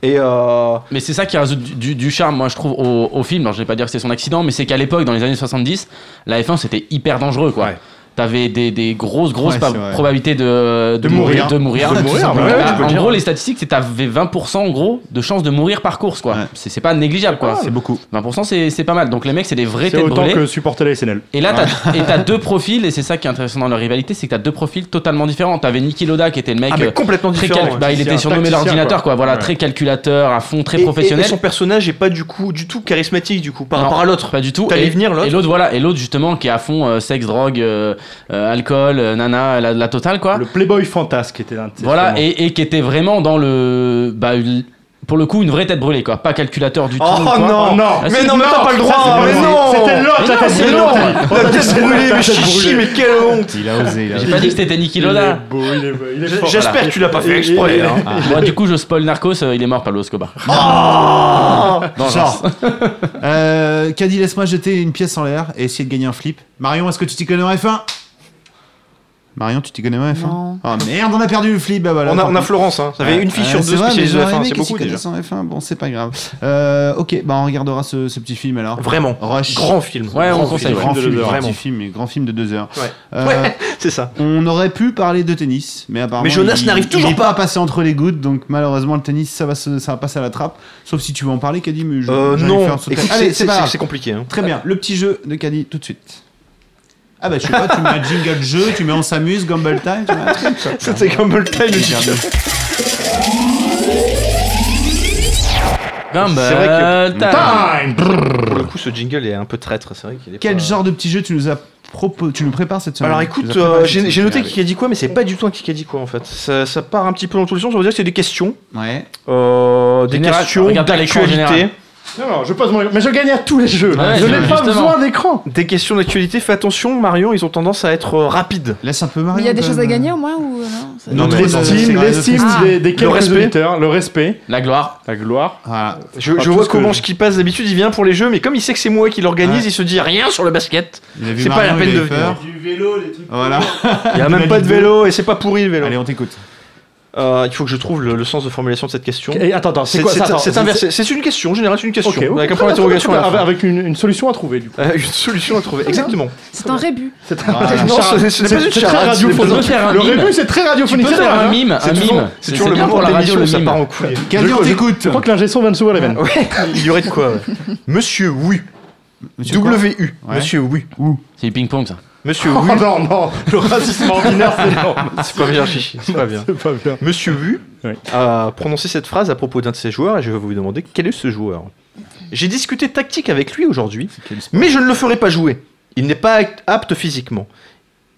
D: Et euh,
F: Mais c'est ça qui rajoute du, du- du charme, moi je trouve, au, au film. Alors, je vais pas dire que c'est son accident, mais c'est qu'à l'époque, dans les années 70, la F1 c'était hyper dangereux quoi. T'avais des, des grosses, grosses
E: Ouais,
F: pa-
E: c'est vrai.
F: probabilités de,
E: De mourir.
F: De mourir.
E: De mourir, bah
F: Tout
E: ouais,
F: simplement.
E: tu peux le
F: en
E: dire.
F: gros, les statistiques, c'est t'avais 20% en gros de chances de mourir par course quoi. C'est c'est pas négligeable quoi. C'est
C: beaucoup.
F: 20% c'est- c'est pas mal. Donc les mecs, c'est des vrais
E: Ah, C'est
F: têtes
E: autant
F: brûlées.
E: que supporter la SNL.
F: Et là, t'as-
E: Ouais.
F: et t'as deux profils, et c'est ça qui est intéressant dans leur rivalité, c'est que t'as deux profils totalement différents. T'avais Niki Loda qui était le mec
D: Ah, mais
F: euh,
D: complètement
F: très
D: différent, hein.
F: calc-
D: ouais.
F: bah, il était
D: Tacticien,
F: surnommé
D: quoi.
F: l'ordinateur, quoi. Voilà,
D: Ouais.
F: très calculateur, à fond, très
D: Et- et-
F: professionnel.
D: Et, son personnage est pas du coup du tout charismatique du coup par
F: Non,
D: rapport à l'autre.
F: Pas du tout.
D: T'allais
F: et,
D: venir l'autre.
F: Et l'autre, voilà, et l'autre justement qui est à fond euh, sexe, drogue, euh, euh, alcool, euh, nana, la, la totale, quoi.
E: Le Playboy fantasque était l'un de ces
F: Voilà,
E: éléments.
F: et, et qui était vraiment dans le. Bah, l- pour le coup, une vraie tête brûlée, quoi. Pas calculateur du tout.
E: Oh
F: quoi.
E: non, non.
F: Ah,
E: Mais
F: si,
E: non, mais t'as pas le droit,
D: hein,
F: ça, c'est-
E: mais non. C'était l'autre,
F: Mais
E: la
F: non,
E: tête
F: c'est
E: brûlée.
F: l'autre.
E: La tête
F: C'est
E: brûlée, mais
F: la tête
E: chichi,
F: brûlée.
E: mais quelle honte.
C: Il a osé.
F: J'ai pas dit que c'était Niki Loda.
E: Il est beau, il est beau, il est
D: Je-
E: fort.
D: j'espère que tu l'as pas fait
E: Et-
D: exprès,
E: et-
D: hein.
E: et-
F: Ah, moi, du coup, je spoil Narcos, euh, il est mort, Pablo Escobar. Non,
C: Genre.
F: non.
C: Euh, Caddy, laisse-moi jeter une pièce en l'air et essayer de gagner un flip. Marion, est-ce que tu t'y connais en F1 Marion, tu t'y connais en F1
D: Non.
C: Oh merde, on a perdu le flip. bah voilà,
D: On a-
C: tant
D: on
C: pis.
D: a
C: Euh,
D: Florence, hein. Ça fait une fille sur
C: Ah, c'est
D: deux
C: vrai, mais
D: spécialiste de
C: j'aurais
D: F1,
C: aimé
D: c'est
C: qu'elle s'y
D: beaucoup,
C: connaisse en F1, bon, c'est pas grave. Euh, ok, bah on regardera ce, ce petit film alors.
D: Vraiment.
C: Rush.
D: Grand film.
C: Ouais,
D: Grand
C: on conseille.
D: film. Film
C: Grand
D: de
C: film,
D: deux heures.
C: grand
D: Vraiment.
C: petit film, mais grand film de deux heures. Euh,
D: Ouais. Ouais, c'est ça.
C: On aurait pu parler de tennis, mais apparemment.
D: Mais Jonas
C: il-
D: n'arrive
C: il
D: toujours
C: est pas. à passer entre les gouttes, donc malheureusement le tennis, ça va, se- ça va passer à la trappe. Sauf si tu veux en parler, Caddy, mais je.
D: Euh,
C: j'allais
D: non.
C: faire sauter.
D: Écoute,
C: Allez,
D: c'est-
C: pas
D: c'est-
C: grave.
D: c'est compliqué, hein.
C: Très bien. Le petit jeu de Caddy, tout de suite. Ah bah je sais pas, tu mets un jingle jeu, tu mets on s'amuse, Gumball Time, tu mets un truc.
D: C'était Gumball Time, le jingle. C'est vrai que-
F: Time.
D: Pour le coup, ce jingle est un peu traître. C'est vrai qu'il est.
C: Quel
D: pas-
C: genre de petit jeu tu nous as propo- tu nous prépares cette semaine
D: Alors
C: Tu
D: écoute,
C: nous as préparé
D: euh,
C: cette
D: j'ai
C: semaine.
D: j'ai noté qui a dit quoi, mais c'est pas du tout un qui a dit quoi en fait. Ça, ça part un petit peu dans tous les sens. On va dire que c'est des questions. euh,
C: Ouais.
D: des
E: Général,
D: questions
E: regarde à l'écran,
D: d'actualité.
E: général. Non, non, je pose mon Mais je gagne à tous les jeux.
D: Ouais,
E: je
D: c'est
E: n'ai
D: vrai.
E: pas
D: Justement.
E: besoin d'écran.
D: Des questions d'actualité. Fais attention, Marion, ils ont tendance à être euh, rapides.
C: Laisse un peu Marion.
G: Mais il y a des choses à gagner hein au moins ou non ça-
D: Non,
E: Notre
D: mais-
E: estime,
D: non,
E: l'estime
D: c'est-
E: des, des
D: Le
E: quelques
D: respect.
E: auditeurs, le respect.
F: La gloire.
E: La gloire.
D: Je, je vois comment Ah, ce qui passe d'habitude, il vient pour les jeux, mais comme il sait que c'est moi qui l'organise,
E: Ouais.
D: il se dit rien sur le basket.
C: Il a vu
D: C'est pas la
C: Marion,
D: peine
C: il
D: de
C: avait
D: venir.
C: peur.
E: Du vélo, les trucs.
C: Voilà.
D: Il n'y a même pas de vélo et c'est pas pourri le vélo. Allez,
C: on t'écoute.
D: il faut que je trouve le, le sens de formulation de cette question.
E: Et attends, attends, c'est
D: C'est-
E: quoi
D: c'est-
E: ça, attends,
D: c'est
E: c'est-
D: inversé. C'est une question, en général, c'est une question.
E: Ok, ok.
D: Avec un
E: Très
D: point
E: bien,
D: d'interrogation. à
E: très
D: la
E: bien,
D: fin.
E: Avec une, une solution à trouver, du coup.
D: Euh, Une solution à trouver, exactement.
G: C'est un rébut.
E: un-
D: Voilà. Non, ce n'est- ce n'est pas une
E: c'est très
D: charade,
E: radiophonique.
D: ce n'est pas-
E: Le rébut, c'est très radiophonique.
D: Tu peux
E: c'est
D: faire
E: vrai,
D: un
E: hein.
D: mime,
E: C'est
D: un
E: toujours-
D: mime.
E: C'est
D: C'est-
E: toujours
D: c'est
E: le
D: bien
E: moment
D: pour
E: de
D: la
E: l'émission,
D: radio,
E: ça
D: le
E: part
D: mime.
E: en couille.
D: Quel
E: Je-
D: on
E: je-
D: t'écoute
E: Je crois que l'ingé son va me sauver la veine.
D: Ouais, il y aurait de quoi. ouais. Monsieur oui.
C: Monsieur quoi
D: W-U.
C: Ouais.
D: Monsieur oui.
F: C'est du ping-pong, ça.
D: Monsieur
E: Oh
D: oui.
E: non, non, le racisme ordinaire, c'est énorme.
D: C'est pas bien, Chichi. C'est pas bien.
E: C'est pas bien.
D: Monsieur Vu a prononcé cette phrase à propos d'un de ses joueurs et je vais vous demander quel est ce joueur. J'ai discuté tactique avec lui aujourd'hui, mais je ne le ferai pas jouer. Il n'est pas act- apte physiquement.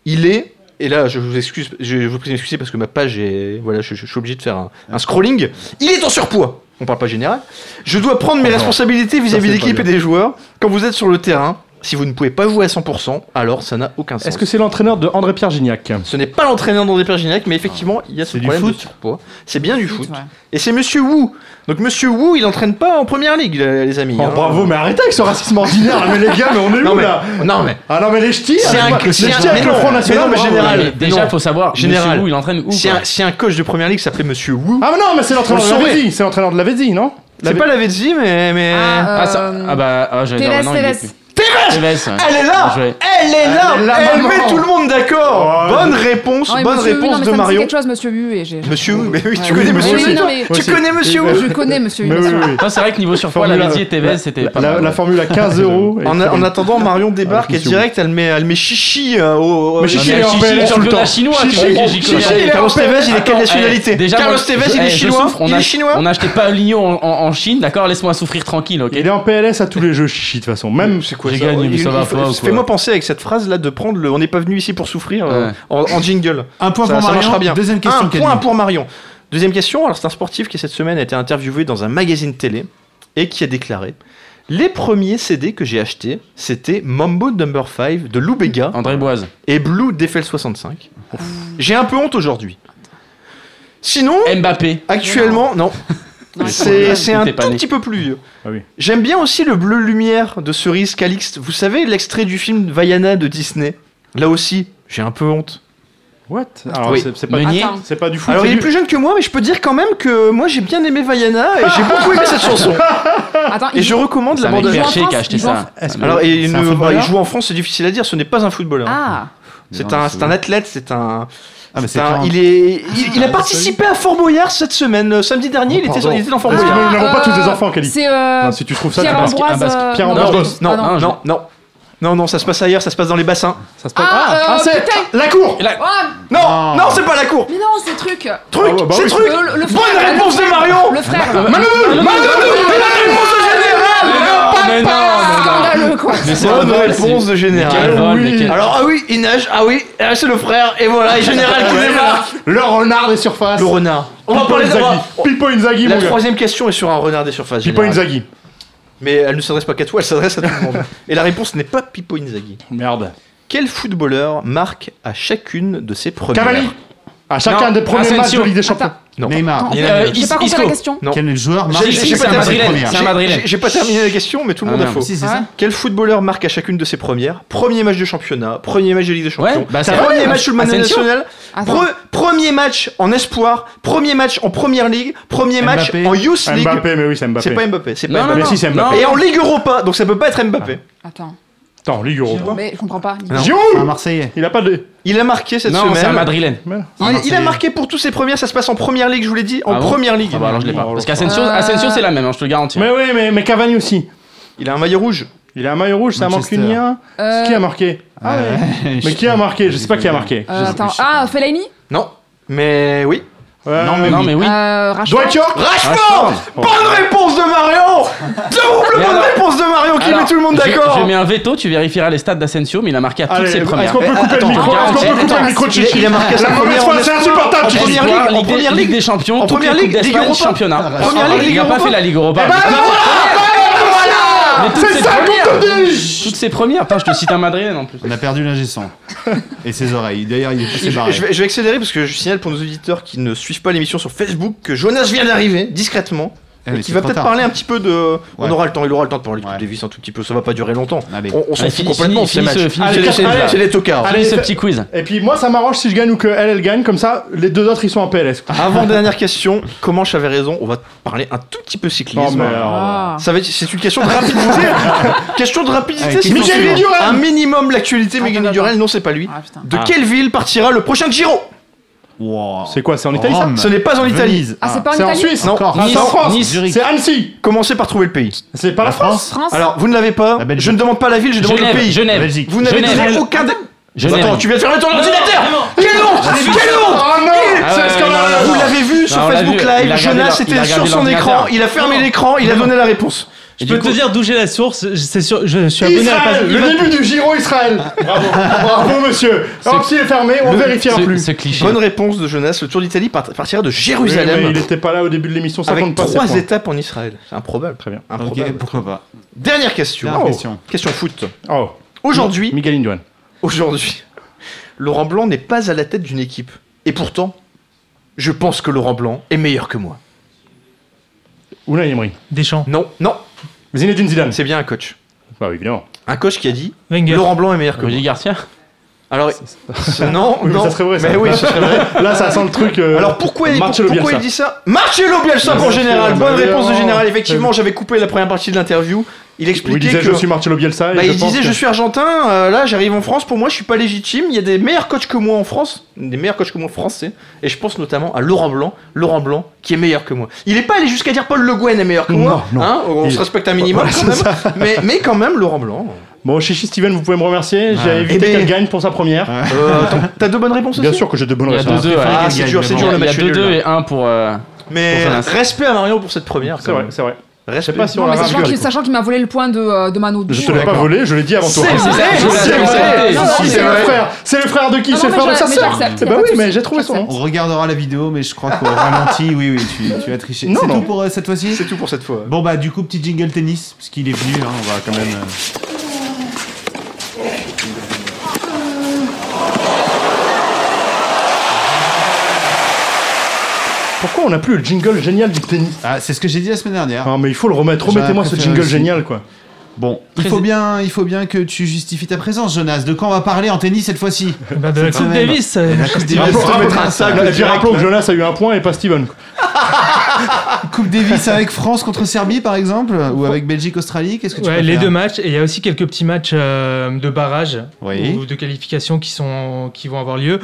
D: Il est, et là je vous excuse, je vous prie d'excuser parce que ma page est, voilà, je, je- je suis obligé de faire un, un scrolling. Il est en surpoids. On parle pas général. Je dois prendre mes
E: Oh non.
D: responsabilités
E: Ça,
D: vis-à-vis
E: c'est
D: de
E: pas
D: l'équipe et
E: bien.
D: des joueurs. Quand vous êtes sur le terrain, si vous ne pouvez pas jouer à 100%, alors ça n'a aucun sens.
E: Est-ce que c'est l'entraîneur de André-Pierre Gignac
D: Ce n'est pas l'entraîneur d'André Pierre Gignac, mais effectivement, il y a ce
C: du
D: problème de
C: foot
D: surpoids. C'est bien du foot. Et c'est Monsieur Wu. Donc Monsieur Wu, il n'entraîne pas en première ligue, les les amis.
E: Oh,
D: hein.
E: bravo, mais arrêtez avec ce racisme ordinaire, là, mais les gars, mais on est
D: Non,
E: où
D: mais-
E: là
D: non, mais-
E: Ah non, mais les ch'tis,
D: C'est
E: ah,
D: un,
E: je vois- les
D: c'est un-
E: ch'tis avec
D: mais
E: le
D: non,
E: Front
D: mais
E: National,
D: non, mais
E: bravo.
D: général.
E: Mais
F: déjà, faut savoir, Monsieur Wu, il entraîne où,
D: Si
F: quoi
D: un, si un coach de première ligue s'appelait Monsieur Wu.
E: Ah mais non, mais c'est l'entraîneur
D: on
E: de
D: le
E: la
D: saurait.
E: Védie, c'est l'entraîneur de la Védie, non
D: C'est pas la Vezzi, mais. mais...
F: Ah, ça- ah bah, ah, j'allais dire,
D: Tevez,
F: bah non, il est
D: Tevez.
F: plus. Tevez ouais.
G: euh.
D: Elle est là
F: Bien joué.
D: Elle est là
E: Elle est là,
D: Elle
E: maman
D: met tout le monde d'accord
E: Oh,
D: Bonne réponse,
G: Non, mais
D: bonne
G: monsieur, oui, non,
D: réponse de
G: mais ça me dit
D: Mario.
G: quelque chose, monsieur Wu. Et j'ai-
D: Monsieur Wu, mais oui, tu
G: Ouais,
D: connais
G: oui,
D: Monsieur
G: oui,
D: Wu.
G: non, mais-
D: Tu connais Monsieur Wu.
G: Je connais monsieur Wu.
E: Mais
G: bien
E: oui,
G: sûr.
E: oui.
F: c'est vrai que niveau sur poids, la
E: Formula-
F: Vézi et Tevez, c'était
E: la-
F: pas
E: la-
F: mal.
E: la Formule à 15 euros.
D: En, en attendant, Marion débarque
E: Ah,
D: et
E: Monsieur
D: direct, elle met, elle met Chichi euh, au. au-
E: Mais Chichi,
D: au-
E: il est en
D: Chichi
E: PLS
D: sur
E: tout
D: le
E: le
D: temps.
E: temps.
F: chinois, tu
D: Chichi,
F: vois,
D: il est-
F: j'y
D: Chichi,
F: connais.
D: il est Carlos Tevez, il est
F: Attends,
D: quelle nationalité
F: eh, déjà,
D: Carlos
F: moi,
D: Tevez,
F: je-
D: il
F: eh,
D: est
F: je
D: chinois.
F: souffre, on
D: Il est
F: a-
D: chinois.
F: On a acheté Paulinho en, en- en Chine, d'accord Laisse-moi souffrir tranquille, ok
E: Il est en PLS à tous les jeux, chichi, de toute façon. Même.
D: Hum, C'est quoi
F: J'ai gagné, mais
D: Il-
F: ça va
D: il faut-
F: pas ou
D: Fais-moi
F: quoi
D: penser avec cette phrase là de prendre le. On n'est pas venu ici pour souffrir euh,
F: Ouais.
D: en, en jingle.
C: Un point
D: ça,
C: pour
D: ça
C: Marion.
D: marchera bien.
C: Deuxième question,
D: Un point
C: Kenny.
D: pour Marion. Deuxième question. Alors c'est un sportif qui cette semaine a été interviewé dans un magazine télé et qui a déclaré les premiers CD que j'ai achetés c'était Mambo Number 5 de Lou Bega
F: André Boise.
D: et Blue d'Eiffel 65. J'ai un peu honte aujourd'hui. Sinon,
F: Mbappé.
D: actuellement, non.
G: Non,
D: C'est c'est un
F: T'es pas
D: tout
F: né.
D: petit peu plus vieux.
E: Ah oui.
D: J'aime bien aussi le bleu lumière de Cerise Calixte. Vous savez, l'extrait du film Vaiana de Disney. Là aussi, j'ai un peu honte.
E: What Alors,
D: Oui.
E: c'est- c'est pas,
F: Meunier.
G: Attends.
E: c'est pas du foot.
D: Alors,
E: c'est
D: il est
E: du-
D: plus jeune que moi, mais je peux dire quand même que moi, j'ai bien aimé Vaiana et j'ai beaucoup aimé cette chanson.
G: Attends,
D: Et
G: il-
D: je recommande
F: C'est
D: la
F: un mec
D: bande
G: originale.
F: perché qui a
G: Ils
F: acheté
G: vont en
F: ça.
E: France, ils vont en-
D: Alors, et
E: C'est
D: une-
E: un footballeur
D: il joue en France, c'est difficile à dire. Ce n'est pas un footballeur.
G: Ah,
D: C'est un, c'est un athlète, c'est un.
C: Ah, mais
D: c'est
C: c'est
D: un-
C: clair.
D: il, est, il, il a participé à Fort Boyard cette semaine. Euh, Samedi dernier, il, était,
E: pardon.
D: il était dans Fort
E: Ah,
D: Boyard.
E: Nous n'avons pas tous des enfants, Kelly.
G: c'est euh,
E: Non, Si tu trouves ça,
G: Pierre
E: tu basques-
G: Ambroise.
F: basket.
G: euh,
E: Pierre
G: non,
E: Ambroise
G: non,
E: Gosse.
D: Non,
G: pardon.
F: je-
D: non, non. Non, non, ça se passe ailleurs, ça se passe dans les bassins.
E: Ça se passe
G: Ah, euh,
E: c'est
G: putain.
E: Eh, la cour
G: Ah,
D: Non,
E: Ah.
D: non, c'est pas la cour.
G: mais non, c'est truc.
D: Truc,
E: Ah ouais, bah
D: c'est
E: oui.
D: truc.
G: Euh, le- le
D: Bonne
G: frère,
D: réponse
G: le
D: de
G: frère.
D: Marion.
G: Le frère.
D: Manu, Manu, Manu,
F: Mais non, mais non,
G: Scandaleux, quoi.
F: mais c'est un
D: Bonne
F: vol,
D: réponse
F: c'est-
D: de
F: Quel
D: général.
F: vol, mais quel-
D: Alors ah oui, il nage, ah oui, ah, c'est le frère, et voilà, et général qui démarre.
E: Le renard des surfaces.
D: Le renard. On va
E: Pippo
D: parler de
E: Inzaghi. Pippo Inzaghi,
D: La
E: mon gars.
D: troisième question est sur un renard des surfaces.
E: Pippo
D: général.
E: Inzaghi.
D: Mais elle ne s'adresse pas qu'à toi, elle s'adresse à tout le monde. Et la réponse n'est pas Pippo Inzaghi.
E: Merde.
D: Quel footballeur marque à chacune de ses premières
E: Cavani. À chacun
F: Non,
E: des premiers matchs
F: Asensio.
E: de Ligue des Champions.
D: Non.
C: Neymar.
G: Attends,
D: Il y en a
F: Euh,
D: deux.
G: J'ai
F: Is-
G: pas compris
F: Isco.
G: la question.
D: Non.
C: Quel est le joueur marque
D: J'ai-
F: Si,
D: j'ai
F: si,
D: pas
F: c'est un
D: terminé.
F: Madrilène. C'est
D: J'ai-
F: un Madrilène.
D: j'ai- J'ai pas terminé la question, mais tout le
F: Ah,
D: monde a
F: merde.
D: faux.
C: Si, c'est ça.
D: Quel footballeur marque à chacune de ses premières Premier match de championnat, premier match de Ligue des Champions,
F: Ouais, bah, c'est
D: premier
F: vrai,
D: match sur le Mandat
F: Asensio.
D: national,
G: Attends.
D: pre- premier match en espoir, premier match en première ligue, premier match
C: Mbappé.
D: en Youth League.
E: Mbappé, mais oui, c'est Mbappé.
D: C'est pas Mbappé, c'est pas
F: Non, non,
D: Mbappé.
E: Mais si, c'est Mbappé.
D: Et en Ligue Europa, donc ça peut pas être Mbappé.
G: Attends.
E: Attends, Ligue Europa.
G: Mais je comprends pas.
C: Un
E: Giroud
C: Marseillais.
E: Il a pas de.
D: Il a marqué cette
F: Non, c'est un
D: semaine.
F: Madrilène.
D: Il,
E: Merde.
C: Ah,
D: il a
C: Marseillais.
D: marqué pour tous ses premières, ça se passe en première ligue, je vous l'ai dit, en
F: Ah bon
D: première ligue.
F: Ah bah alors je l'ai pas.
E: Oh, le
F: Parce qu'Asensio,
G: Ah.
F: Asensio, c'est la même, hein, je te le garantis.
E: Mais oui, mais, mais Cavani aussi.
D: Il a un maillot rouge.
E: Il a un maillot rouge, c'est un
C: Manchester.
E: mancunien.
G: Euh,
E: Qui a marqué Ah ouais. Mais qui a marqué Je sais pas qui a marqué.
G: Euh, attends. Ah, Fellaini
D: Non, mais oui.
E: Ouais.
F: Non, mais, oui.
G: Euh, Rashford
E: Dwight York
D: Rashford Bonne réponse de Marion Double
F: Mais
D: bonne
F: alors-
D: réponse de Marion qui
F: Alors,
D: met tout le monde
F: je-
D: d'accord
F: Je mets un veto, tu vérifieras les stats d'Asensio, mais il a marqué à toutes
E: Allez,
F: ses
E: Est-ce
F: premières.
E: qu'on peut couper le
D: attends,
E: micro Est-ce qu'on peut
F: regarde,
E: couper le
G: attends,
E: micro de
D: Il,
E: Chichi
D: il a marqué sa
E: La mauvaise
D: première en
E: fois, c'est
D: espoir,
E: insupportable,
D: en
E: Chichi
D: première ligue, en
F: Ligue des-
D: première
F: Ligue
D: ligue.
F: des Champions,
D: En première
F: Coupe
D: ligue,
F: d'Espagne,
D: Ligue Europa.
F: championnat.
D: Première ligue,
F: il
D: Ligue
F: n'a pas
D: Europa.
F: fait la Ligue Europa.
E: Eh ben,
F: mais- mais toutes
E: C'est
F: ses
E: ça qu'on
F: premières-
E: te dit
F: Toutes ses premières. Attends, je te cite un Madrilène en plus.
C: On a perdu l'ingé son. Et ses oreilles. D'ailleurs, il est poussé barré.
D: Je vais, je vais accélérer parce que je signale pour nos auditeurs qui ne suivent pas l'émission sur Facebook que Jonas vient d'arriver discrètement
C: Eh, mais
D: et qui
C: c'est
D: va
C: trop
D: peut-être
C: tard.
D: parler un petit peu de. On
C: Ouais.
D: aura le temps, il aura le temps de parler de Coupe
C: Ouais.
D: Davis un tout petit peu, ça va pas durer longtemps.
C: Allez.
D: On, on s'en
F: Allez,
D: fout
F: finis-
D: complètement de ces
F: finis
D: matchs.
F: ce- finis
D: C'est
E: ce-
D: les- c'est
E: allez.
D: les- c'est les tocards.
E: Allez.
F: Allez, ce petit quiz.
E: Et puis moi, ça m'arrange si je gagne ou que elle, elle gagne. Comme ça, les deux autres, ils sont en PLS.
D: Avant dernière question, comment j'avais raison On va parler un tout petit peu
E: Non,
D: cyclisme.
E: mais alors.
G: Ah.
D: Ça va être- c'est une question de rapidité. question de
C: Allez,
E: Ah,
D: rapidité.
C: question
D: sinon,
E: Miguel
D: c'est
E: Vidurel.
D: Un minimum l'actualité.
G: Attends,
D: Miguel
G: attends.
D: Vidurel, non, c'est pas lui.
G: Ah, putain.
D: De
F: Ah.
D: quelle ville partira le prochain Giro
C: Wow.
E: C'est quoi C'est en Italie ça
C: Rome.
D: Ce n'est pas en Italie.
C: Venise.
G: Ah, c'est pas en
E: C'est en
G: Italie
E: Suisse
D: Non.
C: Encore.
E: Ah,
F: Nice,
E: C'est en France
F: Nice, Zurich.
E: C'est Annecy
D: Commencez par trouver le pays.
E: C'est pas la
C: La France.
E: France
G: France
D: Alors, vous ne l'avez pas.
C: La Belgique.
D: Je ne demande pas la ville, je demande le pays.
F: Genève, Genève.
C: Belgique.
D: Vous n'avez
F: Genève.
D: donné aucun. dé-
F: Genève.
D: Attends, tu viens de fermer ton ordinateur Quelle honte Quelle honte
E: Oh non
F: Ah ouais,
E: C'est scandaleux
F: non,
D: Vous
F: non, non.
D: l'avez vu
F: Non,
D: sur
F: on l'a
D: Facebook
F: vu, il
D: Live,
F: a regardé
D: Jonas
F: leur- il
D: était
F: a
D: sur
F: regardé
D: son écran,
F: l'ordinateur.
D: il a fermé l'écran, il a donné la réponse.
J: Je
F: Et
J: peux
F: du
J: te
F: coup-
J: dire d'où j'ai la source, je- c'est sûr, je
D: Oh,
J: suis abonné à la page.
E: Israël, le début du Giro Israël. Ah, Bravo, bravo monsieur. Alors s'il est fermé, on vérifiera
F: ce,
E: plus.
F: ce cliché.
D: Bonne réponse de Jonas, le Tour d'Italie part- partira de
E: Oui, mais il
D: Jérusalem
E: était pas là au début de l'émission, ça
D: avec
E: compte pas. ces
D: trois
E: points.
D: étapes en Israël. C'est improbable.
E: Très bien.
D: Improbable.
C: Ok, pourquoi pas.
D: Dernière question.
C: Dernière
D: Oh.
C: question.
D: foot.
E: Oh.
D: Aujourd'hui,
E: Miguel Indouane.
D: aujourd'hui, Laurent Blanc n'est pas à la tête d'une équipe. Et pourtant, je pense que Laurent Blanc est meilleur que moi.
E: Unai Emery.
J: Deschamps,
D: Non, non,
E: Zinedine Zidane.
D: c'est bien un coach.
E: Bah oui, évidemment.
D: Un coach qui a dit
J: Wenger,
D: Laurent Blanc est meilleur que moi.
F: Rudy Garcia
D: Alors, non,
E: Oui, mais
D: non,
E: ça serait vrai, ça.
D: mais oui, ce serait vrai.
E: Là, ça sent le truc, euh,
D: Alors pourquoi, il-
E: Marcello
D: pourquoi
E: Bielsa.
D: il dit ça Marcello Bielsa pour
E: Marcello
D: général.
E: Bielsa.
D: Bonne réponse de général. Effectivement,
E: Oui.
D: j'avais coupé la première partie de l'interview. Il
E: Où
D: expliquait
E: il disait
D: que
E: je suis Marcello Bielsa. et
D: Bah,
E: je
D: il
E: pense
D: disait
E: que-
D: je suis argentin, euh, là j'arrive en France, pour moi je suis pas légitime, il y a des meilleurs coachs que moi en France, des meilleurs coachs que moi français, et je pense notamment à Laurent Blanc, Laurent Blanc qui est meilleur que moi. Il est pas allé jusqu'à dire Paul Le Guen est meilleur que moi, hein, on
E: Il-
D: se respecte un minimum
E: Voilà,
D: quand
E: c'est
D: même,
E: ça.
D: mais, mais quand même Laurent Blanc.
E: Bon, Chichi Steven, vous pouvez me remercier.
D: Ah.
E: J'ai évité
D: Eh ben-
E: qu'elle gagne pour sa première.
D: Euh, attends, T'as deux bonnes réponses
E: Bien
D: aussi
E: sûr que j'ai deux bonnes
F: Il y a
E: réponses.
F: deux-deux, ouais.
D: Ah, c'est dur, c'est dur le
F: Il y a
D: match. nul,
F: 2-2
D: là.
F: et 1 pour. euh,
D: Mais
F: pour Jonas.
D: respect à Marion pour cette première.
E: C'est vrai, c'est vrai.
D: Respect.
E: sais pas si on
G: Non,
E: l'a
G: mais sachant
E: rassuré,
G: qu'il
E: quoi.
G: sachant qu'il m'a volé le point de, euh, de Mano.
E: Je te l'ai pas volé, je l'ai dit avant toi.
D: C'est vrai,
E: C'est
D: je l'ai
E: vrai.
D: accepté.
E: Non,
D: Si,
E: si,
D: c'est
E: C'est le
D: vrai.
E: frère. C'est le frère de qui
G: Non,
E: C'est le
G: mais
E: frère de
G: je-
E: sa
G: mais
E: sœur.
G: j'accepte,
E: Eh ben
G: y a
E: oui,
G: pas de
E: mais
G: souci,
E: j'ai trouvé son nom.
C: On regardera la vidéo, mais je crois qu'au ralenti, oui, oui, tu, tu as triché.
E: Non,
C: C'est
E: non.
C: tout pour euh, cette fois-ci
D: C'est tout pour cette fois.
C: Bon, bah, du coup, petit jingle tennis, parce qu'il est venu, hein, on va quand même. euh,
E: Pourquoi on n'a plus le jingle génial du tennis Ah,
C: Ah, c'est ce que j'ai dit la semaine dernière.
E: Non, mais il faut le remettre.
C: J'aurais
E: Remettez-moi ce
C: préféré
E: jingle
C: aussi.
E: génial, quoi.
C: Bon, il faut, bien, il faut bien que tu justifies ta présence, Jonas. De quoi on va parler en tennis cette fois-ci
L: Bah, de la
C: Cette
L: Coupe
C: semaine.
L: Davis.
C: Et
L: euh,
C: de La Coupe Davis.
E: Rappelons-
C: on
E: rappelons-
C: mettra ça
E: Et puis
C: direct.
E: rappelons que Jonas a eu un point et pas Steven. quoi.
C: Coupe Davis avec France contre Serbie, par exemple, ou avec Belgique-Australie. Qu'est-ce que tu
L: Ouais,
C: préfères
L: les deux matchs. Et il y a aussi quelques petits matchs euh, de barrage
C: Oui.
L: ou de qualification qui, sont, qui vont avoir lieu.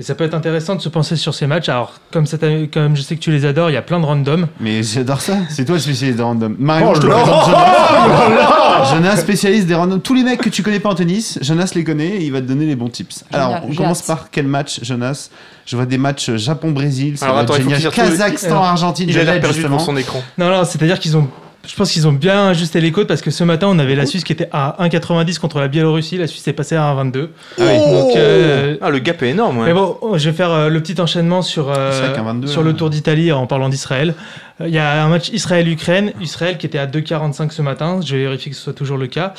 L: Et ça peut être intéressant de se penser sur ces matchs. Alors, comme, cette année- comme je sais que tu les adores, il y a plein de randoms.
C: Mais j'adore ça. C'est toi le spécialiste des randoms. Marion,
E: Oh
C: je te
E: là
C: présente
E: là
D: Oh
C: Jonas. Jonas, spécialiste des randoms. Tous les mecs que tu connais pas en tennis, Jonas les connaît et il va te donner les bons tips.
G: Génial,
C: Alors, on
G: j'ai
C: commence
G: hâte.
C: par quel match, Jonas Je vois des matchs Japon-Brésil. Ça
D: Alors,
C: va
D: attends,
C: être
D: il faut
C: génial.
D: qu'il retrouve-
C: Kazakhstan-Argentine.
D: Il a
C: je
D: l'air
C: l'aide,
D: perdu devant
C: justement.
D: son écran.
L: Non, non, c'est-à-dire qu'ils ont. Je pense qu'ils ont bien ajusté les côtes parce que ce matin, on avait la Suisse qui était à 1,90 contre la Biélorussie. La Suisse est passée à 1,22. Donc, euh,
D: Ah, le gap est énorme. ouais.
L: Mais bon, oh, je vais faire euh, le petit enchaînement sur, euh,
C: C'est vrai qu'un 22,
L: sur
C: là.
L: le Tour d'Italie en parlant d'Israël. Euh, Il y a un match Israël-Ukraine, Israël qui était à 2,45 ce matin, je vais vérifier que ce soit toujours le cas.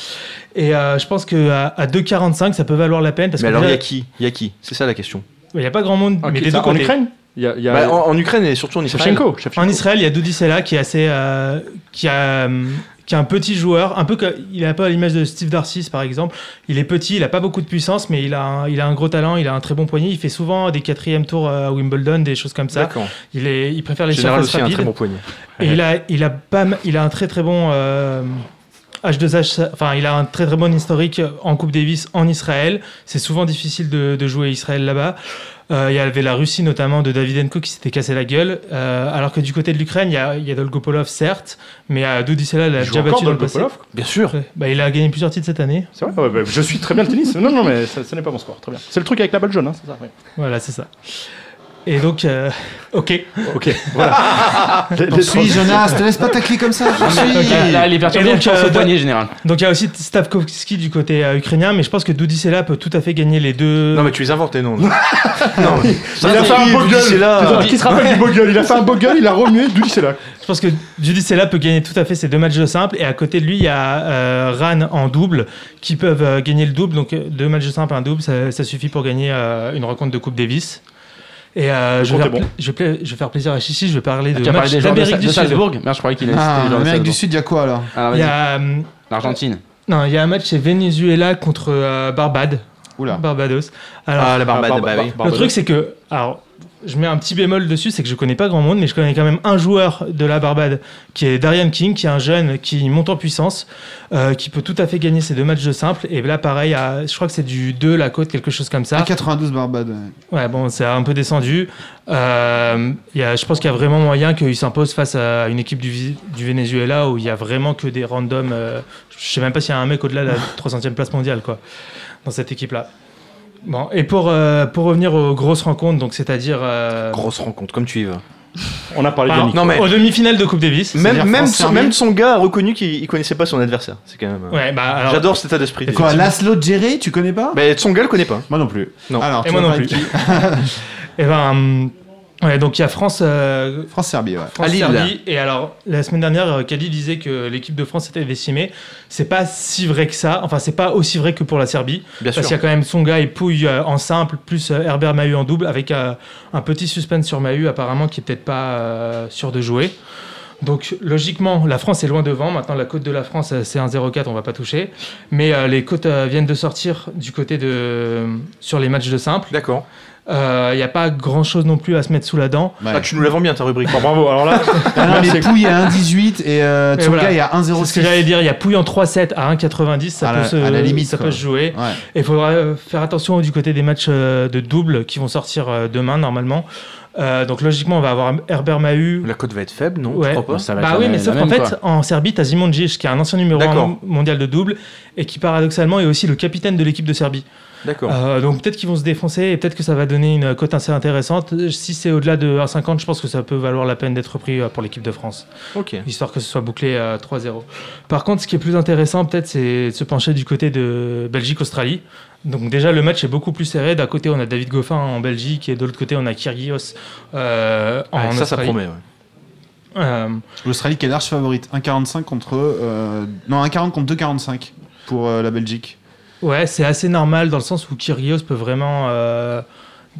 L: Et euh, je pense qu'à à, 2,45 ça peut valoir la peine parce
D: Mais
L: que
D: alors, il y
L: déjà,
D: a qui Il y a qui C'est ça la question.
L: il n'y a pas grand monde, mais des deux
E: en
L: côtés.
E: Ukraine Il y a, il y a-
D: Bah, en, en Ukraine et surtout en Israël.
E: Shevchenko.
L: En
E: Shevchenko.
L: Israël, il y a Dodicella qui est assez. euh, qui, a, hum, qui a un petit joueur, un peu que- il est un peu à l'image de Steve Darcis par exemple. Il est petit, il a pas beaucoup de puissance, mais il a, un, il a un gros talent, il a un très bon poignet. Il fait souvent des quatrièmes tours euh, à Wimbledon, des choses comme ça.
D: D'accord.
L: Il, est, il préfère les
D: Général
L: surfaces
D: aussi a un
L: rapides.
D: très bon poignet.
L: Et il a, il a, pas m- il a un très très bon euh, H2H, enfin il a un très très bon historique en Coupe Davis en Israël. C'est souvent difficile de, de jouer Israël là-bas. Euh, il y avait la Russie notamment de Davidenko qui s'était cassé la gueule. Euh, alors que du côté de l'Ukraine, il y a, il y a Dolgopolov certes, mais euh, Dodicella l'a
E: Il joue
L: déjà battu
E: encore
L: dans le passé.
E: Dolgopolov
D: Bien sûr.
L: Ouais. Bah, il a gagné plusieurs titres cette année.
E: C'est vrai Ouais, bah, Je suis très bien le tennis. Non, non, mais ça- ce n'est pas mon sport. Très bien. C'est le truc avec la balle jaune, hein, c'est ça ouais.
L: Voilà, c'est ça. Et donc, euh, ok.
E: Ok, voilà. Les- les
C: Poursuis,
E: trois-
C: Jonas. Te laisse pas tacler comme
D: Ah,
C: ça. Poursuis.
L: Ok.
F: Là, les perturbations
L: Et donc,
F: sont
L: euh,
F: au poignet, général.
L: Donc il y a aussi Stavkovski du côté euh, ukrainien, mais je pense que Dodicella peut tout à fait gagner les deux.
D: Non, mais tu les inventes, les noms. non,
E: Il a fait un beau gueule.
D: C'est là.
E: Putain, Qui se rappelle du beau gueule Ah, Il a fait un beau gueule, il a remué, d'où c'est là.
L: Je pense que Judicella peut gagner tout à fait ces deux matchs de simple. Et à côté de lui, il y a euh, Ran en double qui peuvent euh, gagner le double. Donc euh, deux matchs de simple, un double, ça, ça suffit pour gagner euh, une rencontre de Coupe Davis. Et euh, je,
E: compte
L: vais faire
E: est bon.
L: pla- je, vais pla- je vais faire plaisir à Chichi, je vais
D: Ah,
L: parler
F: Tu
L: de
F: as parlé
L: match
F: des joueurs de,
L: d'Amérique
F: Sa-
L: du
F: de
L: Sud.
F: Salzbourg Merde, je croyais qu'il
C: Ah,
F: a
C: le mec du Sud, il y a quoi alors
L: Il y a, euh,
F: L'Argentine.
L: non, il y a un match chez Venezuela contre euh, Barbade.
C: Oula.
L: Barbados. Alors,
D: Ah, la barbade,
E: Ah,
D: bah
E: Barba-
D: oui.
L: Le truc, c'est que. Alors, je mets un petit bémol dessus, c'est que je connais pas grand monde, mais je connais quand même un joueur de la Barbade qui est Darian King, qui est un jeune qui monte en puissance, euh, qui peut tout à fait gagner ses deux matchs de simple. Et là, pareil, à- je crois que c'est du 2 la côte, quelque chose comme ça.
C: À 92 Barbade. ouais.
L: Ouais, bon, c'est un peu descendu. Euh, il y a, je pense qu'il y a vraiment moyen qu'il s'impose face à une équipe du, Vi- du Venezuela où il y a vraiment que des randoms. euh, je sais même pas s'il y a un mec au-delà de la 300e place mondiale, quoi, dans cette équipe-là. Bon, et pour, euh, pour revenir aux grosses rencontres, donc c'est-à-dire euh,
D: Grosse rencontre, comme tu y vas.
E: On a parlé
L: pardon,
E: d'Yannick.
D: Non, mais-
L: aux demi-finales de Coupe Davis.
D: Même, même, son,
C: France-Serbie.
D: même son gars a reconnu qu'il il connaissait pas son adversaire. C'est quand même. euh,
L: Ouais, bah alors,
D: J'adore cet état d'esprit.
C: Et quoi, Laszlo Djere, tu connais pas
D: Mais son gars le connaît pas. hein,
C: Moi non plus.
D: Non.
C: Alors,
L: Et
C: tu
L: moi
C: vas
L: non
C: parler de
L: plus.
C: qui
L: eh ben, hum, ouais, donc il y a France. euh,
C: France-Serbie, ouais.
L: France,
D: À Lille.
L: Serbie. Et alors, la semaine dernière, euh, Kadi disait que l'équipe de France était décimée. C'est pas si vrai que ça. Enfin, c'est pas aussi vrai que pour la Serbie.
D: Bien
L: parce
D: sûr.
L: qu'il y a quand même Songa et Pouille euh, en simple, plus euh, Herbert Mahu en double, avec euh, un petit suspense sur Mahu, apparemment, qui est peut-être pas euh, sûr de jouer. Donc logiquement, la France est loin devant. Maintenant, la côte de la France, euh, c'est 1,04, on va pas toucher. Mais euh, les côtes euh, viennent de sortir du côté de sur les matchs de simple.
D: D'accord.
L: Il n'y a pas grand chose non plus à se mettre sous la dent.
D: Ah, tu nous la vends bien ta rubrique. Oh, bravo, alors là.
C: Ah non, mais Pouille à 1,18 et euh,
L: Et
C: Tsuga
L: voilà.
C: est à
L: C'est ce que
C: 1,06.
L: j'allais dire. Il y a Pouille en 3,7 à 1,90. Ça,
C: À
L: peut,
C: la-
L: se,
C: à la limite,
L: ça
C: quoi.
L: peut se jouer.
C: Ouais.
L: Et il faudra euh, faire attention du côté des matchs euh, de double qui vont sortir euh, demain normalement. Euh, donc logiquement, on va avoir Herbert Mahu.
D: La cote va être faible, non
L: Ouais.
D: Tu crois pas Ça va
L: Bah
D: être
L: oui,
D: la-
L: mais
D: la
L: sauf qu'en
D: même,
L: fait,
D: quoi.
L: en Serbie, t'as Simon Djic, qui est un ancien numéro
D: D'accord.
L: 1 mondial de double et qui paradoxalement est aussi le capitaine de l'équipe de Serbie.
D: D'accord.
L: Euh, donc peut-être qu'ils vont se défoncer et peut-être que ça va donner une cote assez intéressante. Si c'est au-delà de 1,50, je pense que ça peut valoir la peine d'être pris euh, pour l'équipe de France.
D: Ok.
L: Histoire que ce soit bouclé à 3-0. Par contre, ce qui est plus intéressant peut-être, c'est de se pencher du côté de Belgique-Australie. Donc déjà, le match est beaucoup plus serré. D'un côté, on a David Goffin en Belgique et de l'autre côté, on a Kyrgios euh, en
D: Ouais, ça, ça
L: Australie.
D: promet. ouais.
L: Euh,
C: L'Australie qui est large favorite. 1,45 contre. euh, non, 1,40 contre 2,45 pour euh, la Belgique.
L: Ouais, c'est assez normal dans le sens où Kyrgios peut vraiment. euh,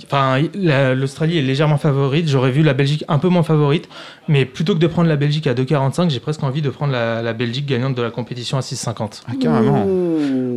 L: Enfin, il- la- l'Australie est légèrement favorite. J'aurais vu la Belgique un peu moins favorite. Mais plutôt que de prendre la Belgique à 2,45, j'ai presque envie de prendre la, la Belgique gagnante de la compétition à 6,50.
C: carrément.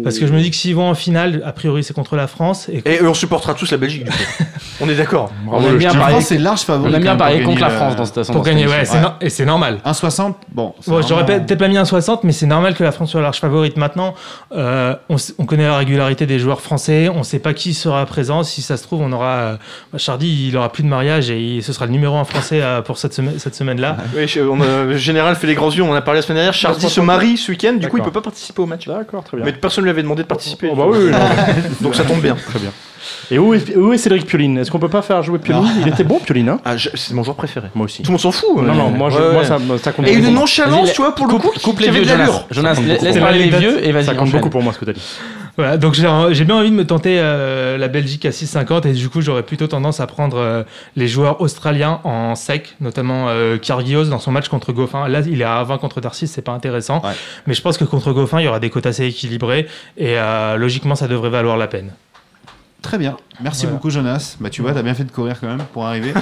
L: Parce que je me dis que s'ils vont en finale, a priori c'est contre la France. Et,
D: Et on supportera tous la Belgique, du coup. on est d'accord.
L: On aime bien
C: La
L: parier-
C: France est large favorite.
L: on aime bien
C: quand même
L: parier
C: pour
L: contre la
C: gagner,
L: France
C: euh,
L: dans cette- Pour dans cette gagner, ouais, émission. c'est no- et c'est normal.
C: 1,60, bon. c'est
L: Bon, j'aurais
C: vraiment-
L: peut-être pas mis un 60, mais c'est normal que la France soit large favorite maintenant. Euh, on, s- on connaît la régularité des joueurs français, on sait pas qui sera présent. Si ça se trouve, on aura. euh, Chardy, il aura plus de mariage et il- ce sera le numéro un français euh, pour cette, semaine cette semaine-là.
D: Oui, je- on, euh, le général fait les grands yeux, on en a parlé la semaine dernière. Chardy se marie ce week-end, du coup il peut pas participer au match. D'accord, très
E: Ah, bien.
D: Mais personne ne lui avait demandé de participer.
E: Oh, bah oui, oui, non.
D: Donc ça tombe bien.
E: Très bien. Et où est, où est Cédric Pioline Est-ce qu'on peut pas faire jouer Pioline Il était bon Pioline, hein
D: Ah, C'est mon joueur préféré.
E: Moi aussi.
D: Tout le monde s'en fout.
E: Non,
D: euh,
E: non, moi, je-
D: ouais,
E: moi,
D: ouais.
E: ça me- ça compte
D: Et
E: beaucoup.
D: une nonchalance,
E: Vas-y,
D: tu vois, pour le coup,
F: coupe
D: qui
F: les
D: avait
F: vieux,
D: de l'allure.
F: Jonas. Jonas,
E: Ça compte
F: laisse
E: beaucoup.
F: parler les
E: C'est
F: vieux et vas-y.
E: Ça compte
F: enchaîne.
E: beaucoup pour moi ce que t'as dit.
L: Voilà, donc j'ai j'ai bien envie de me tenter euh, la Belgique à 6,50 et du coup j'aurais plutôt tendance à prendre euh, les joueurs australiens en sec, notamment euh, Kyrgios dans son match contre Goffin. Là il est à 20 contre Darcy, c'est pas intéressant, mais je pense que contre Goffin il y aura des cotes assez équilibrées et euh, logiquement ça devrait valoir la peine.
C: Très bien. Merci
L: Voilà.
C: beaucoup, Jonas. Bah, tu vois, t'as bien fait de courir quand même pour arriver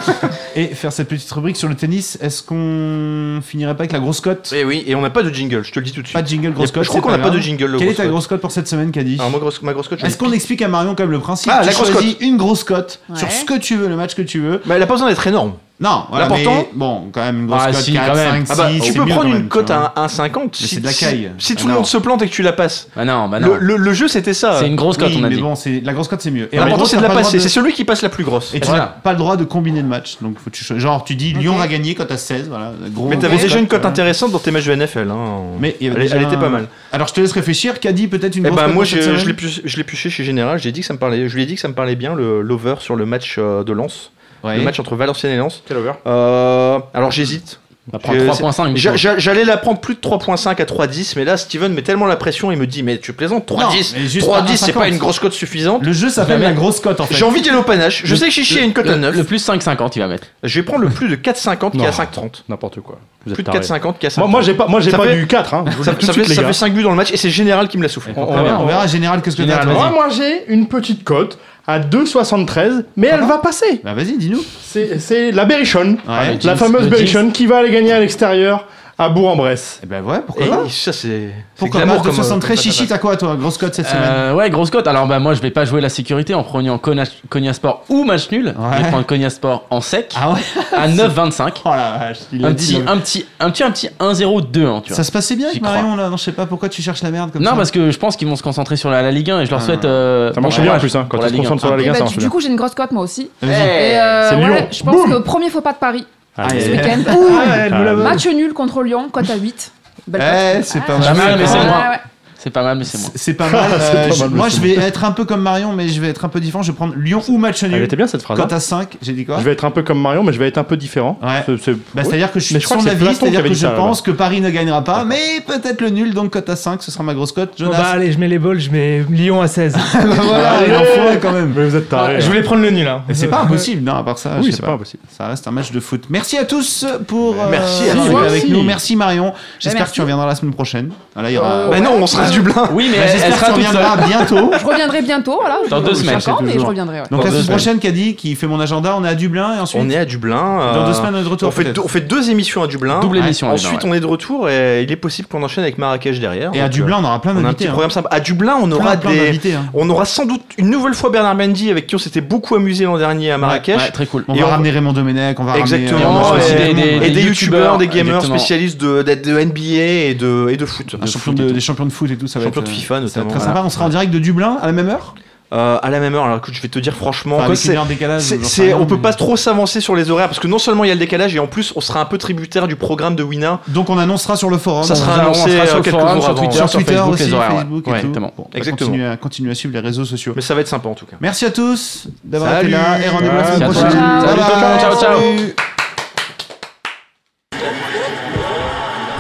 C: et faire cette petite rubrique sur le tennis. Est-ce qu'on finirait pas avec la grosse cote
D: Et Eh oui, et on n'a pas de jingle, je te le dis tout de suite.
C: Pas de jingle grosse
D: Y a-
C: cote.
D: Je crois
C: c'est
D: qu'on n'a pas
C: grave.
D: de jingle. le
C: Quelle est ta
D: cote
C: grosse cote pour cette semaine, Caddy
D: Alors, moi, grosse- ma grosse cote, je
C: Est-ce qu'on explique à Marion quand même le principe
D: Ah,
C: Tu
D: la grosse
C: choisis
D: cote.
C: une grosse cote sur
D: Ouais.
C: ce que tu veux, le match que tu veux.
D: Mais elle a pas besoin d'être énorme.
C: Non, voilà,
D: L'important-
C: mais bon, quand même une grosse
D: Ah,
C: cote
D: si,
C: 4,
D: quand même.
C: 5, 6,
D: Ah bah, tu
C: c'est
D: peux
C: mieux
D: prendre
C: quand même,
D: une cote
C: tu vois.
D: à 1,50.
C: Mais
D: si-
C: c'est de la
D: si-
C: caille.
D: Si tout
C: Ah
D: le monde
C: non.
D: se plante et que tu la passes.
F: Bah non, bah non.
D: Le- Le le jeu, c'était ça.
F: C'est une grosse cote,
C: Oui,
F: on a
C: mais
F: dit.
C: bon, c'est la grosse cote c'est mieux. Et en
D: L'important,
C: gros,
D: c'est de
C: t'as
D: la
C: pas le
D: passer.
C: droit
D: C'est
C: de-
D: celui qui passe la plus grosse.
C: Et tu n'as
D: Voilà.
C: pas le droit de combiner de match, donc faut que tu cho- genre tu dis Lyon va gagner cote à 16, voilà. Gros,
D: Mais t'avais
C: grosse
D: déjà une cote
C: voilà.
D: intéressante dans tes matchs de NFL. hein.
C: Mais il y avait
D: elle,
C: déjà
D: elle
C: un-
D: était pas mal.
C: Alors je te laisse réfléchir. Caddy peut-être une
D: Eh
C: grosse
D: ben
C: cote
D: moi
C: pour cette
D: je, je
C: semaine
D: l'ai pu- je l'ai puché chez Général, j'ai dit que ça me parlait, je lui ai dit que ça me parlait bien le l'over sur le match euh, de Lens,
C: Ouais.
D: le match entre Valenciennes et Lens.
E: Quel over
D: Euh, alors j'hésite.
F: prend
D: Je-
F: 3,5, il me
D: j'a-
F: semble.
D: j'a- J'allais la prendre plus de 3.5 à 3.10 mais là Steven met tellement la pression il me dit mais tu plaisantes
C: Non, mais
D: 3.10
C: juste
D: 3.10 c'est
C: 1,50.
D: pas une grosse cote suffisante.
C: Le jeu s'appelle
D: Jamais.
C: la grosse cote en fait.
D: J'ai envie d'y aller au panache. Je sais que Chichi a une cote
F: le-
D: à 9.
F: Le plus 5,50 il va mettre.
D: Je vais prendre le plus de 4.50 qui est à
E: Non.
D: 5.30.
E: N'importe quoi. Vous êtes
D: Plus de
E: tarés.
D: 4.50 qui est à 5.30.
E: Moi, moi j'ai pas, moi, j'ai
D: Ça
E: pas
D: fait-
E: du 4. Hein. Je vous
D: Ça,
E: le dis
D: ça
E: tout de
D: fait,
E: suite,
D: ça
E: les
D: fait
E: gars.
D: 5 buts dans le match et c'est Général qui me l'a soufflé.
E: On- on-
C: Très bien,
E: on-
C: on verra général qu'est-ce que t'as.
E: Général,
C: vas-y.
E: moi, moi, j'ai une petite cote à 2,73, mais elle va passer.
C: Bah vas-y, dis-nous.
E: C'est c'est la Berrichonne,
C: Ouais.
E: la
F: Jeans,
E: fameuse
F: le
E: Berrichonne qui va aller gagner à l'extérieur à Bourg-en-Bresse.
C: Eh ben ouais, pourquoi
D: Et
C: pas
D: ça c'est. c'est
C: Pourquoi
D: glamour
C: match de
D: comme, euh,
C: 73
D: comme
C: chichi, t'as quoi toi, grosse cote cette semaine
F: Euh, ouais, grosse cote. Alors bah moi je vais pas jouer la sécurité en prenant Cogna, Cogna Sport ou match nul. Je vais prendre Cogna Sport en sec
C: Ah ouais
F: à 9,25.
C: Oh la vache, il
F: Un
C: a dit.
E: hein.
F: petit, un petit, un petit, un petit 1-0-2, hein, tu vois.
C: Ça se passait bien avec
F: J'y crois.
C: Marion là, non, je sais pas pourquoi tu cherches la merde comme ça.
F: Non, parce que je pense qu'ils vont se concentrer sur la, la Ligue 1 et je leur souhaite. euh,
E: Ça
F: bon
E: marche bien en
F: courage
E: plus, hein, quand
F: pour
E: ils se
F: Ligue 1.
E: concentrent sur la Ligue 1,
G: Bah,
E: ça
G: du,
E: marche
G: du
E: bien.
G: coup, j'ai une grosse cote moi aussi.
C: Vas-y.
G: Et, euh,
E: C'est
G: voilà,
E: Lyon.
G: je pense que premier faux pas de Paris
C: Ah,
G: ce
C: eh,
G: week-end.
C: ah, elle nous l'a-
G: Match nul contre Lyon, cote à 8. Belle cote.
C: Eh, c'est pas
F: Pas
C: mal.
F: mal, mais c'est
G: Ouais,
F: moi.
G: ouais.
F: C'est pas mal, mais c'est moi.
C: C'est pas mal.
E: C'est
C: euh,
E: pas
C: je-
E: mal,
C: moi,
E: mais
C: je
E: c'est
C: vais être un peu comme Marion, mais je vais être un peu différent. Je vais prendre Lyon ou match
E: Elle
C: nul.
E: était bien cette phrase. hein.
C: Cote à 5, j'ai dit quoi
E: Je vais être un peu comme Marion, mais je vais être un peu différent.
C: Ouais.
E: C'est- c'est-
C: Bah,
E: oui.
C: C'est-à-dire que je suis
E: Mais je crois
C: son
E: que c'est
C: avis,
E: Platon qui
C: c'est-à-dire
E: avait
C: que
E: dit
C: je
E: ça, là-bas.
C: pense que Paris ne gagnera pas, mais peut-être le nul, donc cote à 5, ce sera ma grosse cote.
L: Bon,
C: Jonas,
L: bah allez, je mets les balles, je mets Lyon à 16.
C: Bah, voilà, il en faut un, quand même.
E: Mais vous êtes tarés.
L: je
E: hein.
L: voulais prendre le nul. hein.
C: Et c'est pas impossible, non, à part ça. je sais
E: Oui, c'est pas impossible.
C: Ça reste un match de foot. Merci à tous pour euh,
D: Merci à
C: avoir
D: toi.
C: été
E: Merci.
C: avec nous. Merci Marion. J'espère
G: Merci.
C: que tu reviendras la semaine prochaine. Voilà, il y aura.
D: Bah non, on sera Dublin.
F: Oui, mais
C: Bah,
F: elle-
C: j'espère
F: elle
C: que
F: sera
C: tu
F: toute
C: reviendras
F: seule.
C: bientôt.
G: Je reviendrai bientôt, voilà.
F: Dans
G: Je-
F: deux
G: je suis
F: semaines,
G: d'accord,
F: c'est
G: mais
F: toujours.
G: je reviendrai. ouais.
C: Donc la
F: deux
C: semaine
F: semaines.
C: prochaine, Caddy, qui fait mon agenda, on est à Dublin et ensuite.
D: On est à Dublin.
C: Dans
D: euh,
C: deux semaines, on est de retour,
D: On fait,
C: peut-être.
D: deux, on fait deux émissions à Dublin.
F: Double émission à Dublin,
D: Ensuite, on est de retour et il est possible qu'on enchaîne avec Marrakech derrière.
C: Et à
D: Donc, euh,
C: Dublin, on aura plein
D: On a un
C: d'invités,
D: petit
C: hein.
D: programme sympa. À Dublin, on
C: Plein,
D: aura
C: plein
D: des.
C: d'invités, hein.
D: On aura sans doute une nouvelle fois Bernard Mendy avec qui on s'était beaucoup amusé l'an dernier à Marrakech.
F: Ouais, très cool.
C: On
D: Et
C: va
D: on-
C: ramener Raymond Domenech, on va
D: Exactement.
C: ramener.
F: on a aussi
D: et,
F: des- des-
D: et
F: des
D: des youtubeurs,
F: youtubeurs,
D: des gamers
F: exactement.
D: spécialistes de, de, de NBA et de, et de foot.
C: un champion de, des champions de foot et tout, ça va
D: Champion
C: être.
D: de
C: euh, ça
D: FIFA,
C: va être
D: notamment,
C: Très
D: voilà.
C: sympa, on sera en direct de Dublin à la même heure
D: Euh, à la même heure, alors que je vais te dire franchement,
C: Enfin,
D: quoi,
C: avec une
D: c'est-
C: heure de décalage,
D: c'est-
C: j'en sais
D: c'est-
C: rien,
D: on peut
C: mais-
D: pas trop s'avancer sur les horaires parce que non seulement il y a le décalage et en plus on sera un peu tributaire du programme de Wina.
C: Donc on annoncera sur le forum.
D: Ça
C: on
D: sera
C: va-
F: on
D: annoncé
F: sera sur
D: euh,
F: le
D: quelques
F: forum,
D: jours
F: sur
D: avant.
F: Twitter,
C: sur Twitter
F: Facebook, les
C: aussi,
F: horaires, ouais.
C: Facebook et
F: Ouais,
C: tout.
F: exactement.
C: Bon, on va
D: Exactement.
C: continuer à- continuer à suivre les réseaux sociaux.
D: Mais ça va être sympa en tout cas.
C: Merci à tous d'avoir été
D: Salut.
C: là et rendez-vous la semaine
F: Merci à
C: prochaine.
F: toi.
C: Bye
F: Salut,
C: bye.
F: ciao, ciao, ciao.
C: Salut.